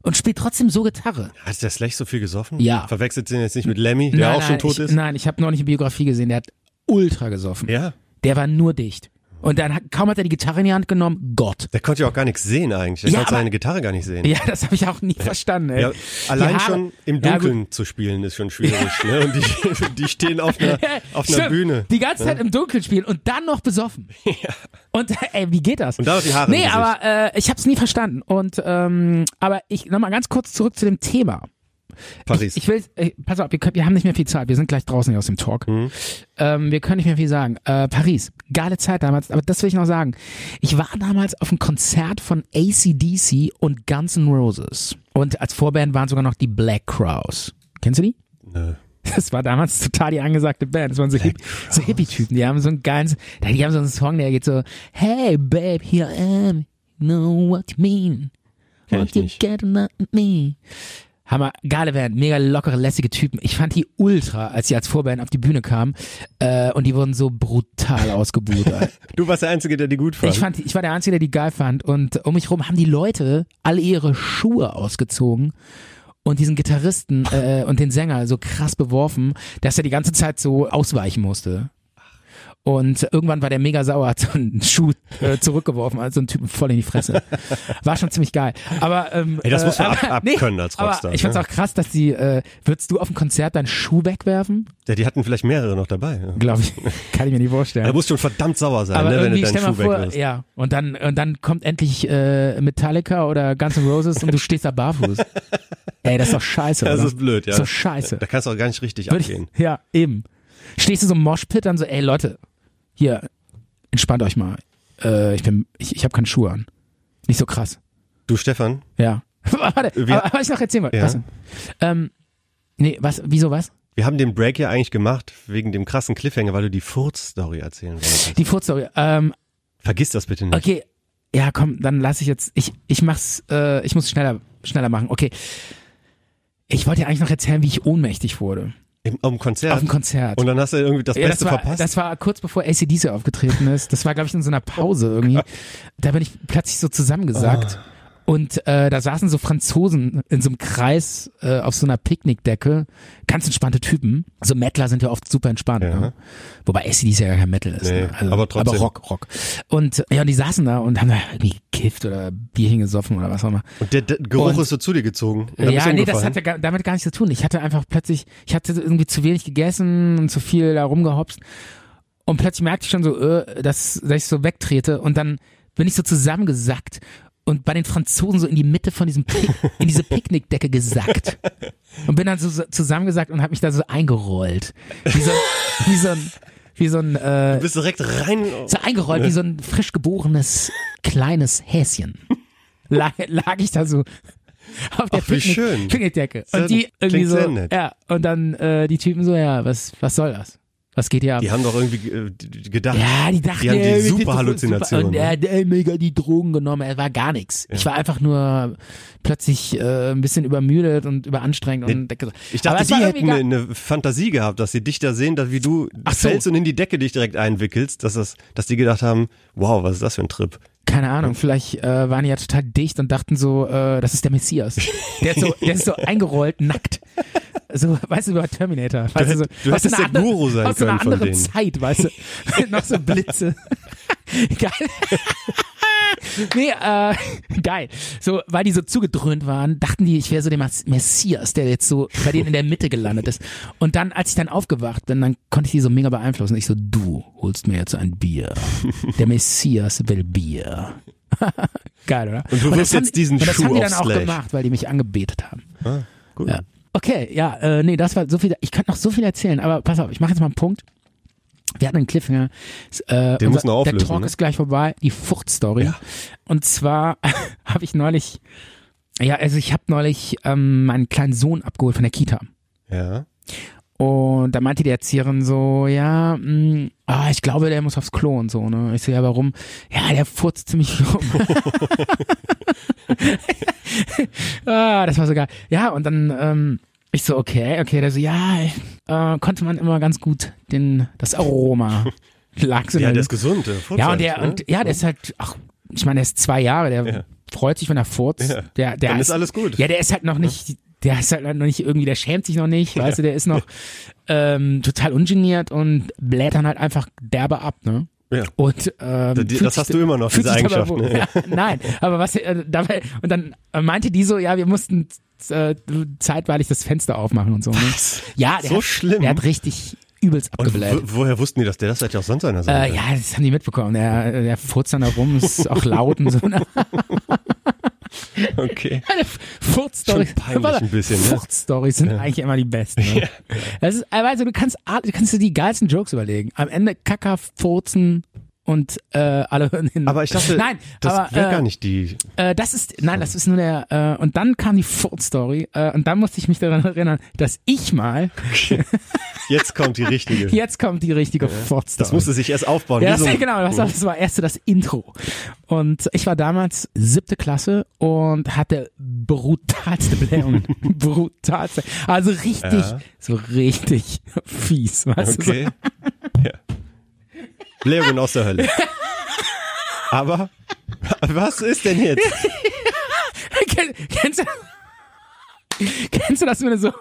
[SPEAKER 4] und spielt trotzdem so Gitarre.
[SPEAKER 3] Hat der Slash so viel gesoffen?
[SPEAKER 4] Ja.
[SPEAKER 3] Verwechselt sie ihn jetzt nicht mit Lemmy, der
[SPEAKER 4] nein,
[SPEAKER 3] auch
[SPEAKER 4] nein,
[SPEAKER 3] schon tot
[SPEAKER 4] ich,
[SPEAKER 3] ist?
[SPEAKER 4] Nein, ich habe noch nicht eine Biografie gesehen. Der hat ultra gesoffen.
[SPEAKER 3] Ja.
[SPEAKER 4] Der war nur dicht. Und dann hat, kaum hat er die Gitarre in die Hand genommen, Gott.
[SPEAKER 3] Der konnte ja auch gar nichts sehen eigentlich. Der
[SPEAKER 4] Ja,
[SPEAKER 3] konnte
[SPEAKER 4] aber-
[SPEAKER 3] seine Gitarre gar nicht sehen.
[SPEAKER 4] Ja, das habe ich auch nie verstanden. Ey.
[SPEAKER 3] Ja, allein
[SPEAKER 4] Die Haare-
[SPEAKER 3] schon im
[SPEAKER 4] Ja, gut.
[SPEAKER 3] Dunkeln zu spielen ist schon schwierig. Ne? Und die, die stehen auf einer, auf einer
[SPEAKER 4] Stimmt,
[SPEAKER 3] Bühne. ne?
[SPEAKER 4] Die ganze Zeit im Dunkeln spielen und dann noch besoffen. Ja. Und äh, ey, wie geht das?
[SPEAKER 3] Und da noch die Haare im
[SPEAKER 4] Nee,
[SPEAKER 3] Gesicht.
[SPEAKER 4] aber äh, ich habe es nie verstanden. Und ähm, aber ich nochmal ganz kurz zurück zu dem Thema.
[SPEAKER 3] Paris.
[SPEAKER 4] Ich will, äh, pass auf, wir, können, wir haben nicht mehr viel Zeit. Wir sind gleich draußen hier aus dem Talk. Ähm, wir können nicht mehr viel sagen. Äh, Paris, geile Zeit damals. Aber das will ich noch sagen. Ich war damals auf einem Konzert von ACDC und Guns N' Roses. Und als Vorband waren sogar noch die Black Crowes. Kennst du die?
[SPEAKER 3] Nö.
[SPEAKER 4] Das war damals total die angesagte Band. Das waren so, Hip so Hippie-Typen. Die haben so einen geilen, die haben so einen Song, der geht so, Hey, babe, here I am. Know what you mean.
[SPEAKER 3] Kenn
[SPEAKER 4] What
[SPEAKER 3] ich
[SPEAKER 4] you
[SPEAKER 3] nicht.
[SPEAKER 4] get on me. Hammer, geile Band, mega lockere, lässige Typen. Ich fand die ultra, als sie als Vorband auf die Bühne kamen. Äh, und die wurden so brutal ausgebuht. Alter.
[SPEAKER 3] Du warst der Einzige, der die gut fand.
[SPEAKER 4] Ich, fand, ich war der Einzige, der die geil fand. Und um mich rum haben die Leute alle ihre Schuhe ausgezogen und diesen Gitarristen äh, und den Sänger so krass beworfen, dass er die ganze Zeit so ausweichen musste. Und irgendwann war der mega sauer, hat so einen Schuh äh, zurückgeworfen, also einen Typen voll in die Fresse. War schon ziemlich geil. Aber ähm,
[SPEAKER 3] Ey, das muss man
[SPEAKER 4] äh, aber,
[SPEAKER 3] ab- abkönnen als Rockstar,
[SPEAKER 4] Aber ich fand's
[SPEAKER 3] ne?
[SPEAKER 4] auch krass, dass die. Äh, würdest du auf dem Konzert deinen Schuh wegwerfen?
[SPEAKER 3] ja, die hatten vielleicht mehrere noch dabei. Ja.
[SPEAKER 4] Glaube ich, kann ich mir nicht vorstellen.
[SPEAKER 3] Da musst du schon verdammt sauer sein,
[SPEAKER 4] Aber
[SPEAKER 3] ne, wenn du
[SPEAKER 4] irgendwie
[SPEAKER 3] deinen
[SPEAKER 4] stell mal
[SPEAKER 3] Schuh weg
[SPEAKER 4] vor,
[SPEAKER 3] wirst.
[SPEAKER 4] ja. Und dann und dann kommt endlich äh, Metallica oder Guns N' Roses und du stehst da barfuß. Ey, das ist doch scheiße, oder?
[SPEAKER 3] Das ist blöd, ja.
[SPEAKER 4] Das ist doch scheiße.
[SPEAKER 3] Da kannst du auch gar nicht richtig
[SPEAKER 4] Würde
[SPEAKER 3] abgehen.
[SPEAKER 4] Ich, ja, eben. Stehst du so im Moshpit dann so, ey Leute, hier entspannt euch mal. Äh, ich bin ich, ich habe keine Schuhe an. Nicht so krass.
[SPEAKER 3] Du, Stefan,
[SPEAKER 4] Ja. Warte,
[SPEAKER 3] Wir-
[SPEAKER 4] aber, aber ich noch erzählen wollte.
[SPEAKER 3] Ja.
[SPEAKER 4] Was denn? Ähm, nee, was wieso was?
[SPEAKER 3] wir haben den Break ja eigentlich gemacht wegen dem krassen Cliffhanger, weil du die Furz-Story erzählen wolltest.
[SPEAKER 4] Die Furzstory. Ähm,
[SPEAKER 3] Vergiss das bitte nicht.
[SPEAKER 4] Okay, ja, komm, dann lass ich jetzt. Ich, ich mach's, äh, ich muss schneller, schneller machen. Okay. Ich wollte ja eigentlich noch erzählen, wie ich ohnmächtig wurde.
[SPEAKER 3] Im, am Konzert.
[SPEAKER 4] Auf dem Konzert.
[SPEAKER 3] Und dann hast du irgendwie das
[SPEAKER 4] Ja,
[SPEAKER 3] Beste
[SPEAKER 4] das war,
[SPEAKER 3] verpasst.
[SPEAKER 4] Das war kurz bevor ACDC
[SPEAKER 3] Ah.
[SPEAKER 4] aufgetreten ist. Das war, glaube ich, in so einer Pause irgendwie. Da bin ich plötzlich so zusammengesackt. Und äh, da saßen so Franzosen in so einem Kreis äh, auf so einer Picknickdecke. Ganz entspannte Typen. So Mettler sind ja oft super entspannt.
[SPEAKER 3] Ja.
[SPEAKER 4] Ne? Wobei ACDC ja gar kein Metal ist.
[SPEAKER 3] Nee,
[SPEAKER 4] ne?
[SPEAKER 3] aber trotzdem.
[SPEAKER 4] Aber Rock, Rock. Und ja, und die saßen da und haben da irgendwie gekifft oder Bierchen gesoffen oder was auch immer.
[SPEAKER 3] Und der, der Geruch
[SPEAKER 4] Und-
[SPEAKER 3] ist so zu dir gezogen. Und dann bist
[SPEAKER 4] Ja,
[SPEAKER 3] du
[SPEAKER 4] nee, das
[SPEAKER 3] umgefallen.
[SPEAKER 4] hatte gar, damit gar nichts zu tun. Ich hatte einfach plötzlich, ich hatte irgendwie zu wenig gegessen und zu viel da rumgehopst. Und plötzlich merkte ich schon so, äh, dass, dass ich so wegtrete. Und dann bin ich so zusammengesackt und bei den Franzosen so in die Mitte von diesem, Pick, in diese Picknickdecke gesackt. Und bin dann so so zusammengesackt und habe mich da so eingerollt. Wie so, wie so ein, wie so ein, äh,
[SPEAKER 3] Du bist direkt rein.
[SPEAKER 4] so eingerollt wie so ein frisch geborenes kleines Häschen. Lag, lag ich da so auf der
[SPEAKER 3] Ach, wie
[SPEAKER 4] Picknick-
[SPEAKER 3] schön.
[SPEAKER 4] Picknickdecke.
[SPEAKER 3] Sehr-
[SPEAKER 4] Und die irgendwie
[SPEAKER 3] klingt sehr
[SPEAKER 4] so,
[SPEAKER 3] nett.
[SPEAKER 4] ja, und dann äh, die Typen so, ja, was, was soll das? Was geht hier ab?
[SPEAKER 3] Die haben doch irgendwie äh, d- d- gedacht.
[SPEAKER 4] ja, die dachten, äh,
[SPEAKER 3] Die haben die
[SPEAKER 4] ey, wir
[SPEAKER 3] super
[SPEAKER 4] sind so
[SPEAKER 3] Halluzinationen,
[SPEAKER 4] super- Und
[SPEAKER 3] ne?
[SPEAKER 4] er hat ey, mega die Drogen genommen, er war gar nichts. Ich war einfach nur plötzlich äh, ein bisschen übermüdet und überanstrengend. und
[SPEAKER 3] Ich
[SPEAKER 4] Aber
[SPEAKER 3] dachte,
[SPEAKER 4] es war
[SPEAKER 3] die
[SPEAKER 4] irgendwie
[SPEAKER 3] hätten
[SPEAKER 4] gar-
[SPEAKER 3] eine, eine Fantasie gehabt, dass sie dich da sehen, dass wie du
[SPEAKER 4] Ach so.
[SPEAKER 3] fällst und in die Decke dich direkt einwickelst, dass das, dass die gedacht haben, wow, was ist das für ein Trip?
[SPEAKER 4] keine Ahnung, vielleicht äh, waren die ja total dicht und dachten so, äh, das ist der Messias. Der ist so, der ist so eingerollt, nackt. So, weißt du, über Terminator. Weißt
[SPEAKER 3] hätt-
[SPEAKER 4] so,
[SPEAKER 3] du
[SPEAKER 4] aus
[SPEAKER 3] hättest
[SPEAKER 4] einer
[SPEAKER 3] der Guru sein
[SPEAKER 4] Aus so einer
[SPEAKER 3] können von
[SPEAKER 4] anderen
[SPEAKER 3] denen.
[SPEAKER 4] Zeit, weißt du. Noch so Blitze. Geil. Nee, äh, geil. So, weil die so zugedröhnt waren, dachten die, ich wäre so der Mas- Messias, der jetzt so bei denen in der Mitte gelandet ist. Und dann, als ich dann aufgewacht bin, dann konnte ich die so mega beeinflussen. Ich so, du holst mir jetzt ein Bier. Der Messias will Bier. geil, oder?
[SPEAKER 3] Und du wirst
[SPEAKER 4] das haben-
[SPEAKER 3] jetzt diesen
[SPEAKER 4] und das haben
[SPEAKER 3] Schuh
[SPEAKER 4] die
[SPEAKER 3] auf
[SPEAKER 4] dann auch
[SPEAKER 3] Slash.
[SPEAKER 4] gemacht, weil die mich angebetet haben.
[SPEAKER 3] Ah, Cool.
[SPEAKER 4] Ja. Okay, ja, äh, nee, das war so viel. Ich könnte noch so viel erzählen, aber pass auf, ich mache jetzt mal einen Punkt. Wir hatten einen Cliffhanger. S- Äh,
[SPEAKER 3] Den musst du noch
[SPEAKER 4] Der
[SPEAKER 3] auflösen,
[SPEAKER 4] Talk
[SPEAKER 3] ne?
[SPEAKER 4] ist gleich vorbei. Die Furchtstory. Und zwar habe ich neulich, ja, also ich habe neulich ähm, meinen kleinen Sohn abgeholt von der Kita.
[SPEAKER 3] Ja.
[SPEAKER 4] Und da meinte die Erzieherin so, ja, mh, ah, ich glaube, der muss aufs Klo und so, ne? Ich so, ja, warum? Ja, der furzt ziemlich viel rum. ah, das war so geil. Ja, und dann, ähm, ich so, okay, okay, der so, ja, äh, konnte man immer ganz gut den, das Aroma lag so in
[SPEAKER 3] Ja,
[SPEAKER 4] der
[SPEAKER 3] der
[SPEAKER 4] Luft.
[SPEAKER 3] ist gesund. Der
[SPEAKER 4] ne? Ja,
[SPEAKER 3] Fortschritt,
[SPEAKER 4] und der,
[SPEAKER 3] ne?
[SPEAKER 4] und ja, der ist halt, ach, ich meine, der ist zwei Jahre, der
[SPEAKER 3] Ja.
[SPEAKER 4] freut sich, wenn er furzt.
[SPEAKER 3] Ja.
[SPEAKER 4] Der, der
[SPEAKER 3] Dann ist alles gut.
[SPEAKER 4] Ja, der ist halt noch nicht, der ist halt noch nicht irgendwie, der schämt sich noch nicht, weißt du, der ist noch ähm, total ungeniert und bläht dann halt einfach derbe ab, ne?
[SPEAKER 3] Ja.
[SPEAKER 4] Und ähm,
[SPEAKER 3] Das- das
[SPEAKER 4] fühlt sich-
[SPEAKER 3] hast du immer noch,
[SPEAKER 4] fühlt
[SPEAKER 3] diese
[SPEAKER 4] sich dabei
[SPEAKER 3] Eigenschaft,
[SPEAKER 4] wohl. Ja,
[SPEAKER 3] ne?
[SPEAKER 4] nein, aber was äh, dabei und dann äh, meinte die so, ja, wir mussten äh, zeitweilig das Fenster aufmachen und so. Ne? Ja, der
[SPEAKER 3] So
[SPEAKER 4] hat,
[SPEAKER 3] schlimm?
[SPEAKER 4] Der hat richtig übelst
[SPEAKER 3] Und
[SPEAKER 4] abgebläht.
[SPEAKER 3] wo- woher wussten die das? Der das hätte ja auch sonst einer sein
[SPEAKER 4] Äh,
[SPEAKER 3] können.
[SPEAKER 4] ja, das haben die mitbekommen. Der, der furzt dann da rum, ist auch laut und so. Ne?
[SPEAKER 3] Okay.
[SPEAKER 4] Furzstories.
[SPEAKER 3] Schon peinlich ein bisschen, ne?
[SPEAKER 4] Furzstories sind eigentlich immer die besten. Ne? Das ist, also du kannst, all- du kannst dir die geilsten Jokes überlegen. Am Ende Kacker, Furzen und äh, alle hören hin.
[SPEAKER 3] Aber ich dachte,
[SPEAKER 4] nein,
[SPEAKER 3] das
[SPEAKER 4] aber,
[SPEAKER 3] wäre
[SPEAKER 4] äh,
[SPEAKER 3] gar nicht die.
[SPEAKER 4] Äh, das ist, nein, das ist nur der, äh, und dann kam die Furzstory äh, und dann musste ich mich daran erinnern, dass ich mal,
[SPEAKER 3] Jetzt kommt die richtige.
[SPEAKER 4] jetzt kommt die richtige Furzstory.
[SPEAKER 3] Das musste sich erst aufbauen.
[SPEAKER 4] Ja,
[SPEAKER 3] wie
[SPEAKER 4] das,
[SPEAKER 3] so ein-
[SPEAKER 4] genau, das war, das war erste das Intro. Und ich war damals siebte Klasse und hatte brutalste Blähungen. brutalste. Also richtig,
[SPEAKER 3] Ja.
[SPEAKER 4] so richtig fies. Weißt du?
[SPEAKER 3] Okay. ja. Blähungen aus der Hölle. Aber was ist denn jetzt?
[SPEAKER 4] so. Kenn, kennst, du, kennst du das, wenn du so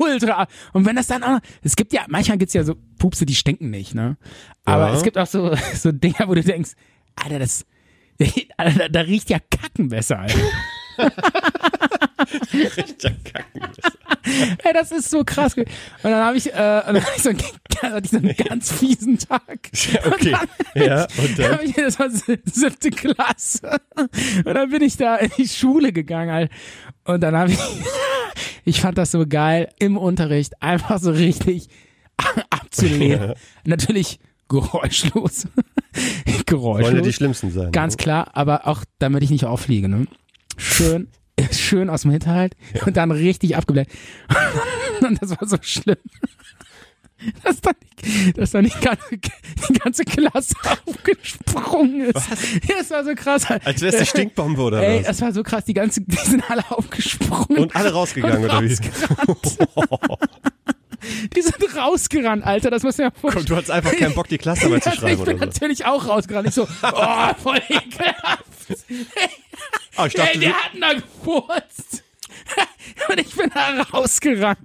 [SPEAKER 4] ultra, und wenn das dann auch, es gibt ja, manchmal gibt's ja so Pupse, die stinken nicht, ne? Aber
[SPEAKER 3] Ja.
[SPEAKER 4] es gibt auch so, so Dinger, wo du denkst, Alter, das, Alter, da, da riecht ja Kacken besser, Alter.
[SPEAKER 3] Richter Kacken.
[SPEAKER 4] Ey, das ist so krass. Und dann habe ich, äh, und dann hatte ich so einen, hatte ich so einen ganz fiesen Tag.
[SPEAKER 3] Okay. Ja, und
[SPEAKER 4] Da
[SPEAKER 3] dann.
[SPEAKER 4] hab ich, das war sie- siebte Klasse. Und dann bin ich da in die Schule gegangen halt. Und dann habe ich, ich fand das so geil, im Unterricht einfach so richtig abzulehnen. Natürlich geräuschlos.
[SPEAKER 3] Wollen ja die
[SPEAKER 4] geräuschlos.
[SPEAKER 3] schlimmsten sein. ne?
[SPEAKER 4] Ganz klar, aber auch damit ich nicht auffliege, ne? Schön, schön aus dem Hinterhalt und dann richtig abgebläht. Und das war so schlimm. Dass dann, die- dass dann die, ganze, die ganze Klasse aufgesprungen ist. Ja, das war so krass.
[SPEAKER 3] Als wär's die Stinkbombe oder
[SPEAKER 4] Ey,
[SPEAKER 3] was?
[SPEAKER 4] das war so krass. Die, ganze, die sind alle aufgesprungen.
[SPEAKER 3] Und alle rausgegangen,
[SPEAKER 4] und
[SPEAKER 3] oder wie?
[SPEAKER 4] Die sind rausgerannt, Alter. Das muss ja
[SPEAKER 3] Komm, du hattest einfach keinen Bock, die Klassenarbeit zu
[SPEAKER 4] ja,
[SPEAKER 3] schreiben
[SPEAKER 4] Ich bin
[SPEAKER 3] oder so.
[SPEAKER 4] natürlich auch rausgerannt. Ich so, oh, voll ekelhaft.
[SPEAKER 3] Ah, ich dachte,
[SPEAKER 4] Ey,
[SPEAKER 3] du-
[SPEAKER 4] wir hatten da gefurzt. und ich bin da rausgerannt.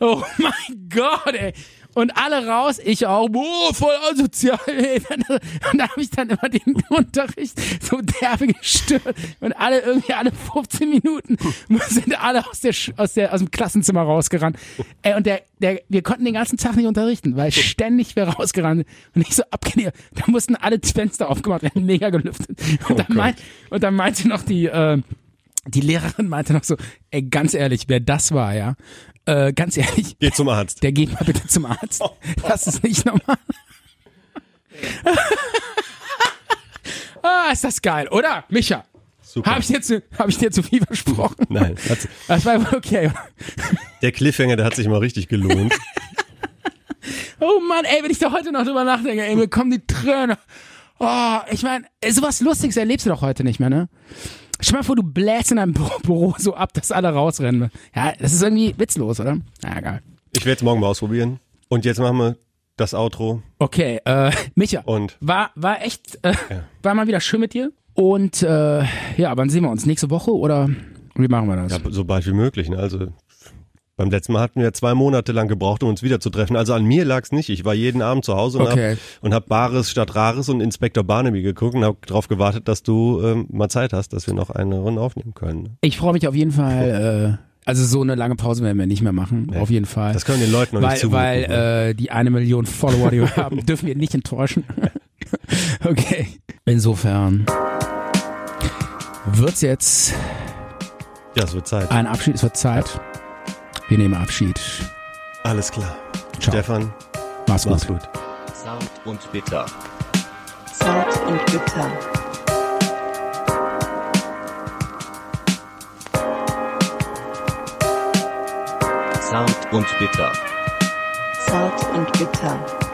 [SPEAKER 4] Oh mein Gott, ey. Und alle raus, ich auch, boah, voll asozial, ey. Und da habe ich dann immer den Unterricht so derbe gestört. Und alle irgendwie alle 15 Minuten sind alle aus, der, Sch- aus, der, aus dem Klassenzimmer rausgerannt. Ey, und der, der, wir konnten den ganzen Tag nicht unterrichten, weil ständig wir rausgerannt sind. Und ich so abgelehnt. Da mussten alle Fenster aufgemacht werden, mega gelüftet. Und dann, mein, und dann meinte noch die, äh, die Lehrerin meinte noch so, ey, ganz ehrlich, wer das war, ja, äh, ganz ehrlich,
[SPEAKER 3] Geh zum Arzt.
[SPEAKER 4] der geht mal bitte zum Arzt. Das ist nicht normal. ah, ist das geil, oder? Micha,
[SPEAKER 3] Super.
[SPEAKER 4] habe ich, dir zu- hab ich dir zu viel versprochen?
[SPEAKER 3] Nein, hat's-
[SPEAKER 4] Das war wohl okay.
[SPEAKER 3] der Cliffhanger, der hat sich mal richtig gelohnt.
[SPEAKER 4] Oh Mann, ey, wenn ich da heute noch drüber nachdenke, ey, mir kommen die Tränen. Oh, ich meine, sowas Lustiges erlebst du doch heute nicht mehr, ne? Stell mal vor, du bläst in deinem Bü- Büro so ab, dass alle rausrennen. Ja, das ist irgendwie witzlos, oder? Na, egal.
[SPEAKER 3] Ich werde es morgen mal ausprobieren. Und jetzt machen wir das Outro.
[SPEAKER 4] Okay, äh, Micha.
[SPEAKER 3] Und?
[SPEAKER 4] War, war echt, äh, war mal wieder schön mit dir. Und äh, ja, wann sehen wir uns? Nächste Woche oder wie machen wir das?
[SPEAKER 3] Ja, so bald wie möglich. Ne? Also beim letzten Mal hatten wir zwei Monate lang gebraucht, um uns wiederzutreffen. Also an mir lag's nicht. Ich war jeden Abend zu Hause und
[SPEAKER 4] Okay.
[SPEAKER 3] hab, und hab Bares statt Rares und Inspektor Barnaby geguckt und hab darauf gewartet, dass du ähm, mal Zeit hast, dass wir noch eine Runde aufnehmen können.
[SPEAKER 4] Ich freue mich auf jeden Fall. Äh, also so eine lange Pause werden wir nicht mehr machen, auf jeden Fall.
[SPEAKER 3] Das können wir den Leuten noch
[SPEAKER 4] weil,
[SPEAKER 3] nicht zumuten. ne?
[SPEAKER 4] Weil äh, die eine Million Follower, die wir haben, dürfen wir nicht enttäuschen. okay. Insofern wird's jetzt
[SPEAKER 3] ja, es wird Zeit.
[SPEAKER 4] ein Abschied, es wird Zeit. Wir nehmen Abschied.
[SPEAKER 3] Alles klar.
[SPEAKER 4] Ciao.
[SPEAKER 3] Stefan,
[SPEAKER 4] Mach's gut.
[SPEAKER 3] mach's gut.
[SPEAKER 1] Zart und bitter.
[SPEAKER 7] Zart und bitter.
[SPEAKER 1] Zart und bitter.
[SPEAKER 7] Zart und bitter.